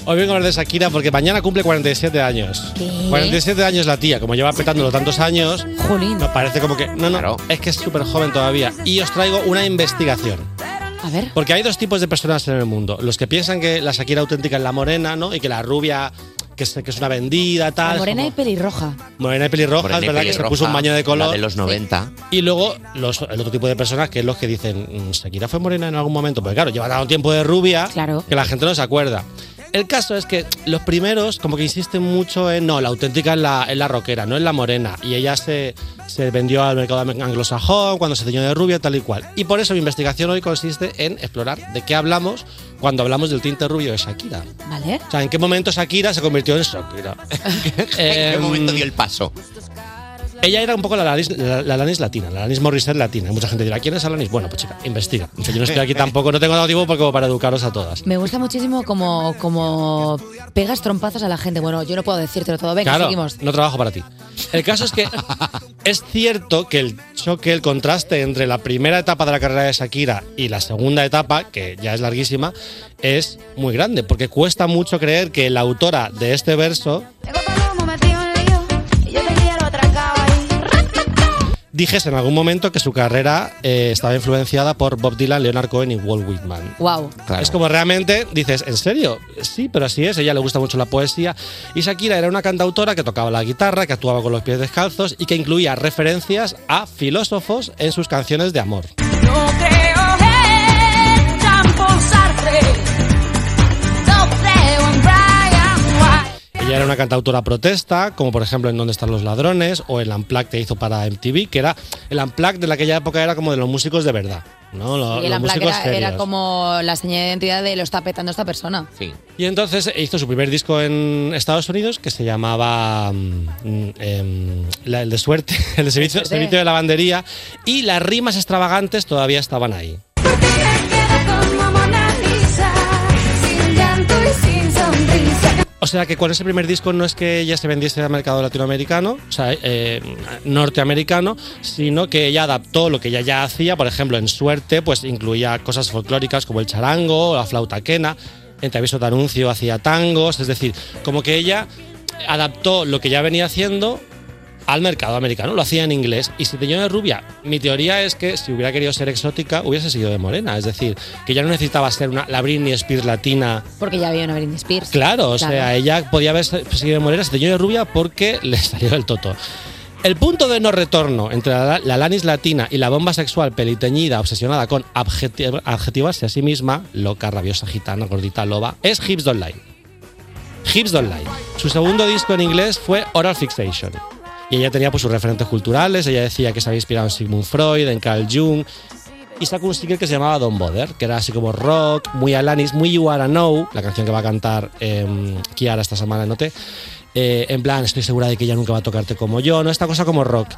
Speaker 13: Hoy vengo a hablar de Shakira porque mañana cumple 47 años. 47 años la tía, como lleva petándolo tantos años, nos parece como que no, no, es que es súper joven todavía. Y os traigo una investigación.
Speaker 2: A ver.
Speaker 13: Porque hay dos tipos de personas en el mundo. Los que piensan que la Shakira auténtica es la morena, ¿no? Y que la rubia, que es, que es una vendida,
Speaker 2: La
Speaker 13: tal.
Speaker 2: morena y pelirroja.
Speaker 13: como- morena y pelirroja,
Speaker 3: Morena
Speaker 13: es
Speaker 3: y
Speaker 13: verdad que se
Speaker 3: pelirroja,
Speaker 13: puso un baño de color.
Speaker 3: la de los 90.
Speaker 13: Y luego los- el otro tipo de personas que es los que dicen, "Mm, Shakira fue morena en algún momento, porque claro, lleva tanto tiempo de rubia que la gente no se acuerda. El caso es que los primeros como que insisten mucho en, no, la auténtica es la, es la rockera, no es la morena. Y ella se, se vendió al mercado anglosajón cuando se teñió de rubia, tal y cual. Y por eso mi investigación hoy consiste en explorar de qué hablamos cuando hablamos del tinte rubio de Shakira.
Speaker 2: ¿Vale?
Speaker 13: O sea, ¿en qué momento Shakira se convirtió en Shakira? Em,
Speaker 3: ¿En qué momento dio el paso?
Speaker 13: Ella era un poco la Alanis, la, la Alanis latina, la Alanis Morissette latina. Mucha gente dirá, ¿quién es Alanis? Bueno, pues chica, investiga. O sea, Yo no estoy aquí tampoco, no tengo dado tiempo para- como para educaros a todas.
Speaker 2: Me gusta muchísimo como, como pegas trompazos a la gente. Bueno, yo no puedo decírtelo todo. Venga,
Speaker 13: claro,
Speaker 2: seguimos.
Speaker 13: no trabajo para ti. El caso es que es cierto que el choque, el contraste entre la primera etapa de la carrera de Shakira y la segunda etapa, que ya es larguísima, es muy grande, porque cuesta mucho creer que la autora de este verso dijese en algún momento que su carrera eh, estaba influenciada por Bob Dylan, Leonard Cohen y Walt Whitman.
Speaker 2: Wow.
Speaker 13: Es como realmente dices, ¿en serio? Sí, pero así es, a ella le gusta mucho la poesía. Y Shakira era una cantautora que tocaba la guitarra, que actuaba con los pies descalzos y que incluía referencias a filósofos en sus canciones de amor.
Speaker 12: No creo en Jean-Paul Sartre. No creo en Brian White.
Speaker 13: Ella era una cantautora protesta, como por ejemplo en Dónde están los ladrones o el Unplugged que hizo para MTV, que era el Unplugged de la aquella época era como de los músicos de verdad, ¿no? Lo-
Speaker 2: Y el
Speaker 13: los
Speaker 2: Unplugged
Speaker 13: músicos
Speaker 2: era, era
Speaker 13: serios.
Speaker 2: como la señal de identidad de lo está petando esta persona.
Speaker 13: Y entonces hizo su primer disco en Estados Unidos que se llamaba mm, mm, em, la- El de Suerte, el de servicio,
Speaker 2: Suerte.
Speaker 13: servicio de lavandería, y las rimas extravagantes todavía estaban ahí.
Speaker 12: sin llanto y sin sonrisa.
Speaker 13: O sea que con ese primer disco no es que ella se vendiese al mercado latinoamericano, o sea, eh, norteamericano, sino que ella adaptó lo que ella ya hacía, por ejemplo, en Suerte, pues incluía cosas folclóricas como el charango, la flauta quena, en Te aviso de anuncio hacía tangos, es decir, como que ella adaptó lo que ya venía haciendo al mercado americano, lo hacía en inglés. Y si tenía de rubia, mi teoría es que si hubiera querido ser exótica, hubiese sido de morena, es decir, que ya no necesitaba ser una, la Britney Spears latina
Speaker 2: Porque ya había una Britney Spears.
Speaker 13: Claro, o sea,
Speaker 2: Claro.
Speaker 13: ella podía haber seguido de morena, se teñió de rubia porque le salió el toto. El punto de no retorno entre la, la lanis latina y la bomba sexual peliteñida, obsesionada con adjeti- adjetivarse a sí misma, loca, rabiosa, gitana, gordita, loba, es Hips Don't Lie. Hips Don't Lie. Su segundo disco en inglés fue Oral Fixation. Y ella tenía pues, sus referentes culturales, ella decía que se había inspirado en Sigmund Freud, en Carl Jung, y sacó un single que se llamaba Don Bother, que era así como rock, muy Alanis, muy You Are Know, la canción que va a cantar em, Kiara esta semana, no te. Eh, en plan, estoy segura de que ella nunca va a tocarte como yo, ¿no? Esta cosa como rock.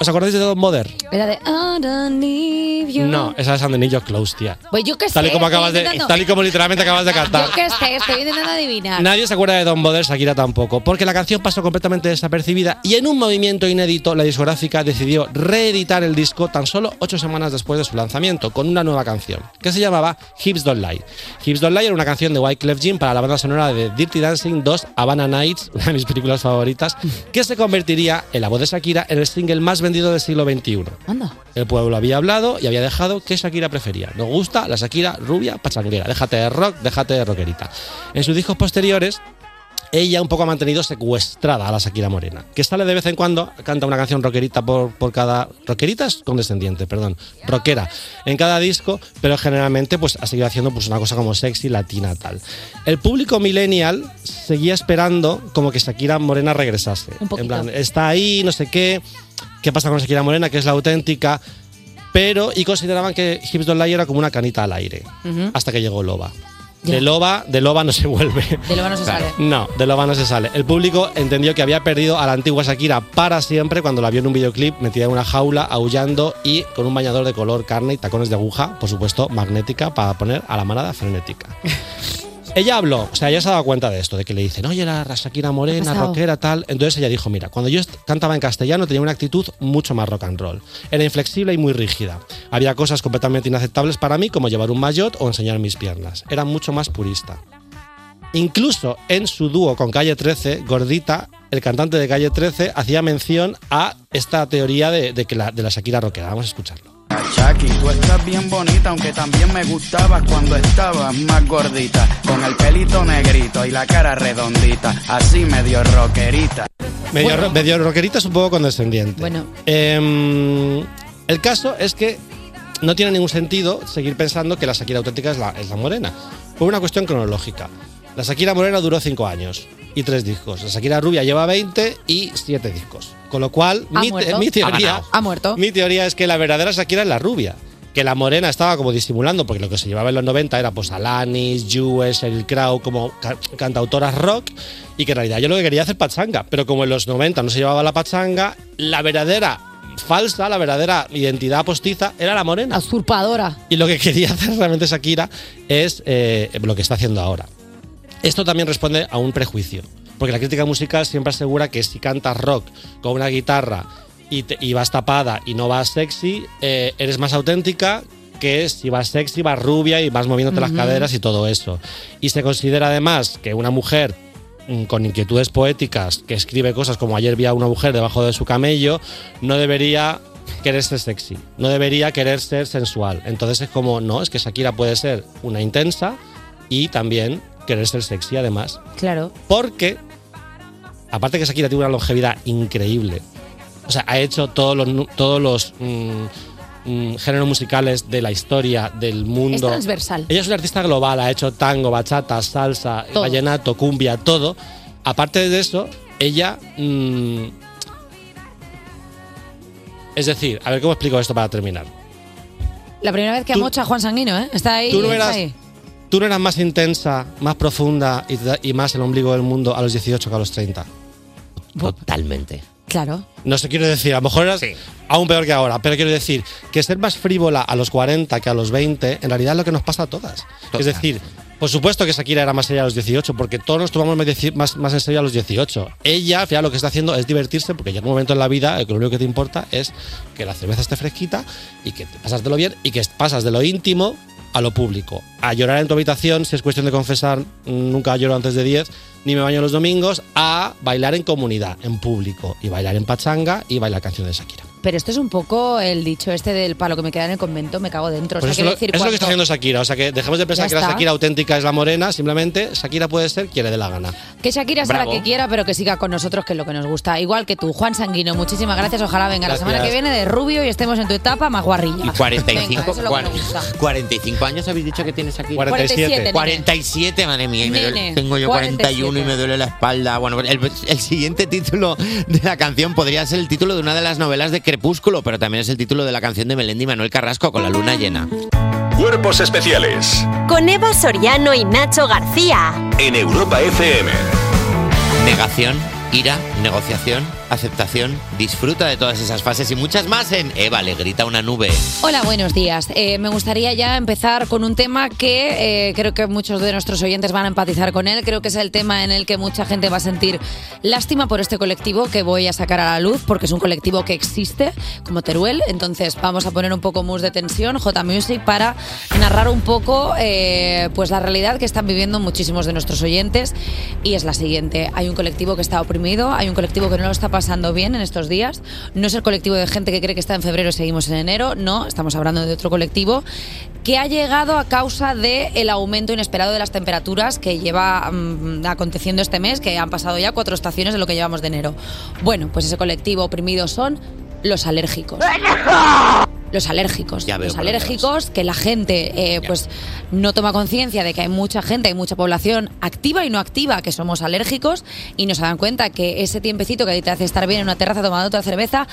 Speaker 13: ¿Os acordáis de Don Bother?
Speaker 2: Era de I don't need you.
Speaker 13: No, esa es Andenillo Close, tía.
Speaker 2: Pues yo qué sé.
Speaker 13: Tal y, como
Speaker 2: estoy
Speaker 13: acabas de,
Speaker 2: intentando-
Speaker 13: tal y como literalmente acabas de cantar.
Speaker 2: Yo qué sé, estoy intentando adivinar.
Speaker 13: Nadie se acuerda de Don Bother, Shakira tampoco, porque la canción pasó completamente desapercibida y en un movimiento inédito la discográfica decidió reeditar el disco tan solo ocho semanas después de su lanzamiento con una nueva canción que se llamaba Hips Don't Lie. Hips Don't Lie era una canción de Wyclef Jean para la banda sonora de Dirty Dancing 2 Havana Nights, una de mis películas favoritas, que se convertiría en la voz de Shakira en el single más vendido del siglo XXI.
Speaker 2: Anda.
Speaker 13: El pueblo había hablado y había dejado que Shakira prefería. Nos gusta la Shakira rubia pachanguera. Déjate de rock, déjate de rockerita. En sus discos posteriores, ella un poco ha mantenido secuestrada a la Shakira Morena, que sale de vez en cuando, canta una canción rockerita por, por cada... Rockerita es condescendiente, perdón, rockera, en cada disco, pero generalmente pues, ha seguido haciendo pues, una cosa como sexy, latina, tal. El público millennial seguía esperando como que Shakira Morena regresase. en plan, está ahí, no sé qué, qué pasa con Shakira Morena, que es la auténtica, pero... Y consideraban que Hips Don't Lie era como una canita al aire,
Speaker 2: Ujú.
Speaker 13: hasta que llegó Loba. De Loba, de Loba no se vuelve.
Speaker 2: De lo no se sale.
Speaker 13: No, de Loba no se sale. El público entendió que había perdido a la antigua Shakira para siempre cuando la vio en un videoclip metida en una jaula, aullando y con un bañador de color carne y tacones de aguja, por supuesto, magnética, para poner a la manada frenética. Ella habló, o sea, ella se ha dado cuenta de esto, de que le dicen, oye, la Shakira Morena,
Speaker 14: pasado?
Speaker 13: rockera, tal. Entonces ella dijo, mira, cuando yo est- cantaba en castellano tenía una actitud mucho más rock and roll. Era inflexible y muy rígida. Había cosas completamente inaceptables para mí, como llevar un maillot o enseñar mis piernas. Era mucho más purista. Incluso en su dúo con Calle 13, Gordita, el cantante de Calle 13, hacía mención a esta teoría de, de que la, de la Shakira rockera. Vamos a escucharlo.
Speaker 15: Chucky, tú estás bien bonita, aunque también me gustabas cuando estabas más gordita, con el pelito negrito y la cara redondita, así medio rockerita.
Speaker 13: Medio, ro- medio rockerita es un poco condescendiente.
Speaker 2: Bueno.
Speaker 13: Em, el caso es que no tiene ningún sentido seguir pensando que la Shakira auténtica es la, es la morena. Por una cuestión cronológica. La Shakira morena duró 5 años y 3 discos. La Shakira rubia lleva 20 y 7 discos. Con lo cual,
Speaker 2: Ha
Speaker 13: mi, te-
Speaker 2: muerto.
Speaker 13: mi
Speaker 2: Ha
Speaker 13: teoría,
Speaker 2: ganado. Ha muerto.
Speaker 13: mi teoría es que la verdadera Shakira es la rubia. Que la morena estaba como disimulando, porque lo que se llevaba en los 90 era pues Alanis, Jewel, Sheryl Crow, como ca- cantautoras rock, y que en realidad yo lo que quería hacer pachanga, pero como en los 90 no se llevaba la pachanga, la verdadera falsa, la verdadera identidad postiza era la morena.
Speaker 2: Usurpadora.
Speaker 13: Y lo que quería hacer realmente Shakira es eh, lo que está haciendo ahora. Esto también responde a un prejuicio, porque la crítica musical siempre asegura que si cantas rock con una guitarra y, te- y vas tapada y no vas sexy, eh, eres más auténtica que si vas sexy, vas rubia y vas moviéndote las
Speaker 14: Ujú.
Speaker 13: caderas y todo eso. Y se considera además que una mujer mm, con inquietudes poéticas que escribe cosas como ayer vi a una mujer debajo de su camello, no debería querer ser sexy, no debería querer ser sensual. Entonces es como, no, es que Shakira puede ser una intensa y también querer ser sexy además.
Speaker 2: Claro.
Speaker 13: Porque, aparte que Shakira tiene una longevidad increíble, o sea, ha hecho todos los, nu- todos los mm, mm, géneros musicales de la historia, del mundo.
Speaker 2: Es transversal.
Speaker 13: Ella es una artista global, ha hecho tango, bachata, salsa,
Speaker 2: Todo.
Speaker 13: vallenato, cumbia, todo. Aparte de eso, ella. mm, es decir, a ver cómo explico esto para terminar.
Speaker 2: La primera vez que amocha a Juan Sanguino, ¿eh? Está ahí.
Speaker 13: tú no
Speaker 2: está
Speaker 13: eras-
Speaker 2: ahí.
Speaker 13: ¿Tú no eras más intensa, más profunda y, te da- y más el ombligo del mundo a los 18 que a los 30? Totalmente.
Speaker 2: Claro.
Speaker 13: No sé, quiero decir, a lo mejor eras aún peor que ahora, pero quiero decir que ser más frívola a los 40 que a los 20, en realidad es lo que nos pasa a todas. Es decir, por supuesto que Shakira era más seria a los 18, porque todos nos tomamos más, dieci- más, más en serio a los 18. Ella, al final, lo que está haciendo es divertirse, porque llega un momento en la vida en que lo único que te importa es que la cerveza esté fresquita y que te pasas de lo bien y que pasas de lo íntimo a lo público. A llorar en tu habitación, si es cuestión de confesar, nunca lloro antes de 10, ni me baño los domingos, a bailar en comunidad, en público, y bailar en pachanga y bailar canciones de Shakira.
Speaker 2: Pero esto es un poco el dicho este del palo que me queda en el convento, me cago dentro.
Speaker 13: Pues
Speaker 2: o sea,
Speaker 13: eso, es
Speaker 2: quiero decir,
Speaker 13: lo- eso es lo que está
Speaker 2: cuando-
Speaker 13: haciendo Shakira. O sea, que dejemos de pensar
Speaker 2: Ya
Speaker 13: que la
Speaker 2: está.
Speaker 13: Shakira auténtica es la morena. Simplemente Shakira puede ser quien le dé la gana.
Speaker 2: Que Shakira sea la
Speaker 13: Bravo.
Speaker 2: que quiera, pero que siga con nosotros, que es lo que nos gusta. Igual que tú, Juan Sanguino, muchísimas gracias. Ojalá venga
Speaker 3: Gracias.
Speaker 2: la semana que viene de rubio y estemos en tu etapa más guarrilla.
Speaker 3: Y 45,
Speaker 2: Venga, eso es lo que nos gusta.
Speaker 3: 45 años habéis dicho que tienes aquí.
Speaker 2: 47, nene.
Speaker 3: 47, madre mía. y me duele-
Speaker 2: Nene,
Speaker 3: tengo yo 41 y me duele la espalda. Bueno, pues el, el siguiente título de la canción podría ser el título de una de las novelas de Crepúsculo, pero también es el título de la canción de Melendi y Manuel Carrasco con la luna llena.
Speaker 11: Cuerpos especiales
Speaker 5: Con Eva Soriano y Nacho García.
Speaker 11: en Europa FM.
Speaker 3: Negación, ira, negociación, aceptación. Disfruta de todas esas fases y muchas más en Eva le grita una nube.
Speaker 2: Hola, buenos días. Eh, me gustaría ya empezar con un tema que eh, creo que muchos de nuestros oyentes van a empatizar con él. Creo que es el tema en el que mucha gente va a sentir lástima por este colectivo que voy a sacar a la luz, porque es un colectivo que existe como Teruel. Entonces vamos a poner un poco mus de tensión, J Music, para narrar un poco eh, pues la realidad que están viviendo muchísimos de nuestros oyentes y es la siguiente. Hay un colectivo que está oprimido, hay un colectivo que no lo está pasando bien en estos días. No es el colectivo de gente que cree que está en febrero y seguimos en enero, no, estamos hablando de otro colectivo que ha llegado a causa del el aumento inesperado de las temperaturas que lleva mm, aconteciendo este mes, que han pasado ya cuatro estaciones de lo que llevamos de enero. Bueno, pues ese colectivo oprimido son los alérgicos. Los alérgicos.
Speaker 3: Ya veo
Speaker 2: los
Speaker 3: por dónde vas.
Speaker 2: alérgicos, que la gente eh, pues no toma conciencia de que hay mucha gente, hay mucha población activa y no activa que somos alérgicos y nos dan cuenta que ese tiempecito que te hace estar bien en una terraza tomando otra cerveza,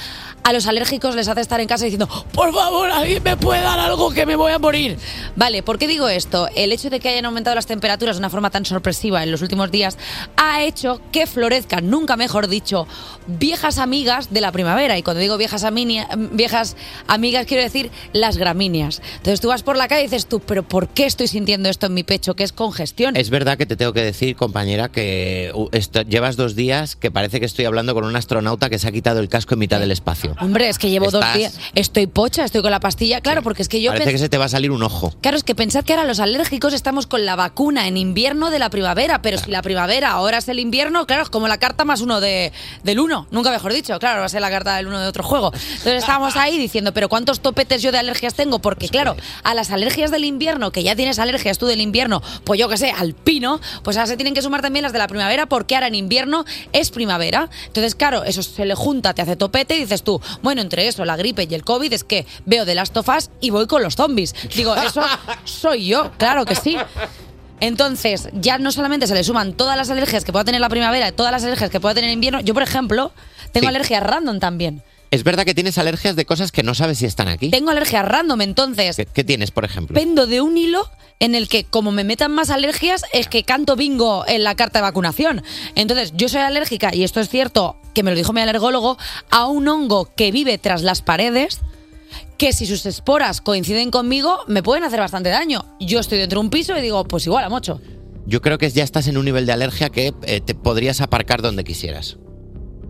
Speaker 2: a los alérgicos les hace estar en casa diciendo, por favor, alguien me puede dar algo que me voy a morir. Vale, ¿por qué digo esto? El hecho de que hayan aumentado las temperaturas de una forma tan sorpresiva en los últimos días ha hecho que florezcan, nunca mejor dicho, viejas amigas de la primavera. Y cuando digo viejas, amini- viejas amigas, quiero decir las gramíneas. Entonces tú vas por la calle y dices tú, pero ¿por qué estoy sintiendo esto en mi pecho? Que es congestión.
Speaker 3: Es verdad que te tengo que decir, compañera, que uh, esto- llevas dos días que parece que estoy hablando con un astronauta que se ha quitado el casco en mitad del espacio.
Speaker 2: Hombre, es que llevo dos
Speaker 3: Estás-
Speaker 2: días. Estoy pocha, estoy con la pastilla. Claro, porque es que yo
Speaker 3: Parece
Speaker 2: pens-
Speaker 3: que se te va a salir un ojo.
Speaker 2: Claro, es que pensad que ahora los alérgicos estamos con la vacuna en invierno de la primavera, pero si la primavera ahora es el invierno, claro, es como la carta más uno de, del uno, nunca mejor dicho, claro, va a ser la carta del uno de otro juego. Entonces estábamos ahí diciendo, pero ¿cuántos topetes yo de alergias tengo? Porque claro, a las alergias del invierno, que ya tienes alergias tú del invierno, pues yo que sé, al pino, pues ahora se tienen que sumar también las de la primavera, porque ahora en invierno es primavera. Entonces, claro, eso se le junta, te hace topete y dices tú, bueno, entre eso, la gripe y el COVID, es que veo de las tofas y voy con los zombies. Digo, eso soy yo, claro que sí. Entonces, ya no solamente se le suman todas las alergias que pueda tener la primavera, todas las alergias que pueda tener invierno. Yo, por ejemplo, tengo
Speaker 3: Sí.
Speaker 2: alergias random también.
Speaker 3: Es verdad que tienes alergias de cosas que no sabes si están aquí.
Speaker 2: Tengo alergias random, entonces
Speaker 3: ¿Qué, qué tienes, por ejemplo?
Speaker 2: pendo de un hilo en el que como me metan más alergias es que canto bingo en la carta de vacunación. Entonces, yo soy alérgica, y esto es cierto, que me lo dijo mi alergólogo, a un hongo que vive tras las paredes que si sus esporas coinciden conmigo me pueden hacer bastante daño. Yo estoy dentro de un piso y digo, pues igual a mocho.
Speaker 3: Yo creo que ya estás en un nivel de alergia que eh, te podrías aparcar donde quisieras.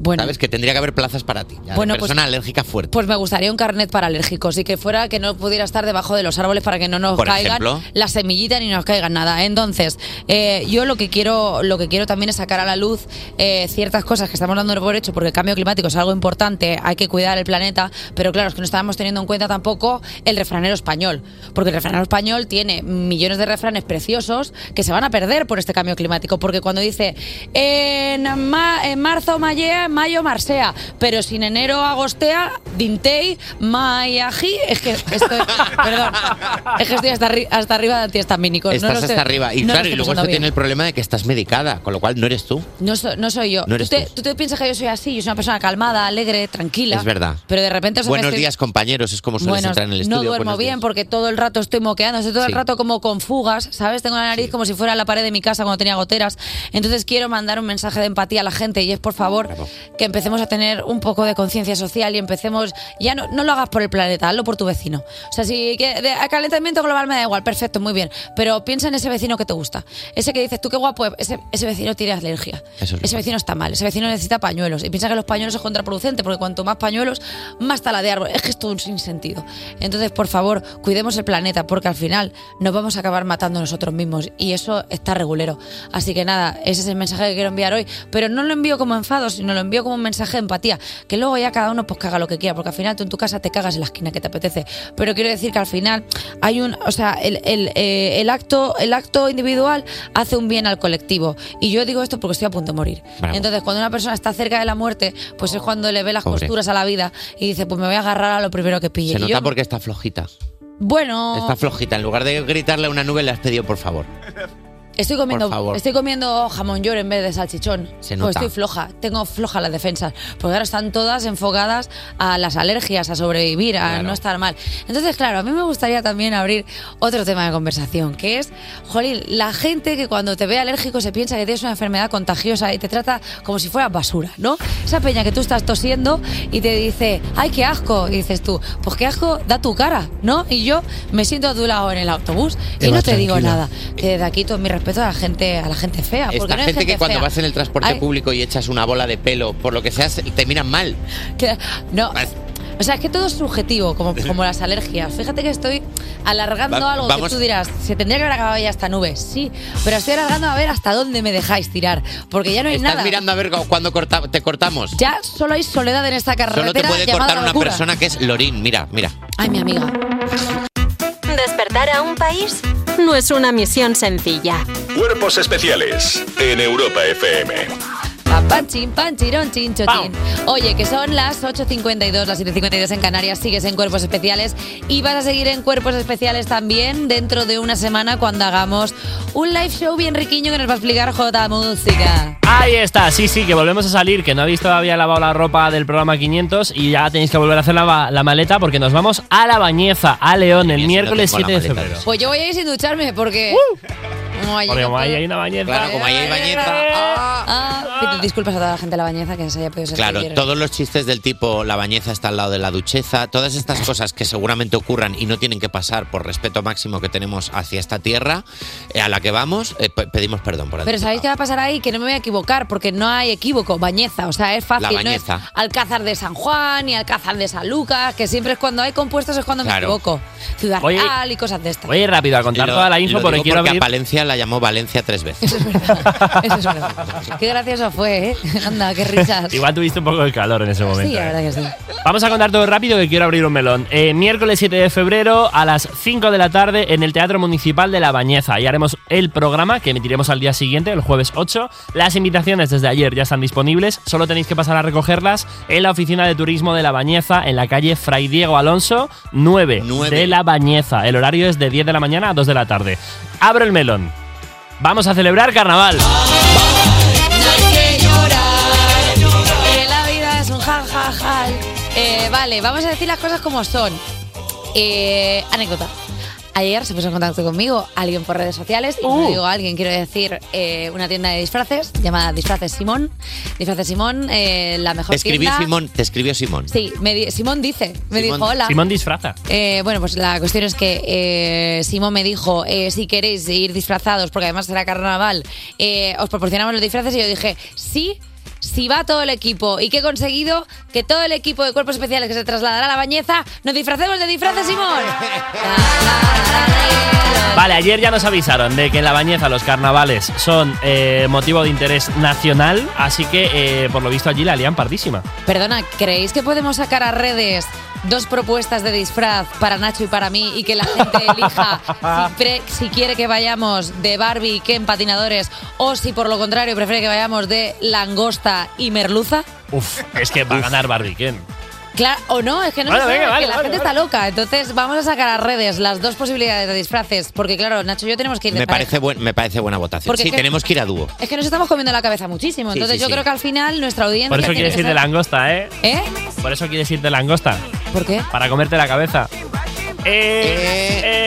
Speaker 2: Bueno.
Speaker 3: Sabes que tendría que haber plazas para ti. Ya, de
Speaker 2: Bueno, pues-
Speaker 3: persona alérgica fuerte.
Speaker 2: Pues me gustaría un carnet para alérgicos y que fuera que no pudiera estar debajo de los árboles para que no nos
Speaker 3: Por
Speaker 2: caigan
Speaker 3: ejemplo.
Speaker 2: las semillitas ni nos caigan nada. Entonces, eh, yo lo que quiero, lo que quiero también es sacar a la luz eh, ciertas cosas que estamos dando por hecho, porque el cambio climático es algo importante, hay que cuidar el planeta, pero claro, es que no estábamos teniendo en cuenta tampoco el refranero español, porque el refranero español tiene millones de refranes preciosos que se van a perder por este cambio climático, porque cuando dice en, ma- en marzo mallea, en mayo Marsea, pero sin enero Agostea, Dintei, Mayaji. Es que estoy, perdón, es que estoy hasta, arri- hasta arriba de antihistamínicos.
Speaker 3: Estás
Speaker 2: no lo
Speaker 3: hasta
Speaker 2: estoy-
Speaker 3: arriba. Y
Speaker 2: no lo
Speaker 3: claro, y
Speaker 2: estoy
Speaker 3: luego
Speaker 2: pasando
Speaker 3: esto tiene
Speaker 2: bien.
Speaker 3: el problema de que estás medicada, con lo cual no eres tú.
Speaker 2: No, so- no soy yo.
Speaker 3: No
Speaker 2: ¿Tú,
Speaker 3: eres
Speaker 2: te, tú te piensas que yo soy así, yo soy una persona calmada, alegre, tranquila.
Speaker 3: Es verdad.
Speaker 2: Pero de repente... o sea, me
Speaker 3: Buenos
Speaker 2: estoy-
Speaker 3: días, compañeros. Es como sueles
Speaker 2: Buenos-
Speaker 3: entrar en el estudio.
Speaker 2: No duermo
Speaker 3: Buenos días.
Speaker 2: bien porque todo el rato estoy moqueando, estoy todo
Speaker 3: Sí.
Speaker 2: el rato como con fugas, ¿sabes? Tengo la nariz como si fuera la pared de mi casa cuando tenía goteras. Entonces quiero mandar un mensaje de empatía a la gente y es por favor que empecemos a tener un poco de conciencia social y empecemos, ya no, no lo hagas por el planeta, hazlo por tu vecino. O sea, si que de- a calentamiento global me da igual, perfecto, muy bien, pero piensa en ese vecino que te gusta, ese que dices tú qué guapo, es, ese, ese vecino tiene alergia, ese vecino está mal, ese vecino necesita pañuelos y piensa que los pañuelos es contraproducente porque cuanto más pañuelos, más tala de árbol, es que es todo un sinsentido. Entonces, por favor, cuidemos el planeta porque al final nos vamos a acabar matando nosotros mismos y eso está regulero. Así que nada, ese es el mensaje que quiero enviar hoy, pero no lo envío como enfado, sino lo envío como un mensaje de empatía, que luego ya cada uno pues caga lo que quiera, porque al final tú en tu casa te cagas en la esquina que te apetece. Pero quiero decir que al final hay un, o sea, el, el, eh, el acto, el acto individual hace un bien al colectivo y yo digo esto porque estoy a punto de morir.
Speaker 14: Bravo.
Speaker 2: Entonces, cuando una persona está cerca de la muerte, pues es cuando le ve las
Speaker 3: Pobre.
Speaker 2: costuras a la vida y dice, pues me voy a agarrar a lo primero que pille.
Speaker 3: Se
Speaker 2: Y
Speaker 3: nota
Speaker 2: yo-
Speaker 3: porque está flojita.
Speaker 2: bueno,
Speaker 3: Está flojita. En lugar de gritarle a una nube, le has pedido por favor.
Speaker 2: Ah, Estoy comiendo,
Speaker 3: Por favor.
Speaker 2: estoy comiendo jamón york en vez de salchichón. Porque
Speaker 3: Se nota.
Speaker 2: estoy floja, tengo floja las defensas. Porque ahora están todas enfocadas a las alergias, a sobrevivir, a no estar mal. Entonces, claro, a mí me gustaría también abrir otro tema de conversación, que es, Jolín, la gente que cuando te ve alérgico se piensa que tienes una enfermedad contagiosa y te trata como si fueras basura, ¿no? Esa peña que tú estás tosiendo y te dice, ay, qué asco. Y dices tú, pues qué asco, da tu cara, ¿no? Y yo me siento a tu lado en el autobús y
Speaker 3: Eva,
Speaker 2: no te digo
Speaker 3: tranquila.
Speaker 2: nada. Que desde aquí todo mi respeto a la gente, a la gente fea. porque
Speaker 3: Esta
Speaker 2: no hay
Speaker 3: gente que cuando
Speaker 2: fea.
Speaker 3: vas en el transporte
Speaker 2: Hay-
Speaker 3: público y echas una bola de pelo, por lo que sea, se- te miran mal.
Speaker 2: que- no. O sea, es que todo es subjetivo, como, como las alergias. Fíjate que estoy alargando
Speaker 3: Va-
Speaker 2: algo
Speaker 3: vamos-
Speaker 2: que tú dirás, se tendría que haber acabado ya esta nube. Sí, pero estoy alargando a ver hasta dónde me dejáis tirar, porque ya no hay
Speaker 3: Estás
Speaker 2: nada.
Speaker 3: mirando a ver cuando corta- te cortamos.
Speaker 2: Ya solo hay soledad en esta carretera
Speaker 3: Solo te puede
Speaker 2: llamada
Speaker 3: cortar una
Speaker 2: locura.
Speaker 3: persona que es Lorín. Mira, mira.
Speaker 2: Ay, mi amiga.
Speaker 5: Despertar a un país no es una misión sencilla.
Speaker 11: Cuerpos especiales en Europa FM.
Speaker 2: Pa, pan, chin, pan, chirón, chin, chochín. Oye, que son las 8.52, las 7.52 en Canarias, sigues en Cuerpos Especiales y vas a seguir en Cuerpos Especiales también dentro de una semana cuando hagamos un live show bien riquiño que nos va a explicar J Música.
Speaker 4: Ahí está, sí, sí, que volvemos a salir, que no habéis todavía lavado la ropa del programa 500 y ya tenéis que volver a hacer la, ba- la maleta porque nos vamos a la bañeza, a León, el miércoles
Speaker 3: tengo la
Speaker 4: 7 de
Speaker 3: maleta,
Speaker 4: febrero.
Speaker 2: Pues yo voy a ir sin ducharme porque... No, ayer
Speaker 4: ¡Uh! Porque
Speaker 2: no
Speaker 4: como ahí
Speaker 2: pude.
Speaker 4: hay una bañeza.
Speaker 3: Claro, como ahí hay bañeza.
Speaker 2: Ah, pido disculpas a toda la gente de la bañeza que se haya podido sentir.
Speaker 3: Claro, todos los chistes del tipo la bañeza está al lado de la ducheza, todas estas cosas que seguramente ocurran y no tienen que pasar por respeto máximo que tenemos hacia esta tierra eh, a la que vamos, eh, pe- pedimos perdón por
Speaker 2: Pero
Speaker 3: anticipado.
Speaker 2: ¿sabéis qué va a pasar ahí? Que no me voy a equivocar, porque no hay equívoco. Bañeza, o sea, es fácil.
Speaker 3: La Bañeza.
Speaker 2: No es Alcázar de San Juan y Alcázar de San Lucas, que siempre es cuando hay compuestos es cuando
Speaker 3: Claro.
Speaker 2: me equivoco. Ciudad
Speaker 3: Oye,
Speaker 2: Real y cosas de estas.
Speaker 4: Voy a ir rápido a contar
Speaker 3: Lo-
Speaker 4: toda la info
Speaker 3: lo
Speaker 4: porque
Speaker 3: digo
Speaker 4: quiero
Speaker 3: porque
Speaker 4: abrir-
Speaker 3: a Valencia la llamó Valencia tres veces.
Speaker 2: Qué gracioso fue, ¿eh? Anda, qué risas.
Speaker 4: Igual tuviste un poco de calor en ese momento.
Speaker 2: Sí, la
Speaker 4: ¿eh?
Speaker 2: verdad que sí.
Speaker 4: Vamos a contar todo rápido que quiero abrir un melón. Eh, miércoles 7 de febrero a las 5 de la tarde en el Teatro Municipal de La Bañeza. Y haremos el programa que emitiremos al día siguiente, el jueves 8. Las invitaciones desde ayer ya están disponibles. Solo tenéis que pasar a recogerlas en la oficina de turismo de La Bañeza, en la calle Fray Diego Alonso 9, de La Bañeza. El horario es de 10 de la mañana a 2 de la tarde. Abro el melón. Vamos a celebrar carnaval.
Speaker 2: Que Eh, la vida es un jajajal. Eh, vale, vamos a decir las cosas como son. Eh, anécdota. Ayer se puso en contacto conmigo alguien por redes sociales, y cuando digo alguien, quiero decir eh, una tienda de disfraces llamada Disfraces Simón. Disfraces Simón, eh, la mejor
Speaker 3: Te escribió
Speaker 2: tienda.
Speaker 3: Simón, te escribió Simón.
Speaker 2: Sí, me di- Simón dice, me dijo hola.
Speaker 4: disfraza.
Speaker 2: Eh, bueno, pues la cuestión es que eh, Simón me dijo, eh, si queréis ir disfrazados, porque además será carnaval, eh, os proporcionamos los disfraces y yo dije, sí. Si va todo el equipo y que he conseguido que todo el equipo de cuerpos especiales que se trasladará a la bañeza nos disfracemos de disfraces, Simón.
Speaker 4: Vale, ayer ya nos avisaron de que en La Bañeza los carnavales son eh, motivo de interés nacional, así que eh, por lo visto allí la lían pardísima.
Speaker 2: Perdona, ¿creéis que podemos sacar a redes dos propuestas de disfraz para Nacho y para mí y que la gente elija si, pre- si quiere que vayamos de Barbie y Ken patinadores o si por lo contrario prefiere que vayamos de langosta y merluza?
Speaker 4: Uf, es que va a ganar Barbie Ken.
Speaker 2: Claro, o no, es que no
Speaker 4: Vale,
Speaker 2: se sabe,
Speaker 4: venga,
Speaker 2: que
Speaker 4: vale,
Speaker 2: la
Speaker 4: vale,
Speaker 2: gente está loca. Entonces vamos a sacar a redes las dos posibilidades de disfraces, porque claro, Nacho y yo tenemos que ir de
Speaker 3: Me
Speaker 2: pareja.
Speaker 3: parece, buen- me parece buena votación.
Speaker 2: Porque
Speaker 3: Sí,
Speaker 2: es que-
Speaker 3: tenemos que ir a dúo.
Speaker 2: Es que nos estamos comiendo la cabeza muchísimo,
Speaker 3: Sí,
Speaker 2: entonces
Speaker 3: sí,
Speaker 2: yo
Speaker 3: sí.
Speaker 2: creo que al final nuestra audiencia...
Speaker 4: Por eso
Speaker 2: tiene
Speaker 4: quieres
Speaker 2: que
Speaker 4: ir de
Speaker 2: ser-
Speaker 4: langosta, ¿eh?
Speaker 2: ¿Eh?
Speaker 4: Por eso quieres ir de langosta.
Speaker 2: ¿Por qué?
Speaker 4: Para comerte la cabeza. Eh,
Speaker 3: Eh.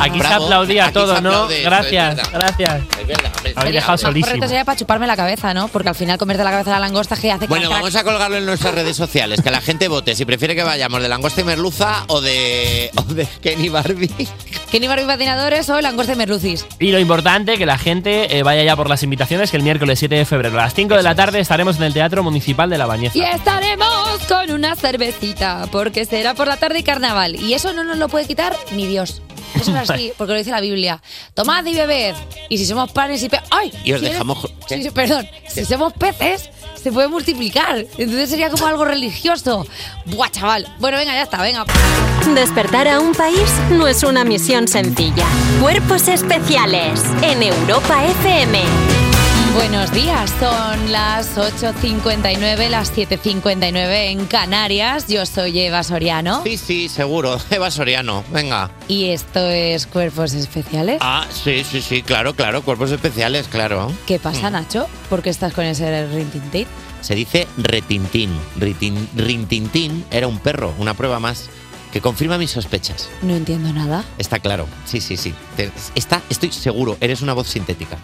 Speaker 4: Aquí se aplaudía
Speaker 3: Aquí
Speaker 4: todo,
Speaker 3: se
Speaker 4: ¿no?
Speaker 3: aplaude, eso
Speaker 4: gracias,
Speaker 3: es verdad.
Speaker 4: gracias.
Speaker 3: Es verdad, hombre,
Speaker 4: Habéis
Speaker 3: es
Speaker 4: dejado
Speaker 3: verdad.
Speaker 4: solísimo.
Speaker 2: Correcto sería para chuparme la cabeza, ¿no? Porque al final comerte la cabeza de la langosta que hace
Speaker 3: Bueno,
Speaker 2: crac, crac.
Speaker 3: vamos a colgarlo en nuestras redes sociales, que la gente vote si prefiere que vayamos de langosta y merluza o de, o de Kenny Barbie.
Speaker 2: Kenny Barbie patinadores o langosta y merlucis.
Speaker 4: Y lo importante, que la gente eh, vaya ya por las invitaciones, que el miércoles 7 de febrero a las 5 de la tarde estaremos en el Teatro Municipal de La Bañeza.
Speaker 2: Y estaremos con una cervecita, porque será por la tarde y carnaval. Y eso no nos lo puede quitar ni Dios. Eso es así, porque lo dice la Biblia. Tomad y bebed. Y si somos panes y peces. ¡Ay!
Speaker 3: Y os
Speaker 2: Si eres-
Speaker 3: dejamos... ¿qué?
Speaker 2: si- perdón, si somos peces, se puede multiplicar. Entonces sería como algo religioso. Buah, chaval. Bueno, venga, ya está, venga.
Speaker 5: Despertar a un país no es una misión sencilla. Cuerpos especiales en Europa FM.
Speaker 2: Buenos días, son las 8.59, las 7.59 en Canarias. Yo soy Eva Soriano.
Speaker 3: Sí, sí, seguro. Eva Soriano, venga.
Speaker 2: Y esto es Cuerpos Especiales.
Speaker 3: Ah, sí, sí, sí, claro, claro. Cuerpos especiales, claro.
Speaker 2: ¿Qué pasa, Nacho? ¿Por qué estás con ese rintintín?
Speaker 3: Se dice retintín. Ritin- rintintín era un perro, una prueba más que confirma mis sospechas.
Speaker 2: No entiendo nada.
Speaker 3: Está claro, sí, sí, sí. Te- Está, estoy seguro, eres una voz sintética.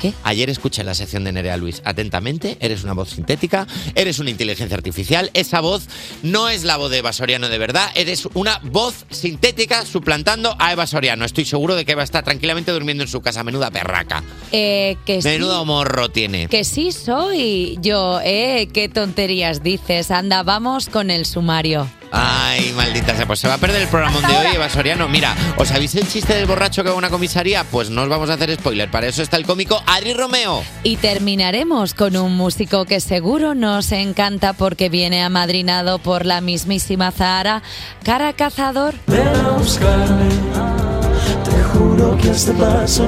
Speaker 2: ¿Qué?
Speaker 3: Ayer escuché la sección de Nerea Luis atentamente, eres una voz sintética, eres una inteligencia artificial, esa voz no es la voz de Eva Soriano de verdad, eres una voz sintética suplantando a Eva Soriano. Estoy seguro de que Eva está tranquilamente durmiendo en su casa, menuda perraca.
Speaker 2: Eh, que sí.
Speaker 3: Menudo morro tiene.
Speaker 2: Que sí soy yo, ¿eh? ¿Qué tonterías dices? Anda, vamos con el sumario.
Speaker 3: Ay, maldita sea, pues se va a perder el programa de hoy, Eva Soriano. Mira, ¿os habéis el chiste del borracho que va a una comisaría? Pues no os vamos a hacer spoiler, para eso está el cómico Adri Romeo.
Speaker 2: Y terminaremos con un músico que seguro nos encanta porque viene amadrinado por la mismísima Zahara, cara cazador. ah.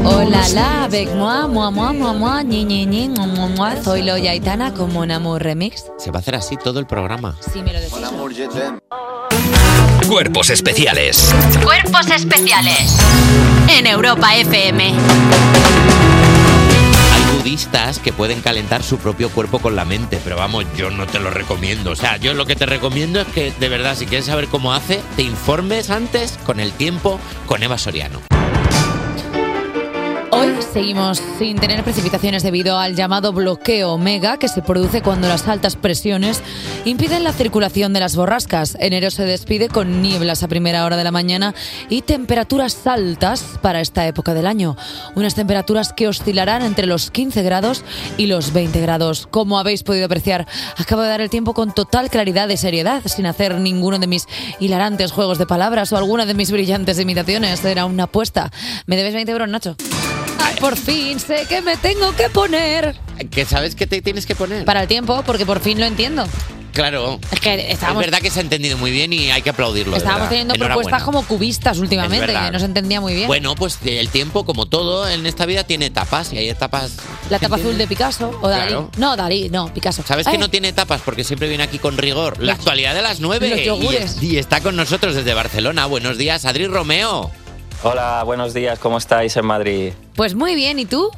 Speaker 2: Hola, la, avec moi, moi, moi, moi, moi, ni, ni, ni, moi, moi, moi, soy lo Yaitana como un amor remix.
Speaker 3: Se va a hacer así todo el programa.
Speaker 2: Sí, me lo decís.
Speaker 1: Cuerpos especiales.
Speaker 5: Cuerpos especiales en Europa FM.
Speaker 3: Hay budistas que pueden calentar su propio cuerpo con la mente, pero vamos, yo no te lo recomiendo. O sea, yo lo que te recomiendo es que, de verdad, si quieres saber cómo hace, te informes antes, con el tiempo, con Eva Soriano.
Speaker 2: Hoy seguimos sin tener precipitaciones debido al llamado bloqueo omega que se produce cuando las altas presiones impiden la circulación de las borrascas. Enero se despide con nieblas a primera hora de la mañana y temperaturas altas para esta época del año. Unas temperaturas que oscilarán entre los 15 grados y los 20 grados. Como habéis podido apreciar, acabo de dar el tiempo con total claridad y seriedad, sin hacer ninguno de mis hilarantes juegos de palabras o alguna de mis brillantes imitaciones. Era una apuesta. Me debes 20 euros, Nacho. Ay, por fin sé que me tengo que poner.
Speaker 3: ¿Que sabes qué te tienes que poner?
Speaker 2: Para el tiempo, porque por fin lo entiendo.
Speaker 3: Claro.
Speaker 2: Es que estábamos,
Speaker 3: Es verdad que se ha entendido muy bien y hay que aplaudirlo. de
Speaker 2: estábamos
Speaker 3: verdad.
Speaker 2: teniendo
Speaker 3: Enhorabuena.
Speaker 2: propuestas como cubistas últimamente,
Speaker 3: Es verdad.
Speaker 2: que no se entendía muy bien.
Speaker 3: Bueno, pues el tiempo, como todo en esta vida, tiene etapas y hay etapas.
Speaker 2: la tapa azul de Picasso o Dalí.
Speaker 3: Claro.
Speaker 2: No, Dalí, no, Picasso. Eh,
Speaker 3: ¿Sabes que
Speaker 2: Ay,
Speaker 3: no tiene etapas? Porque siempre viene aquí con rigor. La actualidad de las
Speaker 2: Los
Speaker 3: 9 y,
Speaker 2: yogures.
Speaker 3: es- y está con nosotros desde Barcelona. Buenos días, Adri Romeo.
Speaker 14: Hola, buenos días, ¿cómo estáis en Madrid?
Speaker 2: Pues muy bien, ¿y tú?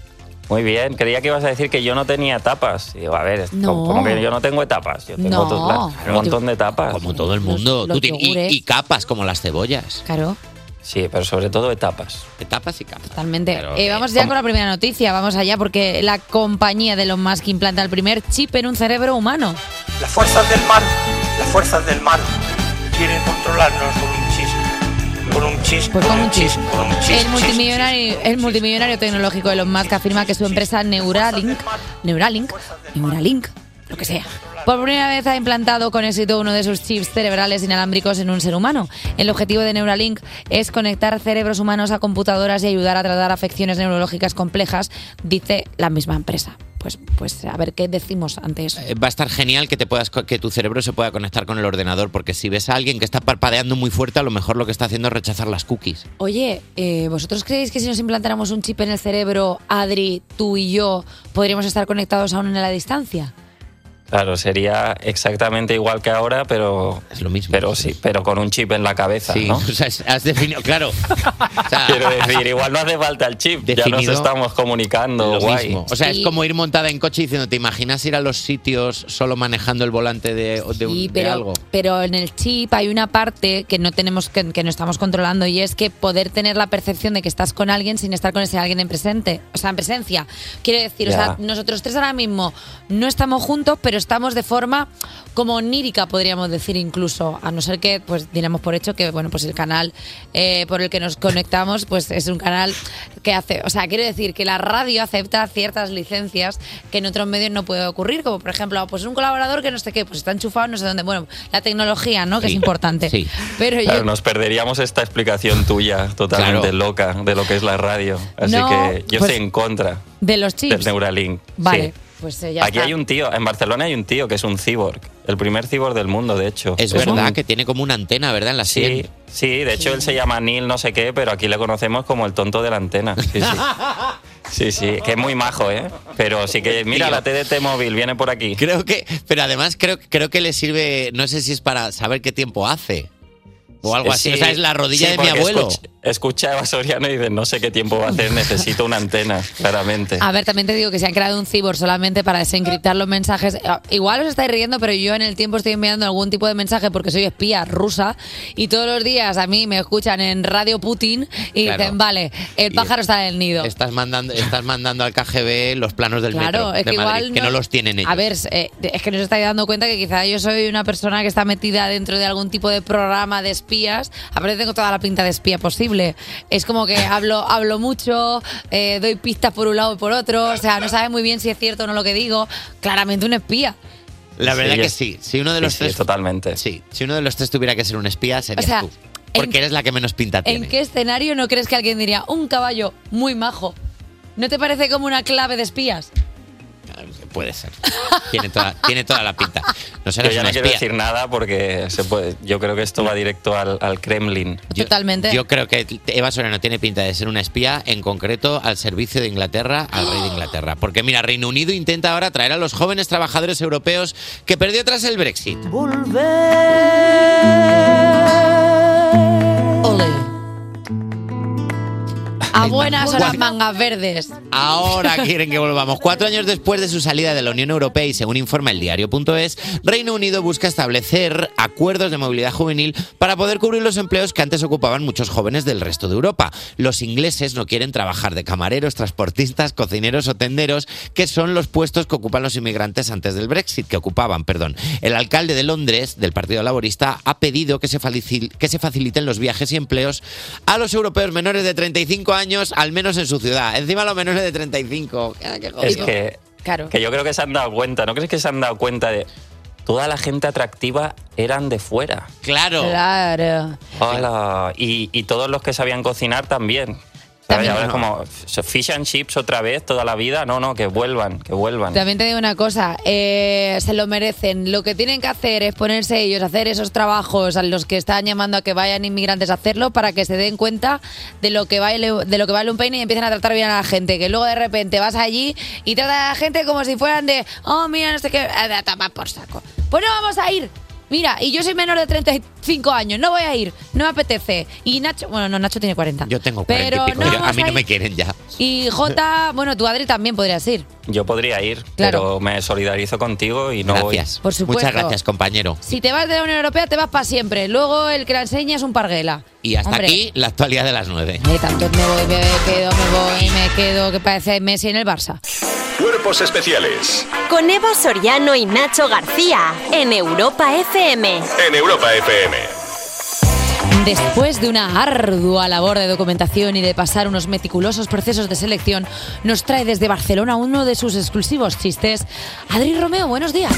Speaker 14: Muy bien, creía que ibas a decir que yo no tenía etapas. Digo, a ver,
Speaker 2: No.
Speaker 14: como como que yo no tengo etapas. Yo tengo
Speaker 2: No.
Speaker 14: to- un montón de etapas.
Speaker 3: Como todo el mundo.
Speaker 2: los
Speaker 3: Tú tienes- y,
Speaker 2: yogures.
Speaker 3: y capas como las cebollas.
Speaker 2: Claro,
Speaker 14: Sí, pero sobre todo etapas.
Speaker 3: Etapas y capas.
Speaker 2: totalmente. Eh, vamos ya con la primera noticia, vamos allá, porque la compañía de Elon Musk implanta el primer chip en un cerebro humano.
Speaker 7: Las fuerzas del mal, las fuerzas del mal quieren controlarnos con un chis, con un chis,
Speaker 2: Pues
Speaker 7: con un chis, con un chis.
Speaker 2: El multimillonario, el multimillonario tecnológico Elon Musk afirma que su empresa Neuralink, Neuralink, Neuralink, lo que sea, por primera vez ha implantado con éxito uno de sus chips cerebrales inalámbricos en un ser humano. El objetivo de Neuralink es conectar cerebros humanos a computadoras y ayudar a tratar afecciones neurológicas complejas, dice la misma empresa. pues, pues a ver qué decimos ante eso.
Speaker 3: va a estar genial que te puedas co- que tu cerebro se pueda conectar con el ordenador porque si ves a alguien que está parpadeando muy fuerte a lo mejor lo que está haciendo es rechazar las cookies
Speaker 2: Oye, eh, ¿vosotros creéis que si nos implantáramos un chip en el cerebro, Adri, tú y yo, podríamos estar conectados aún en la distancia?
Speaker 14: Claro, sería exactamente igual que ahora, pero
Speaker 3: lo mismo.
Speaker 14: Pero sí, pero con un chip en la cabeza,
Speaker 3: Sí,
Speaker 14: ¿no?
Speaker 3: o sea, es- has definido claro
Speaker 14: Quiero decir, igual no hace falta el chip, ya nos
Speaker 3: Definido
Speaker 14: estamos comunicando,
Speaker 3: lo
Speaker 14: guay.
Speaker 3: mismo o sea es como ir montada en coche diciendo te imaginas ir a los sitios solo manejando el volante de, de un-
Speaker 2: Y
Speaker 3: de
Speaker 2: pero,
Speaker 3: algo
Speaker 2: pero en el chip hay una parte que no tenemos que, que no estamos controlando y es que poder tener la percepción de que estás con alguien sin estar con ese alguien en presente, o sea, en presencia. Quiero decir, o
Speaker 16: Ya.
Speaker 2: sea, nosotros tres ahora mismo no estamos juntos, pero estamos de forma como onírica, podríamos decir incluso, a no ser que pues diéramos por hecho que bueno, pues el canal eh, por el que nos conectamos pues es un canal que hace, o sea, quiero decir que la radio acepta ciertas licencias que en otros medios no puede ocurrir, como por ejemplo, pues un colaborador que no sé qué, pues está enchufado no sé dónde, bueno, la tecnología, ¿no? Que es importante. Pero yo
Speaker 14: Claro, nos perderíamos esta explicación tuya totalmente loca de lo que es la radio. Así
Speaker 2: No,
Speaker 14: que yo
Speaker 2: pues-
Speaker 14: estoy en contra
Speaker 2: de los chips.
Speaker 14: del Neuralink.
Speaker 2: Vale,
Speaker 14: Sí.
Speaker 2: pues eh, ya
Speaker 14: Aquí
Speaker 2: está.
Speaker 3: Ah.
Speaker 14: hay un tío, en Barcelona hay un tío que es un cyborg, el primer cyborg del mundo, de hecho.
Speaker 3: es verdad
Speaker 14: un-
Speaker 3: que tiene como una antena verdad en la
Speaker 14: Sí,
Speaker 3: sien
Speaker 14: sí, de hecho él se llama Neil no sé qué, pero aquí le conocemos como el tonto de la antena. Sí, sí. Sí, sí, que es muy majo, ¿eh? Pero sí que, mira, la TDT móvil viene por aquí.
Speaker 3: Creo que, pero además creo, creo que le sirve, no sé si es para saber qué tiempo hace. O algo así,
Speaker 14: Eh, Sí,
Speaker 3: o sea, es la rodilla
Speaker 14: sí,
Speaker 3: de mi
Speaker 14: porque
Speaker 3: abuelo.
Speaker 14: escuch- Escucha, a Eva Soriano y dice, no sé qué tiempo va a hacer, necesito una antena, claramente.
Speaker 2: A ver, también te digo que se han creado un cyborg solamente para desencriptar los mensajes. Eh, Igual os estáis riendo, pero yo en el tiempo estoy enviando algún tipo de mensaje porque soy espía rusa y todos los días a mí me escuchan en Radio Putin y
Speaker 3: Claro.
Speaker 2: dicen, vale, el
Speaker 3: Y
Speaker 2: pájaro está en el nido.
Speaker 3: Estás mandando, estás mandando al KGB los planos del
Speaker 2: Claro,
Speaker 3: metro
Speaker 2: es
Speaker 3: de
Speaker 2: que
Speaker 3: Madrid,
Speaker 2: igual
Speaker 3: que no
Speaker 2: no-
Speaker 3: los tienen ellos.
Speaker 2: A ver, eh, es que nos estáis dando cuenta que quizá yo soy una persona que está metida dentro de algún tipo de programa de espías. Aparte tengo toda la pinta de espía posible. Es como que hablo, hablo mucho, eh, doy pistas por un lado y por otro. O sea, no sabes muy bien si es cierto o no lo que digo. Claramente un espía.
Speaker 3: la verdad
Speaker 14: Sí,
Speaker 3: que
Speaker 14: es-
Speaker 3: sí. Si uno de los tres,
Speaker 14: totalmente.
Speaker 3: Sí, si uno de los tres tuviera que ser un espía serías
Speaker 2: O sea,
Speaker 3: tú, porque eres la que menos pinta tiene.
Speaker 2: ¿En qué escenario no crees que alguien diría un caballo muy majo? ¿No te parece como una clave de espías?
Speaker 3: Puede ser. Tiene toda, tiene toda la pinta. No
Speaker 14: Yo
Speaker 3: serás
Speaker 14: ya
Speaker 3: un
Speaker 14: no quiero
Speaker 3: espía.
Speaker 14: decir nada porque se puede, yo creo que esto va directo al, al Kremlin.
Speaker 2: Totalmente.
Speaker 3: Yo creo que Eva Soriano tiene pinta de ser una espía, en concreto al servicio de Inglaterra, al rey de Inglaterra. Porque mira, Reino Unido intenta ahora traer a los jóvenes trabajadores europeos que perdió tras el Brexit.
Speaker 2: A buenas horas mangas verdes.
Speaker 3: Ahora quieren que volvamos. Cuatro años después de su salida de la Unión Europea y según informa el diario.es, Reino Unido busca establecer acuerdos de movilidad juvenil para poder cubrir los empleos que antes ocupaban muchos jóvenes del resto de Europa. Los ingleses no quieren trabajar de camareros, transportistas, cocineros o tenderos, que son los puestos que ocupan los inmigrantes antes del Brexit, que ocupaban, perdón. El alcalde de Londres, del Partido Laborista, ha pedido que se, facil- que se faciliten los viajes y empleos a los europeos menores de 35 años, al menos en su ciudad. Encima los menores de 35. Ah, qué
Speaker 14: Es
Speaker 3: jodido.
Speaker 14: que, que yo creo que se han dado cuenta, ¿no crees que se han dado cuenta de toda la gente atractiva eran de fuera?
Speaker 3: Claro.
Speaker 2: Claro.
Speaker 14: Hola. Y, y todos los que sabían cocinar también. ¿Sabes? Ahora es como "F- fish and chips otra vez toda la vida. No, no, que vuelvan, que vuelvan.
Speaker 2: También te digo una cosa, eh, se lo merecen. Lo que tienen que hacer es ponerse ellos a hacer esos trabajos a los que están llamando a que vayan inmigrantes a hacerlo para que se den cuenta de lo que vale, de lo que vale un peine y empiecen a tratar bien a la gente. Que luego de repente vas allí y tratas a la gente como si fueran de, oh, mira, no sé qué, a a tomar por saco. Pues no vamos a ir. Mira, y yo soy menor de 35 años, no voy a ir, no me apetece. Y Nacho, bueno, no, Nacho tiene 40.
Speaker 3: Yo tengo 40
Speaker 2: Pero
Speaker 3: y pico.
Speaker 2: no
Speaker 3: Yo- a
Speaker 2: vamos
Speaker 3: mí
Speaker 2: a
Speaker 3: no
Speaker 2: ir.
Speaker 3: me quieren ya.
Speaker 2: Y Jota, bueno, tu Adri también podrías ir.
Speaker 14: Yo podría ir, pero me solidarizo contigo y no voy.
Speaker 2: Por supuesto. Muchas gracias,
Speaker 3: compañero.
Speaker 2: Si te vas de la Unión Europea, te vas para siempre. Luego el que la enseña es un parguela.
Speaker 3: Y hasta
Speaker 2: Hombre.
Speaker 3: aquí la actualidad de las 9.
Speaker 2: Eh, tanto me voy, me quedo, me voy, me quedo, que parece Messi en el Barça.
Speaker 11: Cuerpos especiales
Speaker 5: Con Eva Soriano y Nacho García en Europa FM.
Speaker 11: en Europa FM.
Speaker 2: Después de una ardua labor de documentación y de pasar unos meticulosos procesos de selección, nos trae desde Barcelona uno de sus exclusivos chistes. Adri Romeo, buenos días.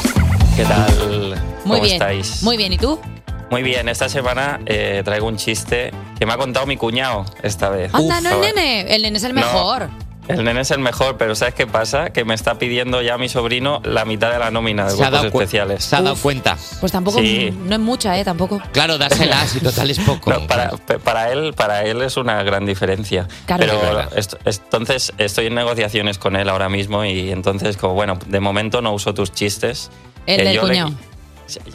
Speaker 14: ¿Qué tal?
Speaker 2: Muy
Speaker 14: ¿Cómo
Speaker 2: bien.
Speaker 14: estáis?
Speaker 2: Muy bien, ¿y tú?
Speaker 14: Muy bien, esta semana eh, traigo un chiste que me ha contado mi cuñado esta vez.
Speaker 2: Anda, no el
Speaker 14: Ahora-
Speaker 2: nene. El nene es el
Speaker 14: No.
Speaker 2: mejor.
Speaker 14: El nene es el mejor, pero ¿sabes qué pasa? Que me está pidiendo ya mi sobrino la mitad de la nómina de
Speaker 3: Se ha
Speaker 14: grupos
Speaker 3: dado cu-
Speaker 14: especiales.
Speaker 3: Se ha dado cuenta.
Speaker 2: Pues tampoco,
Speaker 14: Sí.
Speaker 2: no es mucha, ¿eh? Tampoco.
Speaker 3: Claro, dásela si total es poco.
Speaker 14: No, para, pe- para él, para él es una gran diferencia.
Speaker 2: Claro. Es
Speaker 14: Pero
Speaker 2: verdad.
Speaker 14: est- est- entonces estoy en negociaciones con él ahora mismo y entonces como bueno, de momento no uso tus chistes.
Speaker 2: El
Speaker 14: Eh,
Speaker 2: del
Speaker 14: yo le-
Speaker 2: cuñado.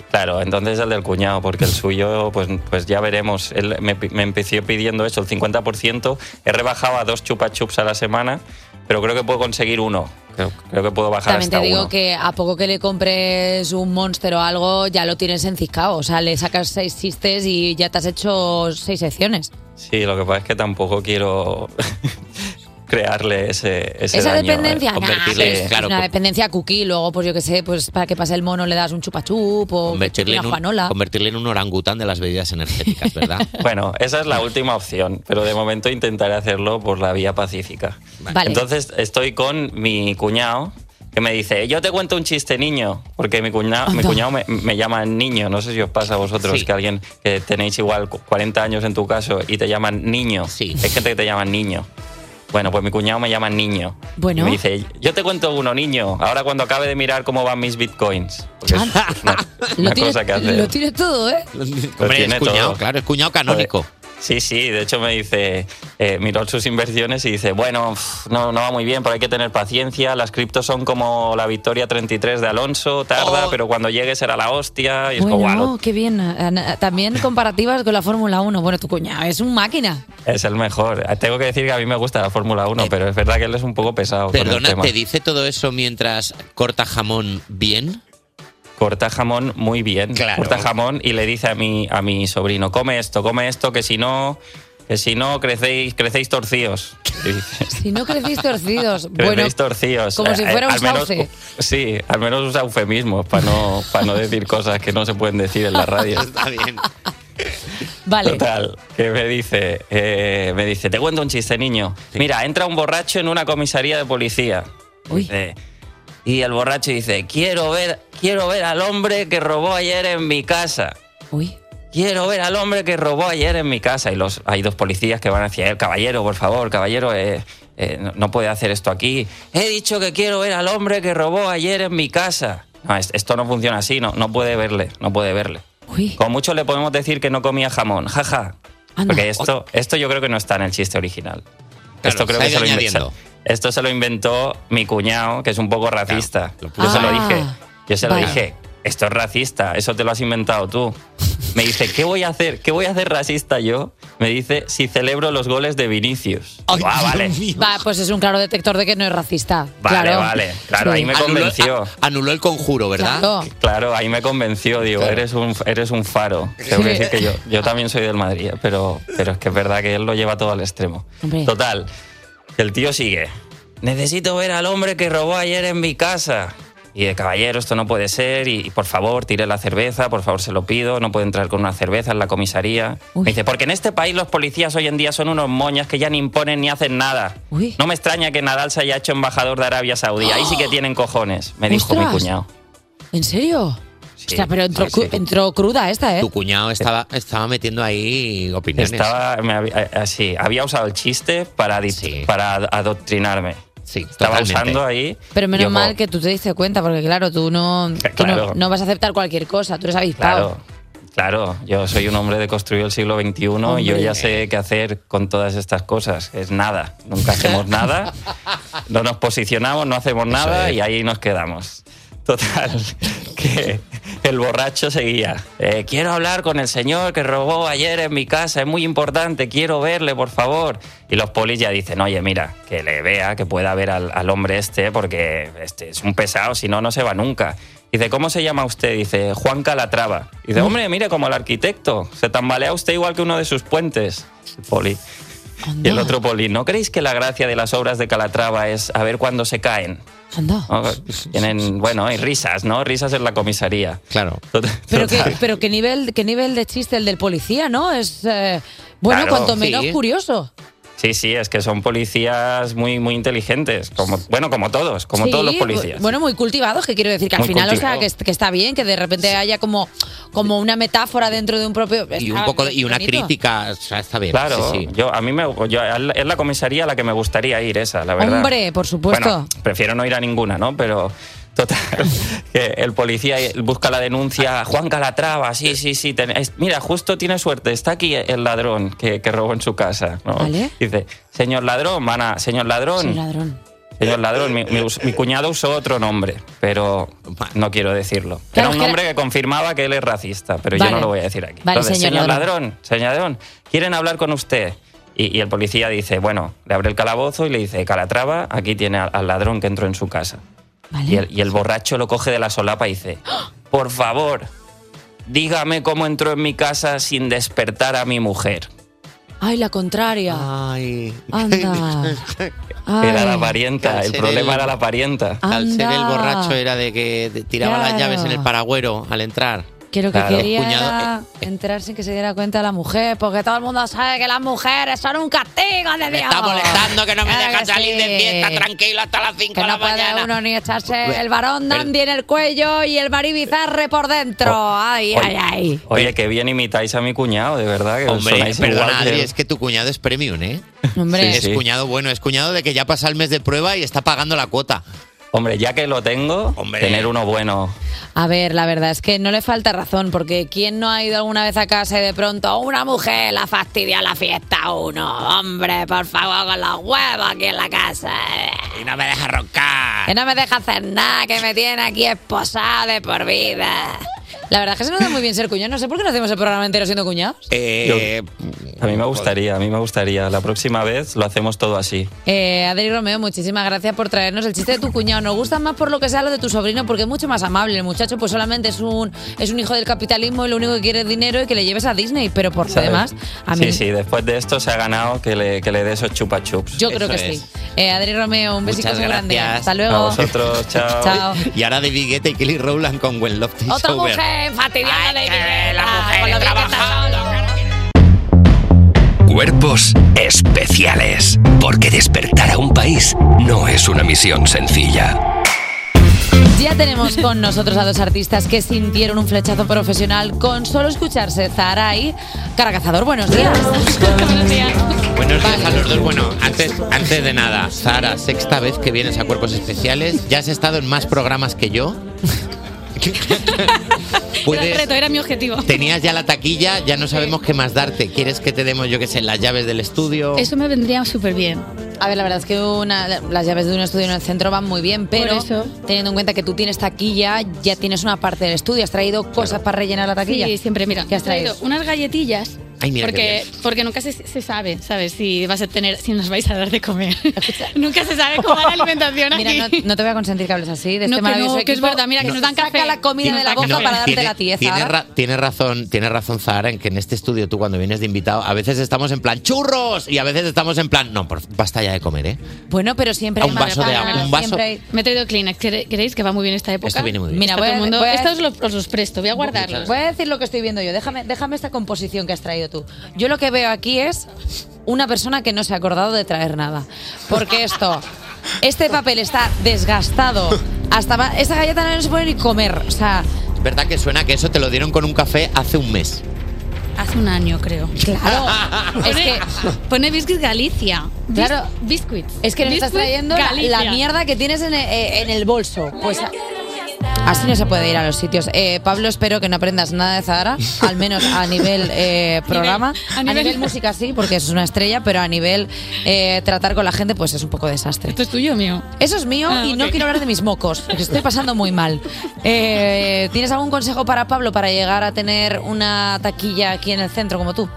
Speaker 14: Claro, entonces el del cuñado, porque el suyo, pues, pues ya veremos. Él me, pi- me empezó pidiendo eso, el 50%. He rebajado a dos chupa chups a la semana, pero creo que puedo conseguir uno. Creo, creo que puedo bajar
Speaker 2: También
Speaker 14: hasta
Speaker 2: te digo
Speaker 14: uno.
Speaker 2: que a poco que le compres un monster o algo, ya lo tienes enciscado. O sea, le sacas seis chistes y ya te has hecho seis secciones.
Speaker 14: Sí, lo que pasa es que tampoco quiero crearle ese, ese
Speaker 2: Esa
Speaker 14: daño,
Speaker 2: dependencia,
Speaker 14: eh,
Speaker 2: nah,
Speaker 14: convertirle-
Speaker 2: es una dependencia cookie. Luego, pues yo qué sé, pues para que pase el mono le das un chupachup o
Speaker 3: Convertirle
Speaker 2: una
Speaker 3: en, un,
Speaker 2: juanola.
Speaker 3: convertirle en un orangután de las bebidas energéticas, ¿verdad?
Speaker 14: Bueno, esa es la última opción, pero de momento intentaré hacerlo por la vía pacífica.
Speaker 2: Vale.
Speaker 14: Entonces estoy con mi cuñado que me dice, yo te cuento un chiste niño, porque mi cuñado, mi cuñado me, me llama niño, no sé si os pasa a vosotros
Speaker 16: Sí.
Speaker 14: que alguien que tenéis igual cu- 40 años en tu caso y te llaman niño, hay gente que te llama niño. Bueno, pues mi cuñado me llama niño.
Speaker 2: Bueno.
Speaker 14: Y me dice, yo te cuento uno, niño, ahora cuando acabe de mirar cómo van mis bitcoins. Pues Porque es una, una
Speaker 2: Lo tienes,
Speaker 14: cosa que hace.
Speaker 2: lo tienes todo, ¿eh?
Speaker 3: Hombre, es cuñado, claro, es cuñado canónico.
Speaker 14: Sí, sí, de hecho me dice, eh, miró sus inversiones y dice, bueno, pf, no, no va muy bien, pero hay que tener paciencia, las criptos son como la victoria 33 de Alonso,
Speaker 3: Oh.
Speaker 14: tarda, pero cuando llegue será la hostia, y es como,
Speaker 2: Bueno,
Speaker 14: "Guau,
Speaker 2: qué bien. Ana, También comparativas con la Fórmula 1. Bueno, tu cuñado es un máquina.
Speaker 14: es el mejor. Tengo que decir que a mí me gusta la Fórmula 1, pero es verdad que él es un poco pesado. con el
Speaker 3: Eh, Perdona,
Speaker 14: tema.
Speaker 3: ¿te dice todo eso mientras corta jamón bien?
Speaker 14: Corta jamón muy bien. Corta jamón y le dice a mi, a mi sobrino, come esto, come esto, que si no, que si no crecéis, crecéis torcidos. Le dice.
Speaker 2: Si no crecéis torcidos.
Speaker 14: Pero
Speaker 2: bueno,
Speaker 14: veis torcidos.
Speaker 2: como si fuera un
Speaker 14: eh, al menos-
Speaker 2: sauce.
Speaker 14: sí, al menos usa eufemismos para no, para no decir cosas que no se pueden decir en la radio.
Speaker 3: Está bien.
Speaker 2: Vale.
Speaker 14: Total, que me dice, eh, me dice, te cuento un chiste, niño. Mira, entra un borracho en una comisaría de policía. Dice, y el borracho dice, quiero ver, quiero ver al hombre que robó ayer en mi casa.
Speaker 2: Uy.
Speaker 14: Quiero ver al hombre que robó ayer en mi casa. Y los, hay dos policías que van hacia él. Caballero, por favor, caballero, eh, eh, no- no puede hacer esto aquí. He dicho que quiero ver al hombre que robó ayer en mi casa. No, es- esto no funciona así, no, no puede verle, no puede verle. Con mucho le podemos decir que no comía jamón, jaja.
Speaker 3: Mm.
Speaker 14: Porque esto, esto yo creo que no está en el chiste original. esto creo
Speaker 3: se ha
Speaker 14: que
Speaker 3: ido
Speaker 14: se lo, inve-
Speaker 3: añadiendo.
Speaker 14: se- esto se lo inventó mi cuñado, que es un poco racista. yo se lo
Speaker 3: Ah.
Speaker 14: dije. Yo se
Speaker 3: Vale.
Speaker 14: lo dije. Esto es racista, eso te lo has inventado tú. Me dice, ¿qué voy a hacer? ¿Qué voy a hacer racista yo? Me dice, si celebro los goles de Vinicius. ah, vale.
Speaker 2: Va, pues es un claro detector de que no es racista.
Speaker 14: Vale,
Speaker 2: claro.
Speaker 14: vale. Claro, ahí me
Speaker 3: Anuló-
Speaker 14: convenció.
Speaker 3: Anuló el conjuro, ¿verdad?
Speaker 2: Claro.
Speaker 14: Claro, ahí me convenció, digo, eres, un, eres un faro. Tengo que decir que yo, yo también soy del Madrid, pero, pero es que es verdad que él lo lleva todo al extremo. Total, que el tío sigue. Necesito ver al hombre que robó ayer en mi casa. Y de caballero, esto no puede ser. Y, y, por favor, tire la cerveza, por favor, se lo pido. No puede entrar con una cerveza en la comisaría. Me dice, porque en este país los policías hoy en día son unos moñas que ya ni imponen ni hacen nada. No me extraña que Nadal se haya hecho embajador de Arabia Saudí. Ahí sí que tienen cojones, me dijo mi
Speaker 2: ¡Ostras!
Speaker 14: cuñado.
Speaker 2: ¿En serio? Hostia, pero entró, cru- entró cruda esta, ¿eh?
Speaker 3: Tu cuñado estaba, estaba metiendo ahí opiniones.
Speaker 14: Estaba me había- eh, así, había usado el chiste para, adi- para ad- adoctrinarme.
Speaker 3: Sí,
Speaker 14: estaba
Speaker 3: totalmente.
Speaker 14: usando ahí.
Speaker 2: Pero menos
Speaker 14: yo como,
Speaker 2: mal que tú te diste cuenta, porque claro, tú no, tú no-
Speaker 14: Claro.
Speaker 2: no, vas a aceptar cualquier cosa, tú eres avispado.
Speaker 14: Claro, claro, yo soy un hombre de construido el siglo XXI y yo
Speaker 2: Hombre.
Speaker 14: ya sé qué hacer con todas estas cosas. Es nada, nunca hacemos nada, no nos posicionamos, no hacemos nada y ahí nos quedamos. Total, que el borracho seguía. Eh, quiero hablar con el señor que robó ayer en mi casa, es muy importante, quiero verle, por favor. Y los polis ya dicen, oye, mira, que le vea, que pueda ver al, al hombre este, porque este es un pesado, si no, no se va nunca. Dice, ¿cómo se llama usted? Dice, Juan Calatrava.
Speaker 2: Mm.
Speaker 14: Dice, hombre, mire, como el arquitecto, se tambalea usted igual que uno de sus puentes. El poli. Y el otro poli, ¿no creéis que la gracia de las obras de Calatrava es a ver cuándo se caen? ¿No? Tienen, bueno, y risas, ¿no? Risas en la comisaría.
Speaker 3: Claro.
Speaker 2: Pero, qué, pero qué nivel, qué nivel de chiste el del policía, ¿no? Es eh, bueno,
Speaker 14: Claro.
Speaker 2: cuanto menos
Speaker 14: Sí.
Speaker 2: curioso.
Speaker 14: Sí, sí, es que son policías muy, muy inteligentes. Como, bueno, como todos, como
Speaker 2: Sí,
Speaker 14: todos los policías.
Speaker 2: Bueno, muy cultivados, que quiero decir que al
Speaker 14: Muy
Speaker 2: final, o sea,
Speaker 14: cultivado.
Speaker 2: que, est- que está bien, que de repente haya como, como una metáfora dentro de un propio.
Speaker 3: Y un poco de- y una
Speaker 2: Ah, bonito.
Speaker 3: crítica, o sea, está bien.
Speaker 14: Claro,
Speaker 3: sí, sí.
Speaker 14: yo a mí me, yo- es la comisaría a la que me gustaría ir esa, la verdad.
Speaker 2: Hombre, por supuesto.
Speaker 14: Bueno, prefiero no ir a ninguna, ¿no? Pero total, que el policía busca la denuncia, Juan Calatrava, sí, sí, sí. ten- es- mira, justo tiene suerte, está aquí el ladrón que, que robó en su casa. ¿no?
Speaker 2: Vale.
Speaker 14: Dice, señor ladrón, mana, señor ladrón.
Speaker 2: Soy ladrón.
Speaker 14: Señor ladrón, mi, mi us- mi cuñado usó otro nombre, pero no quiero decirlo.
Speaker 2: Claro,
Speaker 14: era un
Speaker 2: que era-
Speaker 14: nombre que confirmaba que él es racista, pero yo
Speaker 2: Vale.
Speaker 14: no lo voy a decir aquí.
Speaker 2: Vale,
Speaker 14: Entonces,
Speaker 2: señor
Speaker 14: señor,
Speaker 2: ladrón.
Speaker 14: ladrón. señor ladrón, quieren hablar con usted. Y, y el policía dice, bueno, le abre el calabozo y le dice, Calatrava, aquí tiene al, al ladrón que entró en su casa. Y, el, y el borracho lo coge de la solapa y dice, por favor, dígame cómo entró en mi casa sin despertar a mi mujer.
Speaker 2: Ay, la contraria.
Speaker 3: Ay.
Speaker 2: Anda. Ay.
Speaker 14: Era la parienta, el
Speaker 3: Calcer
Speaker 14: problema
Speaker 3: el-
Speaker 14: era la parienta.
Speaker 3: Al ser el
Speaker 2: Anda.
Speaker 3: borracho era de que te tiraba las
Speaker 2: Claro.
Speaker 3: llaves en el paragüero al entrar. eh,
Speaker 2: Quiero que quería
Speaker 3: El cuñado-
Speaker 2: era entrar sin que se diera cuenta la mujer, porque todo el mundo sabe que las mujeres son un castigo de Dios. Me
Speaker 3: está molestando, que no me deja salir de fiesta,
Speaker 2: tranquilo
Speaker 3: hasta las 5
Speaker 2: que
Speaker 3: de la
Speaker 2: no puede
Speaker 3: mañana.
Speaker 2: uno ni echarse el varón dandy en el cuello y el baribizarre por dentro.
Speaker 3: Oh,
Speaker 2: Ay, ay, ay.
Speaker 14: Oye, que bien imitáis a mi cuñado, de verdad. Que
Speaker 3: Hombre,
Speaker 14: sonáis igual
Speaker 3: perdona,
Speaker 14: que-
Speaker 3: Adri, es que tu cuñado es premium, ¿eh?
Speaker 2: Hombre.
Speaker 3: es cuñado bueno, es cuñado de que ya pasa el mes de prueba y está pagando la cuota.
Speaker 14: Hombre, ya que lo tengo, tener
Speaker 3: eh,
Speaker 14: uno bueno.
Speaker 2: A ver, la verdad es que no le falta razón, porque ¿quién no ha ido alguna vez a casa y de pronto una mujer la fastidia la fiesta a uno? Hombre, por favor, con los huevos aquí en la casa. eh.
Speaker 3: Y no me deja roncar.
Speaker 14: Ah.
Speaker 2: Que no me deja hacer nada, que me tiene aquí esposada de por vida. La verdad es que se nos da muy bien ser cuñados. No sé por qué no hacemos el programa entero siendo cuñados.
Speaker 14: Yo- a mí me gustaría, a mí me gustaría. La próxima vez lo hacemos todo así.
Speaker 2: Eh, Adri Romeo, muchísimas gracias por traernos el chiste de tu cuñado. Nos gusta más por lo que sea lo de tu sobrino porque es mucho más amable. El muchacho pues solamente es un, es un hijo del capitalismo y lo único que quiere es dinero y que le lleves a Disney. Pero por lo
Speaker 14: ¿sabes?
Speaker 2: demás, a mí
Speaker 14: Sí, sí, después de esto se ha ganado que le, que le dé esos chupa chups.
Speaker 2: Yo creo que sí. Eh, Adri Romeo, un besito muy grande. Hasta luego.
Speaker 14: A vosotros, chao.
Speaker 2: Chao.
Speaker 3: Y ahora de Guetta y Kelly Rowland con When Love Takes
Speaker 2: Otra
Speaker 3: Over.
Speaker 2: mujer fastidiada de vida.
Speaker 1: Cuerpos especiales. Porque despertar a un país no es una misión sencilla.
Speaker 2: Ya tenemos con nosotros a dos artistas que sintieron un flechazo profesional con solo escucharse Zara y Caracazador. Buenos días.
Speaker 3: Buenos días a los dos. Bueno, antes, antes de nada, Sara, sexta vez que vienes a Cuerpos Especiales. Ya has estado en más programas que yo.
Speaker 6: Era el
Speaker 3: Puedes,
Speaker 6: reto, era mi objetivo.
Speaker 3: tenías ya la taquilla, ya no sabemos qué más darte. ¿Quieres que te demos, yo qué sé, las llaves del estudio?
Speaker 6: Eso me vendría súper bien.
Speaker 2: A ver, la verdad es que una- las llaves de un estudio en el centro van muy bien, pero teniendo en cuenta que tú tienes taquilla, ya tienes una parte del estudio. ¿Has traído cosas para rellenar la taquilla?
Speaker 6: Sí, siempre, mira.
Speaker 2: ¿Qué has
Speaker 6: he traído
Speaker 2: traído?
Speaker 6: unas galletillas.
Speaker 2: Ay, mira qué
Speaker 6: porque, porque nunca se, se sabe, ¿sabes? Si vas a tener, si nos vais a dar de comer. nunca se sabe cómo va la alimentación
Speaker 2: Mira,
Speaker 6: aquí.
Speaker 2: no, no te voy a consentir que hables así de
Speaker 6: No,
Speaker 2: este
Speaker 6: que
Speaker 2: maravilloso
Speaker 6: no, que es
Speaker 2: equipo.
Speaker 6: verdad, mira, que No. nos dan café.
Speaker 2: Saca la comida de la boca
Speaker 3: No,
Speaker 2: para darte
Speaker 3: tiene-
Speaker 2: la tieza.
Speaker 3: Tiene,
Speaker 2: Ahora.
Speaker 3: ra- tiene razón, tiene razón Zahara en que en este estudio tú cuando vienes de invitado a veces estamos en plan churros y a veces estamos en plan no, por- basta ya de comer, ¿eh?
Speaker 2: Bueno, pero siempre
Speaker 3: Un vaso de agua, un vaso.
Speaker 6: Me he traído Kleenex. ¿Quere- ¿Queréis que va muy bien esta época?
Speaker 3: Esto viene muy bien.
Speaker 2: Mira,
Speaker 6: Está
Speaker 2: voy
Speaker 6: todo
Speaker 2: a-
Speaker 6: el mundo-
Speaker 2: voy a-
Speaker 6: Estos los, os los presto, voy a guardarlos.
Speaker 2: Voy a decir lo que estoy viendo yo. Déjame, déjame esta composición que has traído tú. Yo lo que veo aquí es una persona que no se ha acordado de traer nada. Porque esto, este papel está desgastado. Hasta ma- esta galleta no se puede ni comer. O sea,
Speaker 3: Es verdad que suena que eso te lo dieron con un café hace un mes.
Speaker 6: Hace un año, creo.
Speaker 2: Claro.
Speaker 6: es que pone Biscuit Galicia. Bis-
Speaker 2: Claro.
Speaker 6: Biscuits.
Speaker 2: es que no estás
Speaker 6: Biscuit
Speaker 2: trayendo la,
Speaker 6: Galicia.
Speaker 2: la mierda que tienes en, eh, en el bolso. Pues a- así no se puede ir a los sitios. Eh, Pablo, espero que no aprendas nada de Zahara, al menos a nivel eh, programa.
Speaker 6: a
Speaker 2: a, nivel,
Speaker 6: nivel-
Speaker 2: música sí, porque es una estrella, pero a nivel eh, tratar con la gente, pues es un poco desastre.
Speaker 6: ¿Esto es tuyo o mío?
Speaker 2: Eso es mío
Speaker 6: Ah,
Speaker 2: y no
Speaker 6: ok.
Speaker 2: quiero hablar de mis mocos, porque estoy pasando muy mal. Eh, ¿Tienes algún consejo para Pablo para llegar a tener una taquilla aquí en el centro como tú?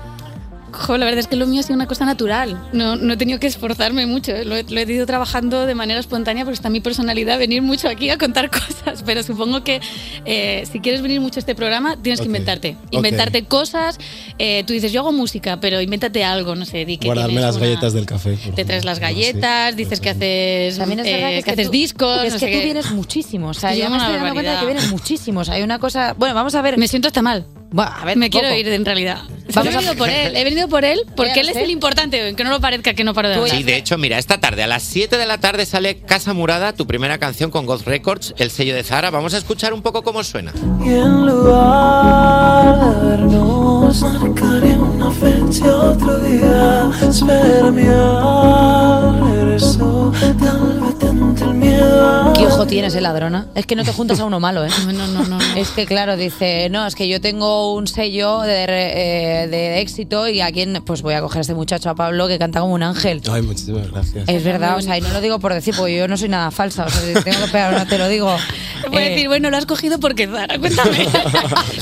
Speaker 6: Jo, la verdad es que lo mío ha sido una cosa natural. No, no he tenido que esforzarme mucho. ¿eh? Lo he, lo he ido trabajando de manera espontánea porque está mi personalidad venir mucho aquí a contar cosas. Pero supongo que eh, si quieres venir mucho a este programa, tienes
Speaker 13: Ok.
Speaker 6: que inventarte.
Speaker 13: Ok.
Speaker 6: Inventarte cosas. Eh, tú dices, yo hago música, pero invéntate algo. No sé, di que
Speaker 13: Guardarme
Speaker 6: tienes
Speaker 13: las
Speaker 6: una-
Speaker 13: galletas del café. por
Speaker 6: Te traes las galletas, dices que haces,
Speaker 2: También es
Speaker 6: eh,
Speaker 2: verdad que,
Speaker 6: que
Speaker 2: es que
Speaker 6: haces
Speaker 2: tú-
Speaker 6: discos.
Speaker 2: pero Es
Speaker 6: no
Speaker 2: que
Speaker 6: sé
Speaker 2: tú
Speaker 6: qué.
Speaker 2: vienes muchísimo. O sea,
Speaker 6: Sí,
Speaker 2: yo
Speaker 6: una
Speaker 2: me estoy dando cuenta de
Speaker 6: barbaridad.
Speaker 2: que vienes muchísimo. O sea, hay una cosa. Bueno, vamos a ver.
Speaker 6: Me siento hasta mal.
Speaker 2: Bueno, a ver,
Speaker 6: Me quiero
Speaker 2: poco.
Speaker 6: ir en realidad. he venido por él, he venido por él porque él es el importante, aunque no lo parezca que no paro de hablar.
Speaker 3: Sí, de hecho, mira, esta tarde a las 7 de la tarde sale Casa Murada, tu primera canción con Ghost Records, el sello de Zara. Vamos a escuchar un poco cómo suena.
Speaker 12: Y en lugar nos marcaré una fecha otro día. Espérame al regreso, tal vez tendré el miedo.
Speaker 2: ¿Qué ojo tienes, eh, ladrona? Es que no te juntas a uno malo, ¿eh? No, no, no. Es que, claro, dice, no, es que yo tengo un sello de, re- eh, de éxito y a quien, pues voy a coger a este muchacho, a Pablo, que canta como un ángel.
Speaker 16: Ay, muchísimas gracias.
Speaker 2: Es verdad, o sea, y no lo digo por decir, porque yo no soy nada falsa, o sea, si tengo que pegar, no te lo digo. Eh,
Speaker 6: Puedes decir, bueno, lo has cogido porque Zara, cuéntame.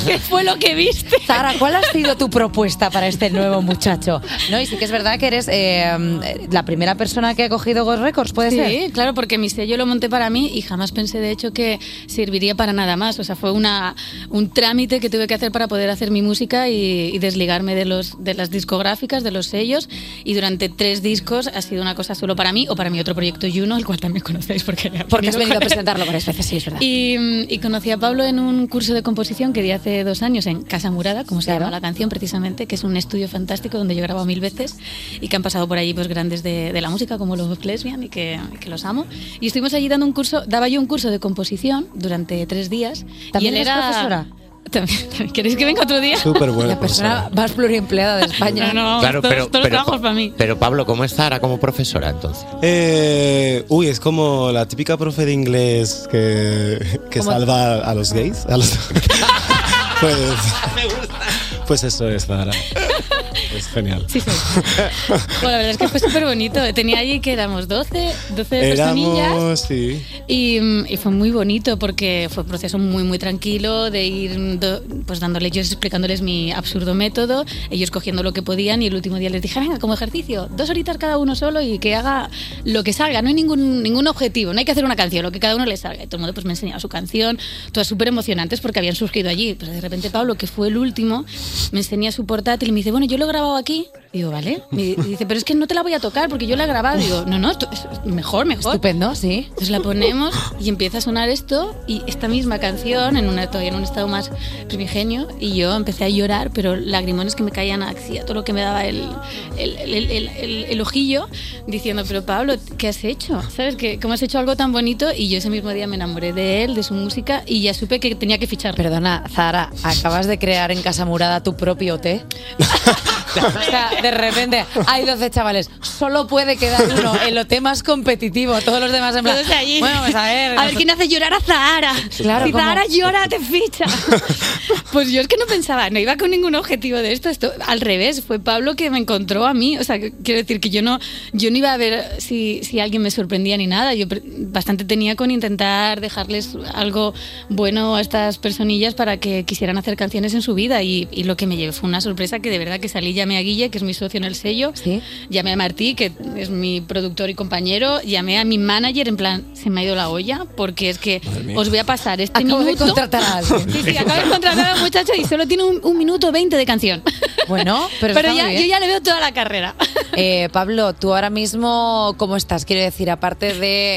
Speaker 6: ¿Qué fue lo que viste?
Speaker 2: Zara, ¿cuál ha sido tu propuesta para este nuevo muchacho? No, y sí que es verdad que eres eh, la primera persona que ha cogido Ghost Records, ¿puede
Speaker 6: sí,
Speaker 2: ser?
Speaker 6: claro, porque mi sello lo monté para mí y jamás pensé, de hecho, que serviría para nada más. O sea, fue una, un trámite que tuve que hacer para poder hacer mi música y, y desligarme de, los, de las discográficas, de los sellos. Y durante tres discos ha sido una cosa solo para mí o para mi otro proyecto Juno, el cual también conocéis porque...
Speaker 2: Porque has venido a
Speaker 6: con él.
Speaker 2: presentarlo varias veces, sí, es verdad.
Speaker 6: Y, mm, y conocí a Pablo en un curso de composición que di hace dos años en Casa Murada, como se llama la canción precisamente, que es un estudio fantástico donde yo grabo mil veces y que han pasado por allí pues, grandes de, de la música como los Lesbian y que, y que los amo. Y estuvimos allí dando un curso, daba yo un curso de composición durante tres días.
Speaker 2: ¿También
Speaker 6: y él
Speaker 2: eres
Speaker 6: era
Speaker 2: profesora?
Speaker 6: También, también. ¿Queréis que venga otro día?
Speaker 3: Súper buena
Speaker 2: La persona más Ah, pluriempleada de España.
Speaker 6: No, no, todos, todos los trabajos para mí.
Speaker 3: Pero Pablo, ¿cómo es Zara como profesora entonces?
Speaker 16: Eh, uy, es como la típica profe de inglés que, que
Speaker 3: ¿Cómo?
Speaker 16: salva a los gays. a los- pues, pues eso es, Zara. Es genial.
Speaker 6: Bueno, la verdad es que fue súper bonito. Tenía allí que éramos 12, 12 personillas.
Speaker 16: Éramos, sí.
Speaker 6: Y, mm, y fue muy bonito porque fue un proceso muy, muy tranquilo de ir mm, do- pues dándoles, yo explicándoles mi absurdo método, ellos cogiendo lo que podían y el último día les dije, venga, como ejercicio, dos horitas cada uno solo y que haga lo que salga, no hay ningún, ningún objetivo, no hay que hacer una canción, lo que cada uno le salga. Y todo el mundo pues me enseñaba su canción, todas súper emocionantes porque habían surgido allí. Pues de repente Pablo, que fue el último, me enseña su portátil y me dice, bueno, yo lo he grabado aquí. Digo, vale. Me dice, pero es que no te la voy a tocar porque yo la he grabado. Digo, no, no, esto- es- mejor, mejor.
Speaker 2: Estupendo, sí.
Speaker 6: Entonces la ponemos y empieza a sonar esto y esta misma canción en una, todavía en un estado más primigenio y yo empecé a llorar, pero lagrimones que me caían hacia todo lo que me daba el, el, el- el- el- el- el ojillo diciendo, pero Pablo, ¿qué has hecho? ¿Sabes? Que, ¿Cómo has hecho algo tan bonito? Y yo ese mismo día me enamoré de él, de su música y ya supe que tenía que fichar.
Speaker 2: Perdona, Zara, acabas de crear en Casa Murada tu propio té. o sea, de repente hay 12 chavales, solo puede quedar uno, el té más competitivo, todos los demás en plan.
Speaker 6: Todos allí.
Speaker 2: Bueno, pues a ver.
Speaker 6: A ver quién hace llorar a Zahara.
Speaker 2: Claro,
Speaker 6: si
Speaker 2: ¿cómo?
Speaker 6: Zahara llora, te ficha. Pues yo es que no pensaba, no iba con ningún objetivo de esto. esto al revés, fue Pablo que me encontró a mí. O sea, que- quiero decir que yo no, yo no iba a ver si, si alguien me sorprendía ni nada. Yo pre- bastante tenía con intentar dejarles algo bueno a estas personillas para que quisieran hacer canciones en su vida. Y, y lo que me llevé fue una sorpresa que de verdad que salí, llamé a Guille, que es mi socio en el sello. Llamé a Martí, que es mi productor y compañero. Llamé a mi manager, en plan, se me ha ido la olla, porque es que
Speaker 2: mía.
Speaker 6: os voy a pasar este
Speaker 2: Acabo de
Speaker 6: minuto.
Speaker 2: contratar a alguien.
Speaker 6: Sí, sí, acabo de contratar a un muchacho y solo tiene un, un minuto veinte de canción.
Speaker 2: Bueno, pero, está
Speaker 6: ya,
Speaker 2: muy bien.
Speaker 6: yo ya le veo toda la carrera.
Speaker 2: Eh, Pablo, tú ahora mismo, ¿cómo estás? Quiero decir, aparte de,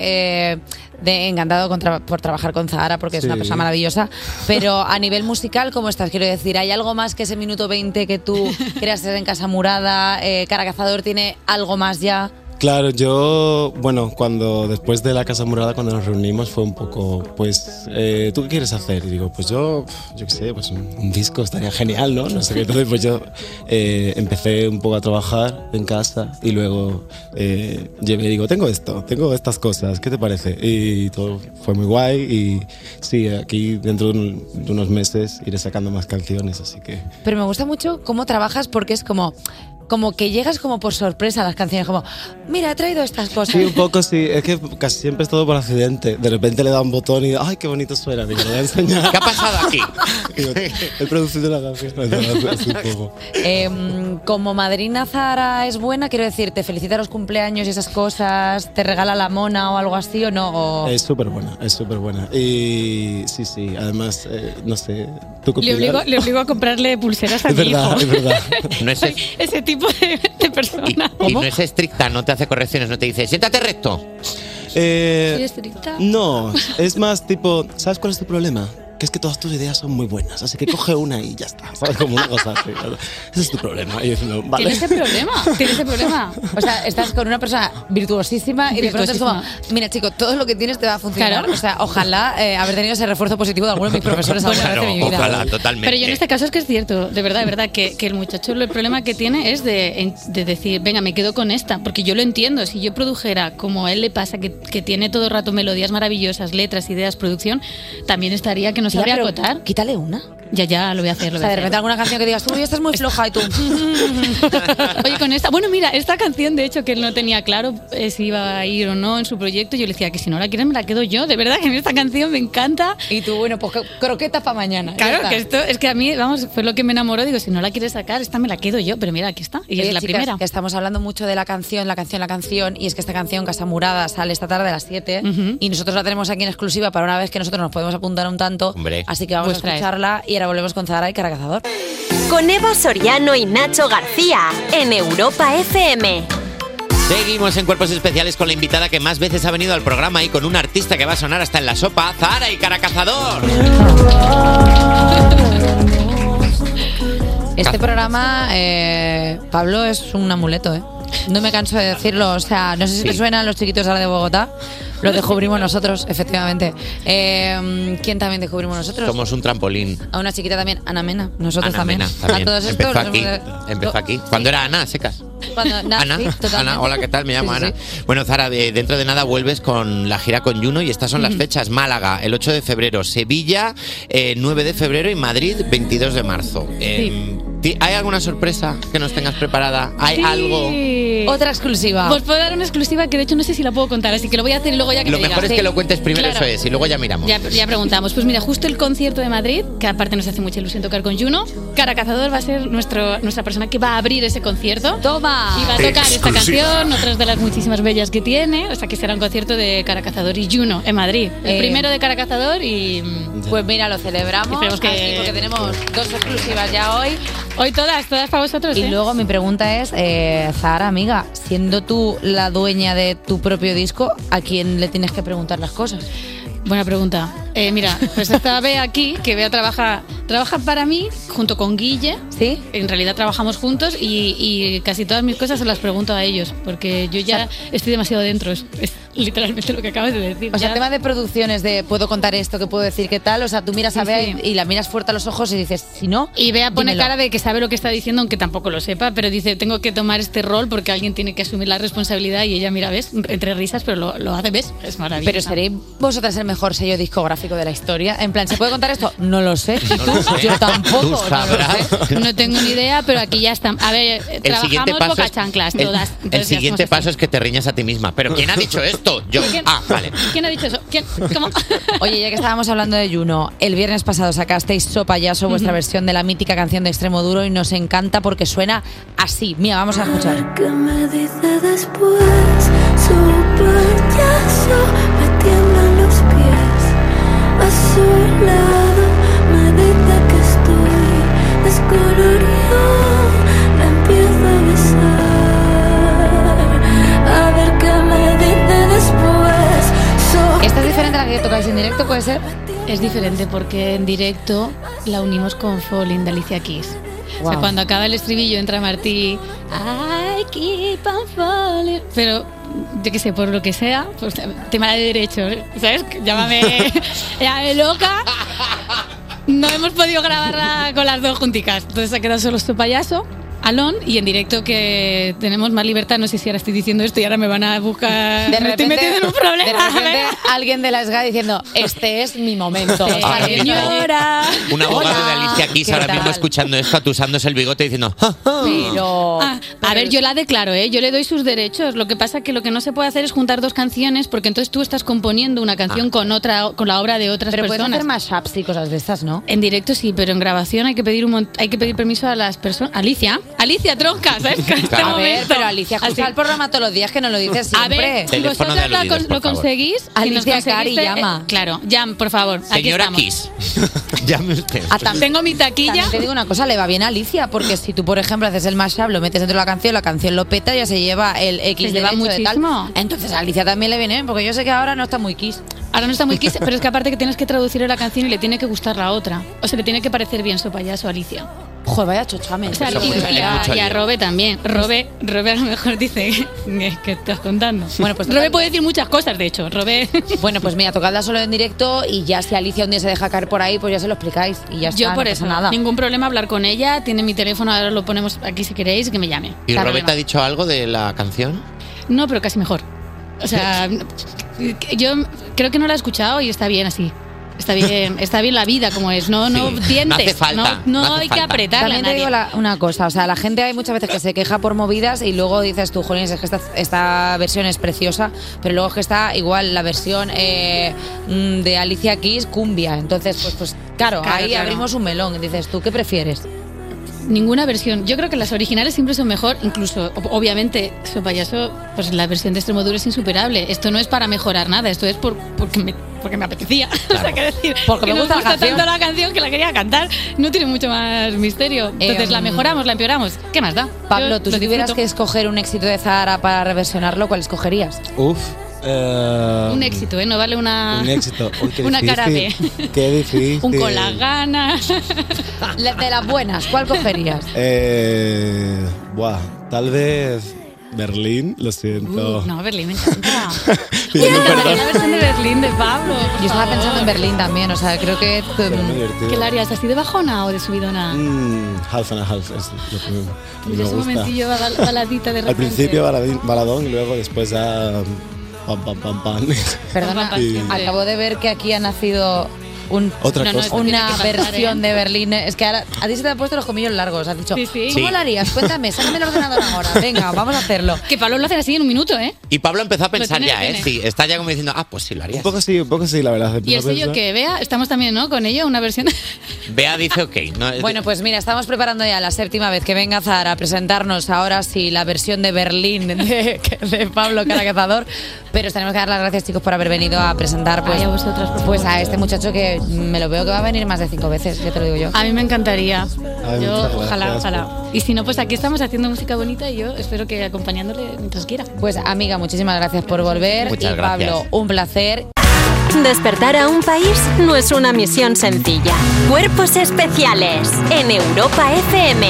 Speaker 2: eh, de encantado con tra- por trabajar con Zahara, porque es
Speaker 6: Sí.
Speaker 2: una persona maravillosa, pero a nivel musical, ¿cómo estás? Quiero decir, ¿hay algo más que ese minuto 20 que tú querías hacer en Casa Murada? Eh, Cara Cazador tiene algo más ya.
Speaker 16: Claro, yo, bueno, cuando después de la Casa Murada, cuando nos reunimos, fue un poco, pues, eh, ¿tú qué quieres hacer? Y digo, pues yo, pf, yo qué sé, pues un, un disco estaría genial, ¿no? No sé qué. Entonces, pues yo eh, empecé un poco a trabajar en casa y luego eh, llevé y digo, tengo esto, tengo estas cosas, ¿qué te parece? Y todo fue muy guay y sí, aquí dentro de, un- de unos meses iré sacando más canciones, así que.
Speaker 2: Pero me gusta mucho cómo trabajas porque es como, como que llegas como por sorpresa a las canciones, como, mira, he traído estas cosas.
Speaker 16: Sí, un poco sí. Es que casi siempre es todo por accidente. De repente le da un botón y ¡ay, qué bonito suena! Digo, lo voy a enseñar.
Speaker 3: ¿Qué ha pasado aquí?
Speaker 16: Digo, He producido la canción. Entonces, así un poco.
Speaker 2: Em, como madrina Zara es buena, quiero decir, te felicita los cumpleaños y esas cosas, te regala la mona o algo así o
Speaker 6: Oh.
Speaker 2: no. O-
Speaker 16: Es súper buena, es súper buena. Y sí, sí, además, eh, no sé, tú con
Speaker 6: Le
Speaker 16: Pilar-
Speaker 6: obligo, le obligo a comprarle pulseras a
Speaker 16: Es
Speaker 6: mi
Speaker 16: verdad,
Speaker 6: hijo.
Speaker 16: es verdad.
Speaker 3: No es,
Speaker 6: Ese tipo de, de persona.
Speaker 3: y no es estricta, no te hace correcciones, no te dice, siéntate recto.
Speaker 16: Eh,
Speaker 6: Soy estricta.
Speaker 16: no, es más tipo, ¿sabes cuál es tu problema? que es que todas tus ideas son muy buenas, así que coge una y ya está, ¿sabes? Como una cosa así. ¿no? Ese es tu problema. Y yo diciendo, vale.
Speaker 6: ¿Tienes ese problema? ¿Tienes ese problema?
Speaker 2: O sea, estás con una persona virtuosísima y de pronto es como, mira chico, todo lo que tienes te va a funcionar.
Speaker 6: Claro.
Speaker 2: O sea, ojalá eh, haber tenido ese refuerzo positivo de alguno de mis profesores alguna vez en mi vida.
Speaker 3: ojalá, totalmente.
Speaker 6: Pero yo en este caso es que es cierto, de verdad, de verdad, que, que el muchacho lo- el problema que tiene es de, en- de decir, venga, me quedo con esta, porque yo lo entiendo, si yo produjera como a él le pasa, que, que tiene todo el rato melodías maravillosas, letras, ideas, producción, también estaría que no
Speaker 2: Ya,
Speaker 6: sabría
Speaker 2: pero
Speaker 6: acotar.
Speaker 2: Quítale una.
Speaker 6: Ya, ya, lo voy a hacer. Lo
Speaker 2: O
Speaker 6: voy a
Speaker 2: sea, de
Speaker 6: hacer.
Speaker 2: repente alguna canción que digas, tú esta es muy floja y tú...
Speaker 6: Oye, con esta, bueno, mira, esta canción, de hecho, que él no tenía claro eh, si iba a ir o no en su proyecto, yo le decía que si no la quieren me la quedo yo, de verdad que a mí esta canción me encanta.
Speaker 2: Y tú, bueno, pues croqueta para mañana. ya
Speaker 6: Claro,
Speaker 2: está.
Speaker 6: que esto es que a mí, vamos, fue lo que me enamoró, digo, si no la quieres sacar, esta me la quedo yo, pero mira, aquí está, y
Speaker 2: Oye,
Speaker 6: es la
Speaker 2: Eh, chicas,
Speaker 6: primera.
Speaker 2: Que estamos hablando mucho de la canción, la canción, la canción, y es que esta canción, Casa Murada, sale esta tarde a las 7 y nosotros la tenemos aquí en exclusiva para una vez que nosotros nos podemos apuntar un tanto.
Speaker 5: Hombre.
Speaker 2: Así que vamos
Speaker 5: Pues
Speaker 2: a
Speaker 5: trae.
Speaker 2: escucharla y ahora volvemos con Zara y Caracazador.
Speaker 5: Con Eva Soriano y Nacho García en Europa FM.
Speaker 3: Seguimos en Cuerpos Especiales con la invitada que más veces ha venido al programa y con un artista que va a sonar hasta en la sopa, Zara y Caracazador.
Speaker 2: Este programa, eh, Pablo, es un amuleto, ¿eh? No me canso de decirlo, o sea, no sé si te
Speaker 3: Sí.
Speaker 2: suenan los chiquitos ahora de Bogotá, los descubrimos nosotros, efectivamente. Eh, ¿Quién también descubrimos nosotros?
Speaker 3: Somos un trampolín.
Speaker 2: A una chiquita también, Ana Mena, nosotros
Speaker 3: Ana
Speaker 2: también.
Speaker 3: Mena, también.
Speaker 2: A todos estos eh,
Speaker 3: Empezó
Speaker 2: los
Speaker 3: aquí.
Speaker 2: hemos-
Speaker 3: Empezó aquí. Cuando era Ana, secas.
Speaker 2: Cuando, na-
Speaker 3: Ana,
Speaker 2: sí, totalmente.
Speaker 3: Ana, hola, ¿qué tal? Me llamo
Speaker 2: Sí, sí,
Speaker 3: Ana. Bueno, Zara, de- dentro de nada vuelves con la gira con Juno y estas son las
Speaker 2: Ujú.
Speaker 3: fechas. Málaga, el 8 de febrero, Sevilla, eh, 9 de febrero y Madrid, 22 de marzo. Eh, ti- ¿Hay alguna sorpresa que nos tengas preparada? ¿Hay
Speaker 6: Sí.
Speaker 3: algo?
Speaker 2: Otra exclusiva.
Speaker 6: Os puedo dar una exclusiva que de hecho no sé si la puedo contar, así que lo voy a hacer y luego ya que
Speaker 3: Lo
Speaker 6: me
Speaker 3: mejor
Speaker 6: digas.
Speaker 3: es que lo cuentes primero,
Speaker 6: Claro.
Speaker 3: eso es, y luego ya miramos.
Speaker 6: Ya, ya preguntamos. Pues mira, justo el concierto de Madrid, que aparte nos hace mucha ilusión tocar con Juno, Cara Cazador va a ser nuestro, nuestra persona que va a abrir ese concierto. ¡Toma! Y va a tocar esta
Speaker 2: Exclusiva.
Speaker 6: canción, otras de las muchísimas bellas que tiene. O sea que será un concierto de Cara Cazador y Juno en Madrid. El
Speaker 2: Eh,
Speaker 6: primero de Cara Cazador y. mm,
Speaker 2: Pues mira, lo celebramos.
Speaker 6: Esperemos que-
Speaker 2: así, porque tenemos dos exclusivas ya hoy.
Speaker 6: Hoy todas, todas para vosotros.
Speaker 2: Y
Speaker 6: ¿eh?
Speaker 2: luego mi pregunta es, eh, Zahara, amiga, siendo tú la dueña de tu propio disco, ¿a quién le tienes que preguntar las cosas?
Speaker 6: Buena pregunta. Eh, mira, pues esta Bea aquí, que Bea trabaja, trabaja para mí junto con Guille.
Speaker 2: Sí.
Speaker 6: En realidad trabajamos juntos y, y casi todas mis cosas se las pregunto a ellos, porque yo ya estoy demasiado dentro. Es, es literalmente lo que acabas de decir.
Speaker 2: O
Speaker 6: Ya-
Speaker 2: sea, el tema de producciones, de puedo contar esto, que puedo decir qué tal, o sea, tú miras a Bea y, y la miras fuerte a los ojos y dices, si no...
Speaker 6: Y Bea pone
Speaker 2: dímelo.
Speaker 6: cara de que sabe lo que está diciendo, aunque tampoco lo sepa, pero dice, tengo que tomar este rol porque alguien tiene que asumir la responsabilidad y ella, mira, ves, entre risas, pero lo, lo hace, ves, es maravilloso.
Speaker 2: Pero seréis vosotras el mejor sello discográfico de la historia. En plan, ¿se puede contar esto? No lo sé. ¿Y tú? Yo tampoco.
Speaker 3: Tú sabrás.
Speaker 6: No tengo ni idea, pero aquí ya están. A ver, eh,
Speaker 3: El siguiente
Speaker 6: trabajamos
Speaker 3: paso
Speaker 6: boca
Speaker 3: es-
Speaker 6: chanclas
Speaker 3: el-
Speaker 6: todas.
Speaker 3: El,
Speaker 6: Entonces ya
Speaker 3: siguiente
Speaker 6: somos
Speaker 3: paso es que te riñas a ti misma. ¿Pero quién ha dicho esto? Yo.
Speaker 6: ¿Quién?
Speaker 3: Ah, vale.
Speaker 6: ¿Quién ha dicho eso? ¿Quién? ¿Cómo?
Speaker 2: Oye, ya que estábamos hablando de Juno, el viernes pasado sacasteis So Payaso, vuestra
Speaker 6: Ujú.
Speaker 2: versión de la mítica canción de Extremo Duro, y nos encanta porque suena así. Mira, vamos a escuchar.
Speaker 12: que me dice después su payaso me tiemblan los pies a su lado me dice que estoy descolorido la empiezo a besar a ver qué me dice después su
Speaker 2: ¿Esta es diferente a la que tocáis en directo, puede ser?
Speaker 6: Es diferente porque en directo la unimos con Falling de Alicia Keys. O sea,
Speaker 2: Guau.
Speaker 6: cuando acaba el estribillo entra Martí. I keep on falling. Pero yo qué sé, por lo que sea, pues, tema de derechos, ¿sabes? Llámame, llámame loca. No hemos podido grabarla con las dos junticas. Entonces ha quedado solo su payaso, Alon, y en directo que tenemos más libertad. No sé si ahora estoy diciendo esto y ahora me van a buscar. me estoy metiendo en un problema.
Speaker 2: de
Speaker 6: a ver.
Speaker 2: repente, alguien de la SGA diciendo, este es mi momento.
Speaker 6: Sí.
Speaker 2: Alguien va a decir,
Speaker 3: Ah, Una abogada
Speaker 2: Hola,
Speaker 3: de Alicia Keys
Speaker 2: ¿qué
Speaker 3: ahora
Speaker 2: tal?
Speaker 3: mismo escuchando esto, atusándose el bigote y diciendo. "Ja, ja".
Speaker 6: Ah, a ver, yo la declaro, ¿eh? Yo le doy sus derechos. Lo que pasa que lo que no se puede hacer es juntar dos canciones porque entonces tú estás componiendo una canción
Speaker 2: Ah.
Speaker 6: con otra con la obra de otras
Speaker 2: Pero puedes
Speaker 6: personas.
Speaker 2: hacer mashups y cosas de estas, ¿no?
Speaker 6: En directo sí, pero en grabación hay que pedir un mont- hay que pedir permiso a las personas. Alicia, Alicia Tronca, ¿sabes? En este
Speaker 2: A ver,
Speaker 6: momento.
Speaker 2: pero Alicia, escucha
Speaker 6: Así.
Speaker 2: el programa todos los días que nos lo dices
Speaker 6: A
Speaker 2: siempre.
Speaker 6: ver, si vosotros lo, cons- lo conseguís, si nos
Speaker 2: Alicia Cari
Speaker 6: conseguiste,
Speaker 2: llama.
Speaker 6: eh, claro, Jam, por favor. aquí
Speaker 3: Señora
Speaker 6: estamos.
Speaker 3: Kiss. Llame usted.
Speaker 6: Ah, Tengo mi taquilla.
Speaker 2: También te digo una cosa, le va bien a Alicia, porque si tú, por ejemplo, haces el mashup, lo metes dentro de la canción, la canción lo peta, ya se lleva el X
Speaker 6: Se lleva
Speaker 2: derecho de tal. Entonces a Alicia también le viene bien, porque yo sé que ahora no está muy Kiss.
Speaker 6: Ahora no está muy quise, pero es que aparte que tienes que traducir la canción y le tiene que gustar la otra. O sea, le tiene que parecer bien su payaso a Alicia.
Speaker 2: Joder, vaya chochame.
Speaker 6: O sea, y, y a, y a Robe también. Robe, Robe a lo mejor dice que, que estás contando.
Speaker 2: Bueno, pues
Speaker 6: Robe puede decir muchas cosas, de hecho. Robe.
Speaker 2: Bueno, pues mira, tocadla solo en directo y ya si Alicia un día se deja caer por ahí, pues ya se lo explicáis y ya está.
Speaker 6: Yo
Speaker 2: no
Speaker 6: por
Speaker 2: pasa
Speaker 6: eso,
Speaker 2: nada.
Speaker 6: ningún problema hablar con ella. Tiene mi teléfono, ahora lo ponemos aquí si queréis, que me llame.
Speaker 3: ¿Y
Speaker 6: No hay
Speaker 3: Roberta ha dicho algo de la canción?
Speaker 6: problema. No, pero casi mejor. O sea, yo creo que no la he escuchado y está bien así. Está bien, está bien la vida como es. No, no
Speaker 2: Sí, no
Speaker 6: dientes.
Speaker 2: hace falta,
Speaker 6: no,
Speaker 2: no hace
Speaker 6: hay que
Speaker 2: falta.
Speaker 6: apretarla.
Speaker 2: También te digo la- una cosa, o sea, la gente hay muchas veces que se queja por movidas y luego dices tú, Jolín, es que esta, esta versión es preciosa, pero luego es que está igual la versión eh, mm, de Alicia Keys cumbia. Entonces, pues, pues claro,
Speaker 6: Claro,
Speaker 2: ahí
Speaker 6: claro.
Speaker 2: abrimos un melón. Dices tú, ¿qué prefieres?
Speaker 6: Ninguna versión. Yo creo que las originales siempre son mejor, incluso, ob- obviamente, su payaso, pues la versión de Extremadura es insuperable. Esto no es para mejorar nada, esto es por, porque, me, porque me apetecía. o sea, que decir,
Speaker 2: Porque
Speaker 6: que
Speaker 2: me
Speaker 6: nos
Speaker 2: gusta la canción.
Speaker 6: tanto la canción que la quería cantar. No tiene mucho más misterio. Entonces
Speaker 2: Em,
Speaker 6: la mejoramos, la empeoramos. ¿Qué más da?
Speaker 2: Pablo,
Speaker 6: Yo
Speaker 2: tú
Speaker 6: lo
Speaker 2: si tuvieras
Speaker 6: disfruto.
Speaker 2: que escoger un éxito de Zahara para reversionarlo, ¿cuál escogerías?
Speaker 16: Uf. eh,
Speaker 6: Un éxito, ¿eh? No vale una.
Speaker 16: Un éxito. Uy, qué
Speaker 6: Una cara de.
Speaker 16: difícil. Qué difícil.
Speaker 6: Un con las ganas.
Speaker 2: La- de las buenas, ¿cuál cogerías?
Speaker 16: Eh, buah, tal vez Berlín, lo siento.
Speaker 6: Uh, no, Berlín me encanta.
Speaker 16: Pidiendo perdón.
Speaker 6: la versión de Berlín de Pablo.
Speaker 2: Yo estaba pensando en Berlín también, o sea, creo que...
Speaker 16: Pero muy divertido.
Speaker 6: ¿Qué la harías? ¿Así de bajona o de subidona?
Speaker 16: Mm, half and a half es lo que me, me
Speaker 6: Pues Es un
Speaker 16: gusta.
Speaker 6: momentillo bala- baladita de
Speaker 16: Al
Speaker 6: repente.
Speaker 16: principio baladín- baladón y luego después ya pam pam pam pam.
Speaker 2: Perdona,
Speaker 16: Y-
Speaker 2: acabo de ver que aquí ha nacido un,
Speaker 16: Otra No, no, cosa. esto tiene
Speaker 2: una
Speaker 16: que pasar,
Speaker 2: versión de Berlín. Es que ahora, a ti se te han puesto los comillos largos. Has dicho, ¿cómo
Speaker 3: Sí.
Speaker 2: lo harías? Cuéntame, sácame el ordenador ahora. Venga, vamos a hacerlo.
Speaker 6: Que Pablo lo hace así en un minuto, ¿eh?
Speaker 3: Y Pablo empezó a
Speaker 6: Lo
Speaker 3: pensar
Speaker 6: tiene,
Speaker 3: ya,
Speaker 6: lo
Speaker 3: ¿eh?
Speaker 6: tiene.
Speaker 3: Sí, está ya como diciendo, ah, pues sí, lo haría.
Speaker 16: Un poco sí, un poco sí, la verdad.
Speaker 6: Y el
Speaker 2: ¿eh?
Speaker 6: sello que vea, estamos también, ¿no? Con ello, una versión.
Speaker 3: Bea dice, ok. No, eh,
Speaker 2: Bueno, pues mira, estamos preparando ya la séptima vez que venga Zara a presentarnos ahora sí la versión de Berlín de, de Pablo Caracazador. Pero os tenemos que dar las gracias, chicos, por haber venido a presentar pues, pues a este muchacho que me lo veo que va a venir más de cinco veces, ya te lo digo yo.
Speaker 6: A mí me encantaría.
Speaker 2: Ay,
Speaker 6: yo,
Speaker 2: muchas
Speaker 6: ojalá,
Speaker 2: gracias.
Speaker 6: ojalá. Y si no, pues aquí estamos haciendo música bonita y yo espero que acompañándole mientras quiera.
Speaker 2: Pues amiga, muchísimas gracias por volver.
Speaker 5: Muchas
Speaker 2: y
Speaker 5: gracias.
Speaker 2: Pablo, un placer.
Speaker 5: Despertar a un país no es una misión sencilla. Cuerpos especiales en Europa FM.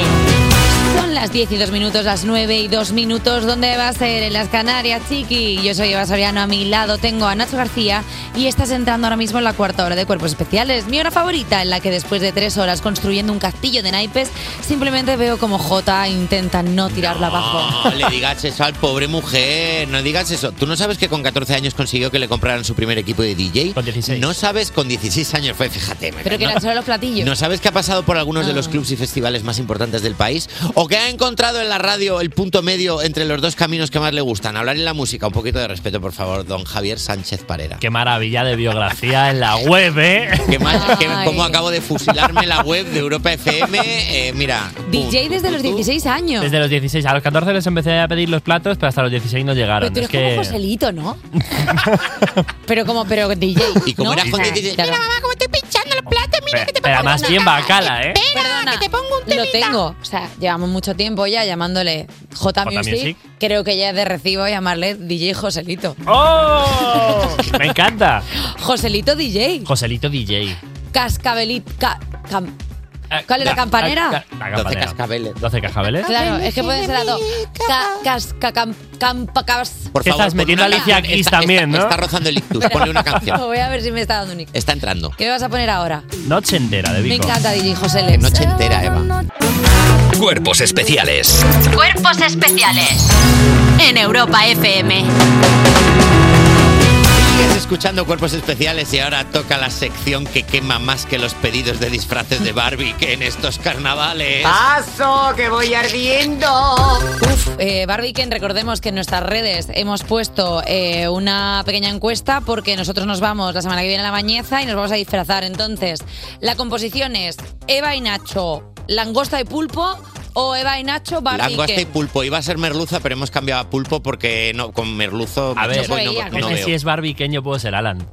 Speaker 2: Son las 10 y 2 minutos, las 9 y 2 minutos. ¿Dónde va a ser? En las Canarias, chiqui. Yo soy Eva Soriano. A mi lado tengo a Nacho García y estás entrando ahora mismo en la cuarta hora de Cuerpos Especiales. Mi hora favorita, en la que después de tres horas construyendo un castillo de naipes, simplemente veo como Jota intenta no tirarla abajo.
Speaker 3: No le digas eso al pobre mujer, no digas eso. ¿Tú no sabes que con 14 años consiguió que le compraran su primer equipo de DJ? Con 16. No sabes, con 16 años fue, fíjate. me
Speaker 2: Pero que
Speaker 3: no-
Speaker 2: era solo los platillos.
Speaker 3: ¿No sabes que ha pasado por algunos de los
Speaker 2: Ah.
Speaker 3: clubs y festivales más importantes del país? ¿O que ha encontrado en la radio el punto medio entre los dos caminos que más le gustan? Hablar en la música. Un poquito de respeto, por favor, don Javier Sánchez Parera.
Speaker 4: Qué maravilla de biografía en la web, ¿eh?
Speaker 3: Qué mal, que como acabo de fusilarme la web de Europa FM. eh, mira,
Speaker 2: DJ desde los 16 años.
Speaker 4: Desde los 16, a los 14 les empecé a pedir los platos, pero hasta los 16 no
Speaker 2: Pero
Speaker 4: llegaron.
Speaker 2: tú eres
Speaker 4: Es
Speaker 2: como
Speaker 4: que...
Speaker 2: Joselito, ¿no? pero como, pero DJ.
Speaker 4: Y como
Speaker 2: ¿no?
Speaker 4: eras con 16,
Speaker 2: Claro.
Speaker 4: Pero, pero más bien bacala, ¿eh?
Speaker 2: Perdona, Lo tengo. O sea, llevamos mucho tiempo ya llamándole J
Speaker 4: J
Speaker 2: Music.
Speaker 4: Music.
Speaker 2: Creo que ya es de recibo llamarle DJ Joselito.
Speaker 4: ¡Oh! Me encanta.
Speaker 2: Joselito DJ.
Speaker 4: Joselito DJ.
Speaker 2: Cascabelit. ca- cam- ¿Cuál es
Speaker 4: Eh,
Speaker 2: la campanera?
Speaker 4: 12
Speaker 3: cascabeles.
Speaker 4: 12 cascabeles.
Speaker 2: Claro, es que pueden ser las dos. Ca- casca- cam- campa- cabas-
Speaker 3: Por
Speaker 4: ¿Qué
Speaker 3: favor,
Speaker 4: estás
Speaker 3: pon
Speaker 4: metiendo
Speaker 3: una
Speaker 4: Alicia
Speaker 3: canción.
Speaker 4: Keys
Speaker 3: Está-
Speaker 4: también,
Speaker 3: está-
Speaker 4: no?
Speaker 3: Está rozando el ictus. Ponle una canción.
Speaker 2: Voy a ver si me está dando un nick.
Speaker 3: Está entrando.
Speaker 2: ¿Qué me vas a poner ahora?
Speaker 4: Noche entera de
Speaker 2: Me
Speaker 4: Vico.
Speaker 2: encanta DJ Josele.
Speaker 3: Noche entera, Eva.
Speaker 1: Cuerpos especiales.
Speaker 5: Cuerpos especiales en Europa FM.
Speaker 3: Sigues escuchando Cuerpos Especiales y ahora toca la sección que quema más que los pedidos de disfraces de Barbie que en estos carnavales.
Speaker 2: Ah, ¡Paso, que voy ardiendo! Uf, eh, Barbie Ken, recordemos que en nuestras redes hemos puesto eh, una pequeña encuesta porque nosotros nos vamos la semana que viene a la bañeza y nos vamos a disfrazar. Entonces, la composición es Eva y Nacho, langosta y pulpo o Eva y Nacho
Speaker 3: Langosta y
Speaker 2: Barbique.
Speaker 3: pulpo. Iba a ser merluza, pero hemos cambiado a pulpo porque no, con merluzo.
Speaker 4: A ver,
Speaker 3: macho, pues, no-
Speaker 2: veía,
Speaker 3: no
Speaker 4: es que
Speaker 3: veo.
Speaker 4: si es barbiqueño puedo ser Alan.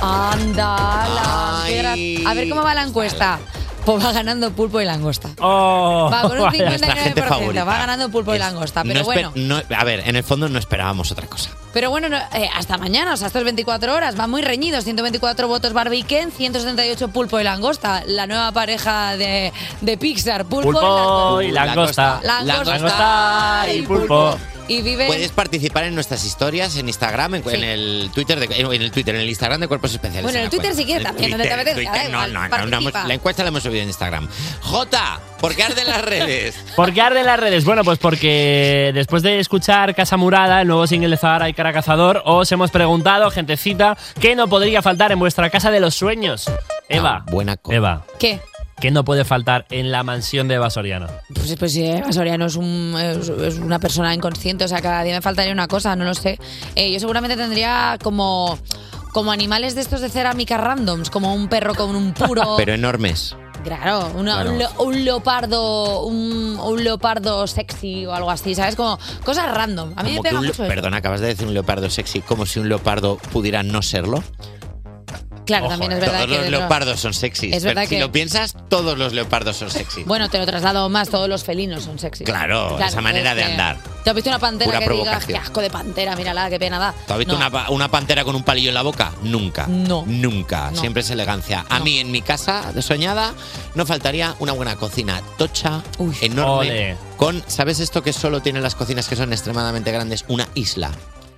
Speaker 2: Anda, la- qué gra- A ver cómo va la encuesta. Pues va ganando pulpo y langosta.
Speaker 4: Oh,
Speaker 2: va con un
Speaker 3: vaya.
Speaker 2: 59%.
Speaker 3: Nuestra gente favorita.
Speaker 2: Va ganando pulpo y langosta. Pero
Speaker 3: No esper-
Speaker 2: bueno,
Speaker 3: no- a ver, en el fondo no esperábamos otra cosa.
Speaker 2: pero bueno no, eh, hasta mañana, o sea, estas 24 horas. Va muy reñido. 124 votos Barbiquen, 178 pulpo y langosta. La nueva pareja de, de Pixar. Pulpo,
Speaker 4: Pulpo
Speaker 2: y
Speaker 4: y
Speaker 2: langosta.
Speaker 4: langosta.
Speaker 2: Langosta.
Speaker 4: Langosta y
Speaker 3: pulpo.
Speaker 2: Y vive.
Speaker 3: Puedes participar en nuestras historias en Instagram, en, en el Twitter, de- en el Twitter, en el Instagram de cuerpos especiales.
Speaker 2: Bueno, en el
Speaker 3: la
Speaker 2: Twitter
Speaker 3: cuenta.
Speaker 2: si quieres
Speaker 3: El
Speaker 2: también, donde te
Speaker 3: Twitter,
Speaker 2: apetezca, da
Speaker 3: Twitter,
Speaker 2: igual,
Speaker 3: no, no, no,
Speaker 2: participa.
Speaker 3: no hemos- la encuesta la hemos subido en Instagram. J, ¿por qué arden las redes?
Speaker 4: ¿Por qué arden las redes? Bueno, pues porque después de escuchar Casa Murada, el nuevo single de Zahara y Cara Cazador, os hemos preguntado, gentecita, ¿qué no podría faltar en vuestra casa de los sueños? Eva.
Speaker 3: buena
Speaker 4: Eva.
Speaker 2: ¿Qué?
Speaker 4: ¿Qué no puede faltar en la mansión de Eva Soriano?
Speaker 2: Pues, pues sí, Eva Soriano es, un- es- es una persona inconsciente, o sea, cada día me faltaría una cosa, no lo sé. Eh, yo seguramente tendría como, como animales de estos de cerámica randoms, como un perro con un puro.
Speaker 3: Pero enormes.
Speaker 2: Claro, una-
Speaker 3: Claro.
Speaker 2: Un, lo- un leopardo, un, un leopardo sexy o algo así, ¿sabes? Como cosas random. A mí me
Speaker 3: Como que
Speaker 2: pega
Speaker 3: un le-
Speaker 2: mucho eso.
Speaker 3: perdona, acabas de decir un leopardo sexy, como si un leopardo pudiera no serlo.
Speaker 2: Claro, también es verdad
Speaker 3: todos
Speaker 2: que
Speaker 3: los
Speaker 2: dentro-
Speaker 3: leopardos son sexys.
Speaker 2: Es
Speaker 3: pero
Speaker 2: verdad
Speaker 3: Si
Speaker 2: que-
Speaker 3: lo piensas, todos los leopardos son sexy.
Speaker 2: Bueno, te lo traslado más, todos los felinos son sexy.
Speaker 3: Claro, esa manera de
Speaker 2: es que-
Speaker 3: andar.
Speaker 2: ¿Te has visto una pantera
Speaker 3: Pura
Speaker 2: que digas, qué
Speaker 3: provocación.
Speaker 2: asco de pantera, mírala, qué pena da?
Speaker 3: ¿Tú has visto
Speaker 2: No.
Speaker 3: una, pa- una pantera con un palillo en la boca? Nunca.
Speaker 2: No.
Speaker 3: Nunca.
Speaker 2: No.
Speaker 3: Siempre es elegancia. A mí, en mi casa de soñada, no faltaría una buena cocina tocha, enorme,
Speaker 4: Ole.
Speaker 3: con, ¿sabes esto que solo tienen las cocinas que son extremadamente grandes? Una isla.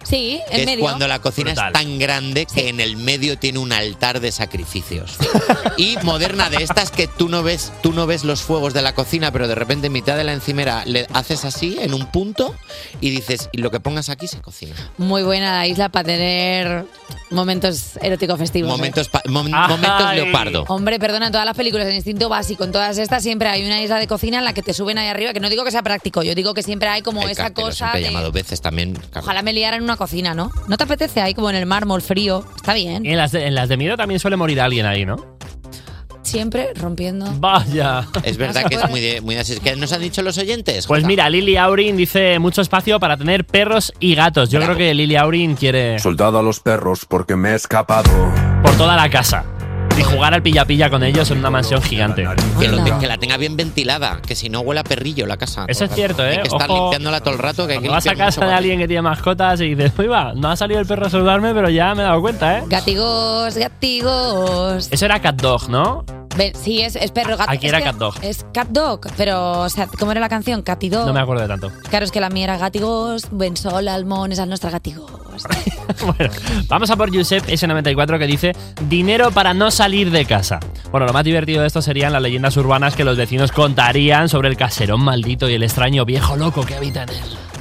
Speaker 2: Sí,
Speaker 3: Que
Speaker 2: en
Speaker 3: es
Speaker 2: medio.
Speaker 3: cuando la cocina es tan grande que en el medio tiene un altar de sacrificios. y moderna de estas que tú no ves, tú no ves los fuegos de la cocina, pero de repente en mitad de la encimera le haces así en un punto y dices, "Y lo que pongas aquí se cocina.
Speaker 2: Muy buena isla para tener momentos eróticos festivos. ¿eh?
Speaker 3: Momentos, pa- mom- momentos
Speaker 4: Ah, Ay.
Speaker 3: leopardo.
Speaker 2: Hombre, perdona, en todas las películas, en Instinto Básico, en todas estas, siempre hay una isla de cocina en la que te suben ahí arriba, que no digo que sea práctico, yo digo que siempre hay como
Speaker 3: El
Speaker 2: esa
Speaker 3: cartero
Speaker 2: cosa
Speaker 3: siempre
Speaker 2: de...
Speaker 3: he llamado veces también. Carlos.
Speaker 2: Ojalá me liaran en una cocina, ¿no? ¿No te apetece ahí como en el mármol frío? Está bien.
Speaker 4: Y en las de, en las de miedo también suele morir alguien ahí, ¿no?
Speaker 2: Siempre rompiendo.
Speaker 4: Vaya.
Speaker 3: Es verdad que es muy, de- muy así. ¿Qué nos han dicho los oyentes?
Speaker 4: Pues mira, Lili Aurin dice mucho espacio para tener perros y gatos. Yo creo que Lili Aurin quiere
Speaker 17: Soldado a los perros porque me he escapado.
Speaker 4: por toda la casa y jugar al pilla-pilla con ellos en una mansión gigante.
Speaker 3: Que, lo te- que la tenga bien ventilada, que si no huela perrillo la casa.
Speaker 4: Eso es cierto, ¿eh?
Speaker 3: Hay que estar
Speaker 4: Ojo.
Speaker 3: limpiándola todo el rato. Que hay que
Speaker 4: Cuando vas a
Speaker 3: limpiar
Speaker 4: casa
Speaker 3: mucho
Speaker 4: de alguien que tiene mascotas y dices, uy, va, no ha salido el perro a saludarme, pero ya me he dado cuenta, ¿eh?
Speaker 2: Gatigos, gatigos.
Speaker 4: Eso era cat dog, ¿no?
Speaker 2: Ven, sí, es, es perro gato.
Speaker 4: Aquí
Speaker 2: Es
Speaker 4: era
Speaker 2: que
Speaker 4: cat dog.
Speaker 2: Es cat dog, pero, o sea, ¿cómo era la canción? Catidog.
Speaker 4: No me acuerdo de tanto.
Speaker 2: Claro, es que la mía era gatigos, buen sol, almón, esa es nuestra gatigos.
Speaker 4: Bueno, vamos a por Josep S94 que dice dinero para no salir de casa. Bueno, lo más divertido de esto serían las leyendas urbanas que los vecinos contarían sobre el caserón maldito y el extraño viejo loco que habita en él.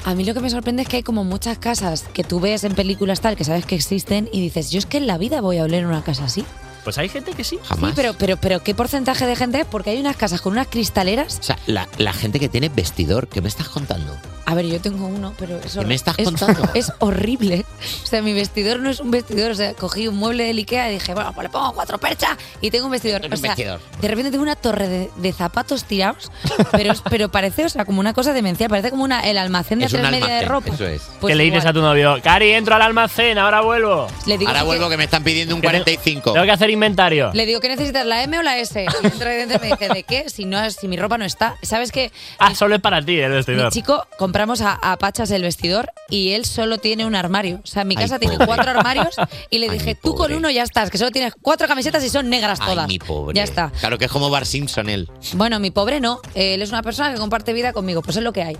Speaker 2: A mí lo que me sorprende es que hay como muchas casas que tú ves en películas tal, que sabes que existen, y dices, yo es que en la vida voy a oler una casa así.
Speaker 4: Pues hay gente que sí.
Speaker 3: Jamás.
Speaker 2: Sí, pero, pero, pero ¿qué porcentaje de gente es? Porque hay unas casas con unas cristaleras.
Speaker 3: O sea, la, la gente que tiene vestidor, ¿qué me estás contando?
Speaker 2: A ver, yo tengo uno, pero eso.
Speaker 3: ¿Qué me estás
Speaker 2: es,
Speaker 3: contando?
Speaker 2: Es horrible. O sea, mi vestidor no es un vestidor. O sea, cogí un mueble del Ikea y dije, bueno, pues le pongo cuatro perchas y tengo un vestidor.
Speaker 3: Tengo
Speaker 2: O
Speaker 3: un
Speaker 2: sea,
Speaker 3: vestidor.
Speaker 2: De repente tengo una torre de, de zapatos tirados, pero, es- pero parece, o sea, como una cosa demencial. Parece como una, el almacén de
Speaker 4: Es un
Speaker 2: tres media de
Speaker 4: almacén,
Speaker 2: ropa.
Speaker 3: Eso es.
Speaker 2: Pues
Speaker 4: que le dices a tu novio, Cari, entro al almacén, ahora vuelvo.
Speaker 2: Le digo Ahora que- vuelvo,
Speaker 3: que me están pidiendo
Speaker 4: un 45. Tengo que hacer inventario.
Speaker 2: Le digo, ¿qué necesitas, la M o la S? Y dentro de dentro me dice, ¿de qué? Si, no, si mi ropa no está. ¿Sabes qué?
Speaker 4: Ah, solo es para ti el vestidor.
Speaker 2: Mi chico, compramos a, a Pachas el vestidor y él solo tiene un armario. O sea, en mi
Speaker 4: Ay,
Speaker 2: casa tiene
Speaker 4: pobre.
Speaker 2: cuatro armarios y le dije, tú con uno ya estás, que solo tienes cuatro camisetas y son negras
Speaker 3: Ay,
Speaker 2: todas.
Speaker 3: mi pobre.
Speaker 2: Ya está.
Speaker 3: Claro que es como Bar Simpson él.
Speaker 2: Bueno, mi pobre no. Él es una persona que comparte vida conmigo. Pues es lo que hay.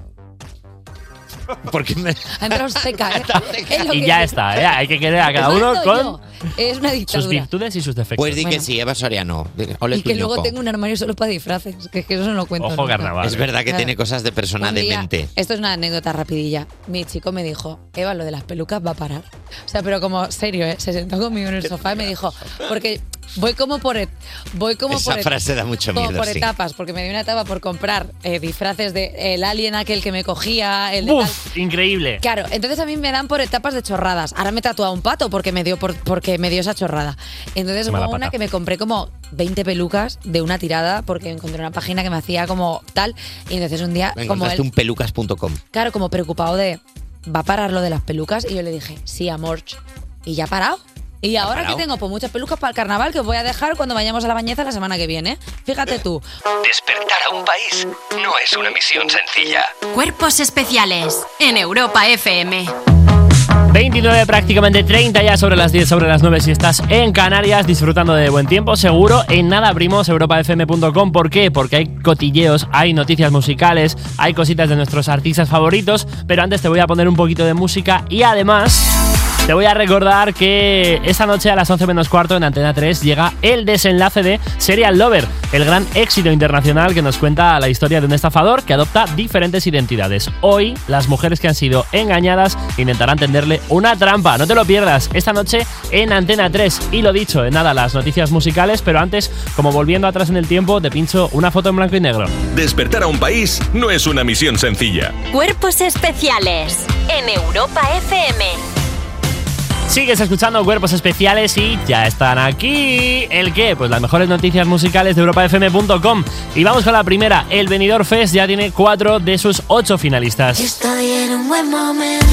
Speaker 3: Porque me...
Speaker 2: Ha entrado seca, ¿eh? Es lo
Speaker 4: Y
Speaker 2: que
Speaker 4: ya
Speaker 2: hay.
Speaker 4: está, ¿eh? hay que querer a cada
Speaker 2: Eso
Speaker 4: uno
Speaker 2: estoy
Speaker 4: con
Speaker 2: yo. Es una
Speaker 4: sus
Speaker 2: dictadura.
Speaker 4: virtudes y sus defectos.
Speaker 3: Pues di
Speaker 2: Bueno.
Speaker 3: que sí, Eva Soriano. Di- ole
Speaker 2: Y que
Speaker 3: tu
Speaker 2: luego
Speaker 3: ñoco.
Speaker 2: tengo un armario solo para disfraces, que es que eso no lo cuento. nunca.
Speaker 3: Es verdad que
Speaker 2: Claro.
Speaker 3: tiene cosas de persona
Speaker 2: Un día-
Speaker 3: demente.
Speaker 2: Esto es una anécdota rapidilla. Mi chico me dijo, Eva, lo de las pelucas va a parar. O sea, pero como serio, ¿eh? Se sentó conmigo en el sofá y me dijo, porque Voy como por et- voy como
Speaker 3: Esa
Speaker 2: por et-
Speaker 3: frase da mucho
Speaker 2: como
Speaker 3: miedo,
Speaker 2: por
Speaker 3: sí.
Speaker 2: etapas, porque me di una etapa por comprar eh, disfraces de el alien aquel que me cogía, el de tal.
Speaker 4: ¡Buf! Increíble.
Speaker 2: Claro, entonces a mí me dan por etapas de chorradas. Ahora me he tatuado un pato porque me dio por- porque me dio esa chorrada. Entonces
Speaker 4: Mala
Speaker 2: hubo una
Speaker 4: pata.
Speaker 2: que me compré como 20 pelucas de una tirada porque encontré una página que me hacía como tal y entonces un día
Speaker 3: Me
Speaker 2: como
Speaker 3: encontraste
Speaker 2: él,
Speaker 3: un pelucas.com.
Speaker 2: claro, como preocupado de va a parar lo de las pelucas y yo le dije, "Sí, amor." Y ya ha parado. Y ahora
Speaker 1: parado.
Speaker 2: que tengo pues muchas pelucas para el carnaval que os voy a dejar cuando vayamos a la bañeza la semana que viene. Fíjate tú.
Speaker 1: Despertar a un país no es una misión sencilla.
Speaker 18: Cuerpos especiales en Europa FM.
Speaker 4: 29, prácticamente 30 ya sobre las 10, sobre las 9 si estás en Canarias disfrutando de buen tiempo, seguro. En nada abrimos europafm.com. ¿Por qué? Porque hay cotilleos, hay noticias musicales, hay cositas de nuestros artistas favoritos, pero antes te voy a poner un poquito de música y además... Te voy a recordar que esta noche a las 11 menos cuarto en Antena 3 llega el desenlace de Serial Lover, el gran éxito internacional que nos cuenta la historia de un estafador que adopta diferentes identidades. Hoy, las mujeres que han sido engañadas intentarán tenderle una trampa. No te lo pierdas, esta noche en Antena 3. Y lo dicho, en nada, las noticias musicales, pero antes, como volviendo atrás en el tiempo, te pincho una foto en blanco y negro.
Speaker 11: Despertar a un país no es una misión sencilla.
Speaker 5: Cuerpos especiales en Europa FM.
Speaker 4: Sigues escuchando Cuerpos Especiales y ya están aquí. ¿El qué? Pues las mejores noticias musicales de EuropaFM.com. Y vamos con la primera. El Benidorm Fest ya tiene cuatro de sus ocho finalistas.
Speaker 12: Estoy en un buen momento.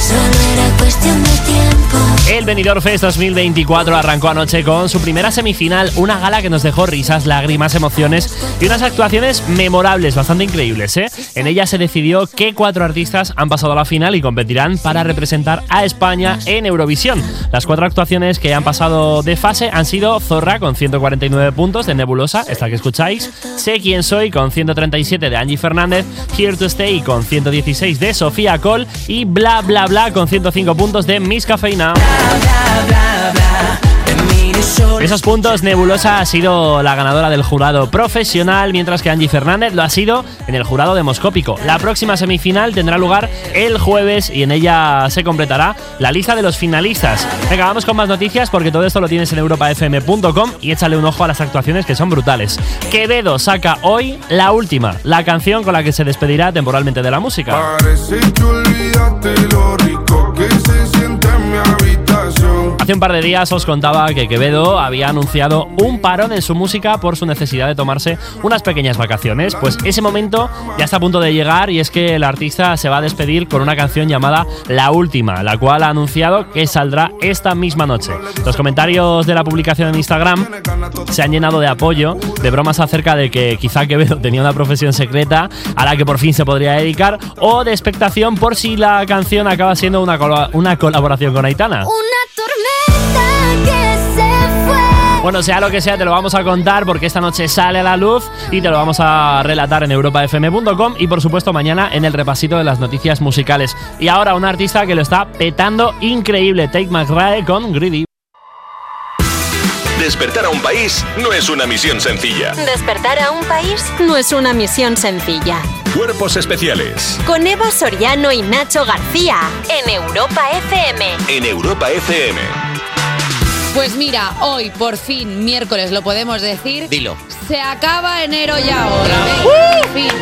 Speaker 12: Solo era cuestión de tiempo.
Speaker 4: El Benidorm Fest 2024 arrancó anoche con su primera semifinal, una gala que nos dejó risas, lágrimas, emociones y unas actuaciones memorables, bastante increíbles. ¿eh? En ella se decidió qué cuatro artistas han pasado a la final y competirán para representar a España en Eurovisión. Las cuatro actuaciones que han pasado de fase han sido Zorra con 149 puntos de Nebulosa, esta que escucháis, Sé quién soy con 137 de Angie Fernández, Here to Stay con 116 de Sofía Cole y Bla Bla Bla con 105 puntos de Miss Cafeína. Esos puntos, Nebulosa ha sido la ganadora del jurado profesional, mientras que Angie Fernández lo ha sido en el jurado demoscópico. La próxima semifinal tendrá lugar el jueves y en ella se completará la lista de los finalistas. Venga, vamos con más noticias porque todo esto lo tienes en europafm.com y échale un ojo a las actuaciones que son brutales. Quevedo saca hoy la última, la canción con la que se despedirá temporalmente de la música.
Speaker 19: Parece que olvidaste lo rico que se siente en mi habitación.
Speaker 4: Hace un par de días os contaba que Quevedo había anunciado un parón en su música por su necesidad de tomarse unas pequeñas vacaciones. Pues ese momento ya está a punto de llegar y es que el artista se va a despedir con una canción llamada La Última, la cual ha anunciado que saldrá esta misma noche. Los comentarios de la publicación en Instagram se han llenado de apoyo, de bromas acerca de que quizá Quevedo tenía una profesión secreta a la que por fin se podría dedicar o de expectación por si la canción acaba siendo una, colo- una colaboración con Aitana.
Speaker 12: Una tormenta que se fue.
Speaker 4: Bueno, sea lo que sea, te lo vamos a contar porque esta noche sale a la luz y te lo vamos a relatar en europafm.com y por supuesto mañana en el repasito de las noticias musicales. Y ahora un artista que lo está petando increíble, Take McRae con Greedy.
Speaker 11: Despertar a un país no es una misión sencilla.
Speaker 5: Despertar a un país no es una misión sencilla.
Speaker 11: Cuerpos especiales
Speaker 5: Con Eva Soriano y Nacho García en Europa FM.
Speaker 11: en Europa FM.
Speaker 2: Pues mira, hoy por fin miércoles lo podemos decir.
Speaker 3: Dilo.
Speaker 2: Se acaba enero ya ahora. Venga, fin.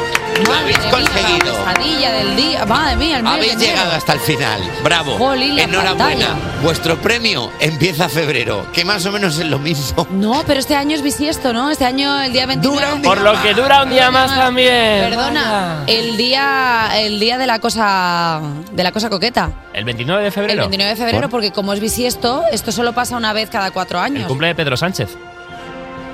Speaker 2: Madre mía,
Speaker 3: conseguido.
Speaker 2: la pesadilla del día. Madre mía, el mes
Speaker 3: Habéis
Speaker 2: de enero.
Speaker 3: llegado hasta el final. Bravo.
Speaker 2: Jolín, Oh, la
Speaker 3: Enhorabuena.
Speaker 2: pantalla.
Speaker 3: Vuestro premio empieza febrero, que más o menos es lo mismo.
Speaker 2: No, pero este año es bisiesto, ¿no? Este año el día 29.
Speaker 4: Por lo que dura un día más también.
Speaker 2: Perdona, el día el día de la cosa de la cosa coqueta,
Speaker 4: El 29 de
Speaker 2: el
Speaker 4: febrero.
Speaker 2: 29 de febrero,
Speaker 4: Por-
Speaker 2: porque como es bisiesto, esto solo pasa una vez cada cuatro
Speaker 4: El
Speaker 2: años.
Speaker 4: cumple de Pedro Sánchez.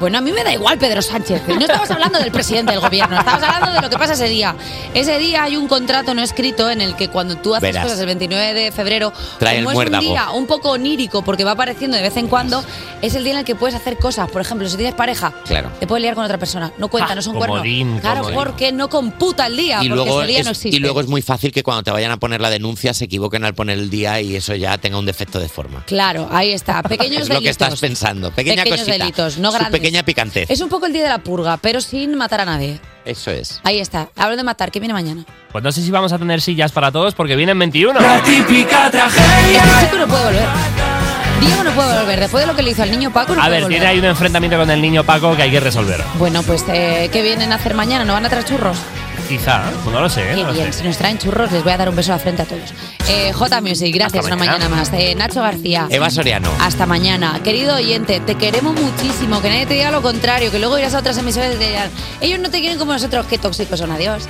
Speaker 2: Bueno, a mí me da igual Pedro Sánchez. No estamos hablando del presidente del gobierno, estamos hablando de lo que pasa ese día. Ese día hay un contrato no escrito en el que cuando tú haces
Speaker 3: Verás.
Speaker 2: cosas el 29 de febrero,
Speaker 3: Trae el
Speaker 2: como es un
Speaker 3: muérdago.
Speaker 2: día un poco onírico porque va apareciendo de vez en cuando, es el día en el que puedes hacer cosas. Por ejemplo, si tienes pareja,
Speaker 3: Claro.
Speaker 2: te puedes liar con otra persona. No cuenta,
Speaker 3: Ah,
Speaker 2: no son
Speaker 3: comodín,
Speaker 2: cuernos. Claro,
Speaker 3: comodín.
Speaker 2: porque no computa el día,
Speaker 3: Y
Speaker 2: porque
Speaker 3: luego,
Speaker 2: ese día
Speaker 3: es,
Speaker 2: no existe.
Speaker 3: y luego es muy fácil que cuando te vayan a poner la denuncia se equivoquen al poner el día y eso ya tenga un defecto de forma.
Speaker 2: Claro, ahí está. Pequeños
Speaker 3: es lo que
Speaker 2: delitos.
Speaker 3: estás pensando. Pequeña
Speaker 2: Pequeños
Speaker 3: cosita.
Speaker 2: delitos, no
Speaker 3: Su
Speaker 2: grandes.
Speaker 3: pequeña picantez.
Speaker 2: Es un poco el día de la purga, pero sin matar a nadie.
Speaker 3: Eso es.
Speaker 2: Ahí está. Hablo de matar, que viene mañana.
Speaker 4: Pues no sé si vamos a tener sillas para todos porque vienen 21. La
Speaker 2: típica tragedia. Este chico no puede volver. Diego no puede volver. Después de lo que le hizo al niño Paco, no
Speaker 4: A
Speaker 2: puede
Speaker 4: ver,
Speaker 2: volver.
Speaker 4: tiene ahí un enfrentamiento con el niño Paco que hay que resolver.
Speaker 2: Bueno, pues, eh, ¿qué vienen a hacer mañana? ¿No van a traer churros?
Speaker 4: Quizá, no lo sé, ¿eh?
Speaker 2: Qué
Speaker 4: no lo
Speaker 2: bien,
Speaker 4: sé.
Speaker 2: si nos traen churros, les voy a dar un beso a la frente a todos. Eh, J Music, gracias, una mañana, más. Eh, Nacho García.
Speaker 3: Eva Soriano.
Speaker 2: Hasta mañana. Querido oyente, te queremos muchísimo. Que nadie te diga lo contrario. Que luego irás a otras emisoras y te dirán, ellos no te quieren como nosotros. Qué tóxicos son. Adiós.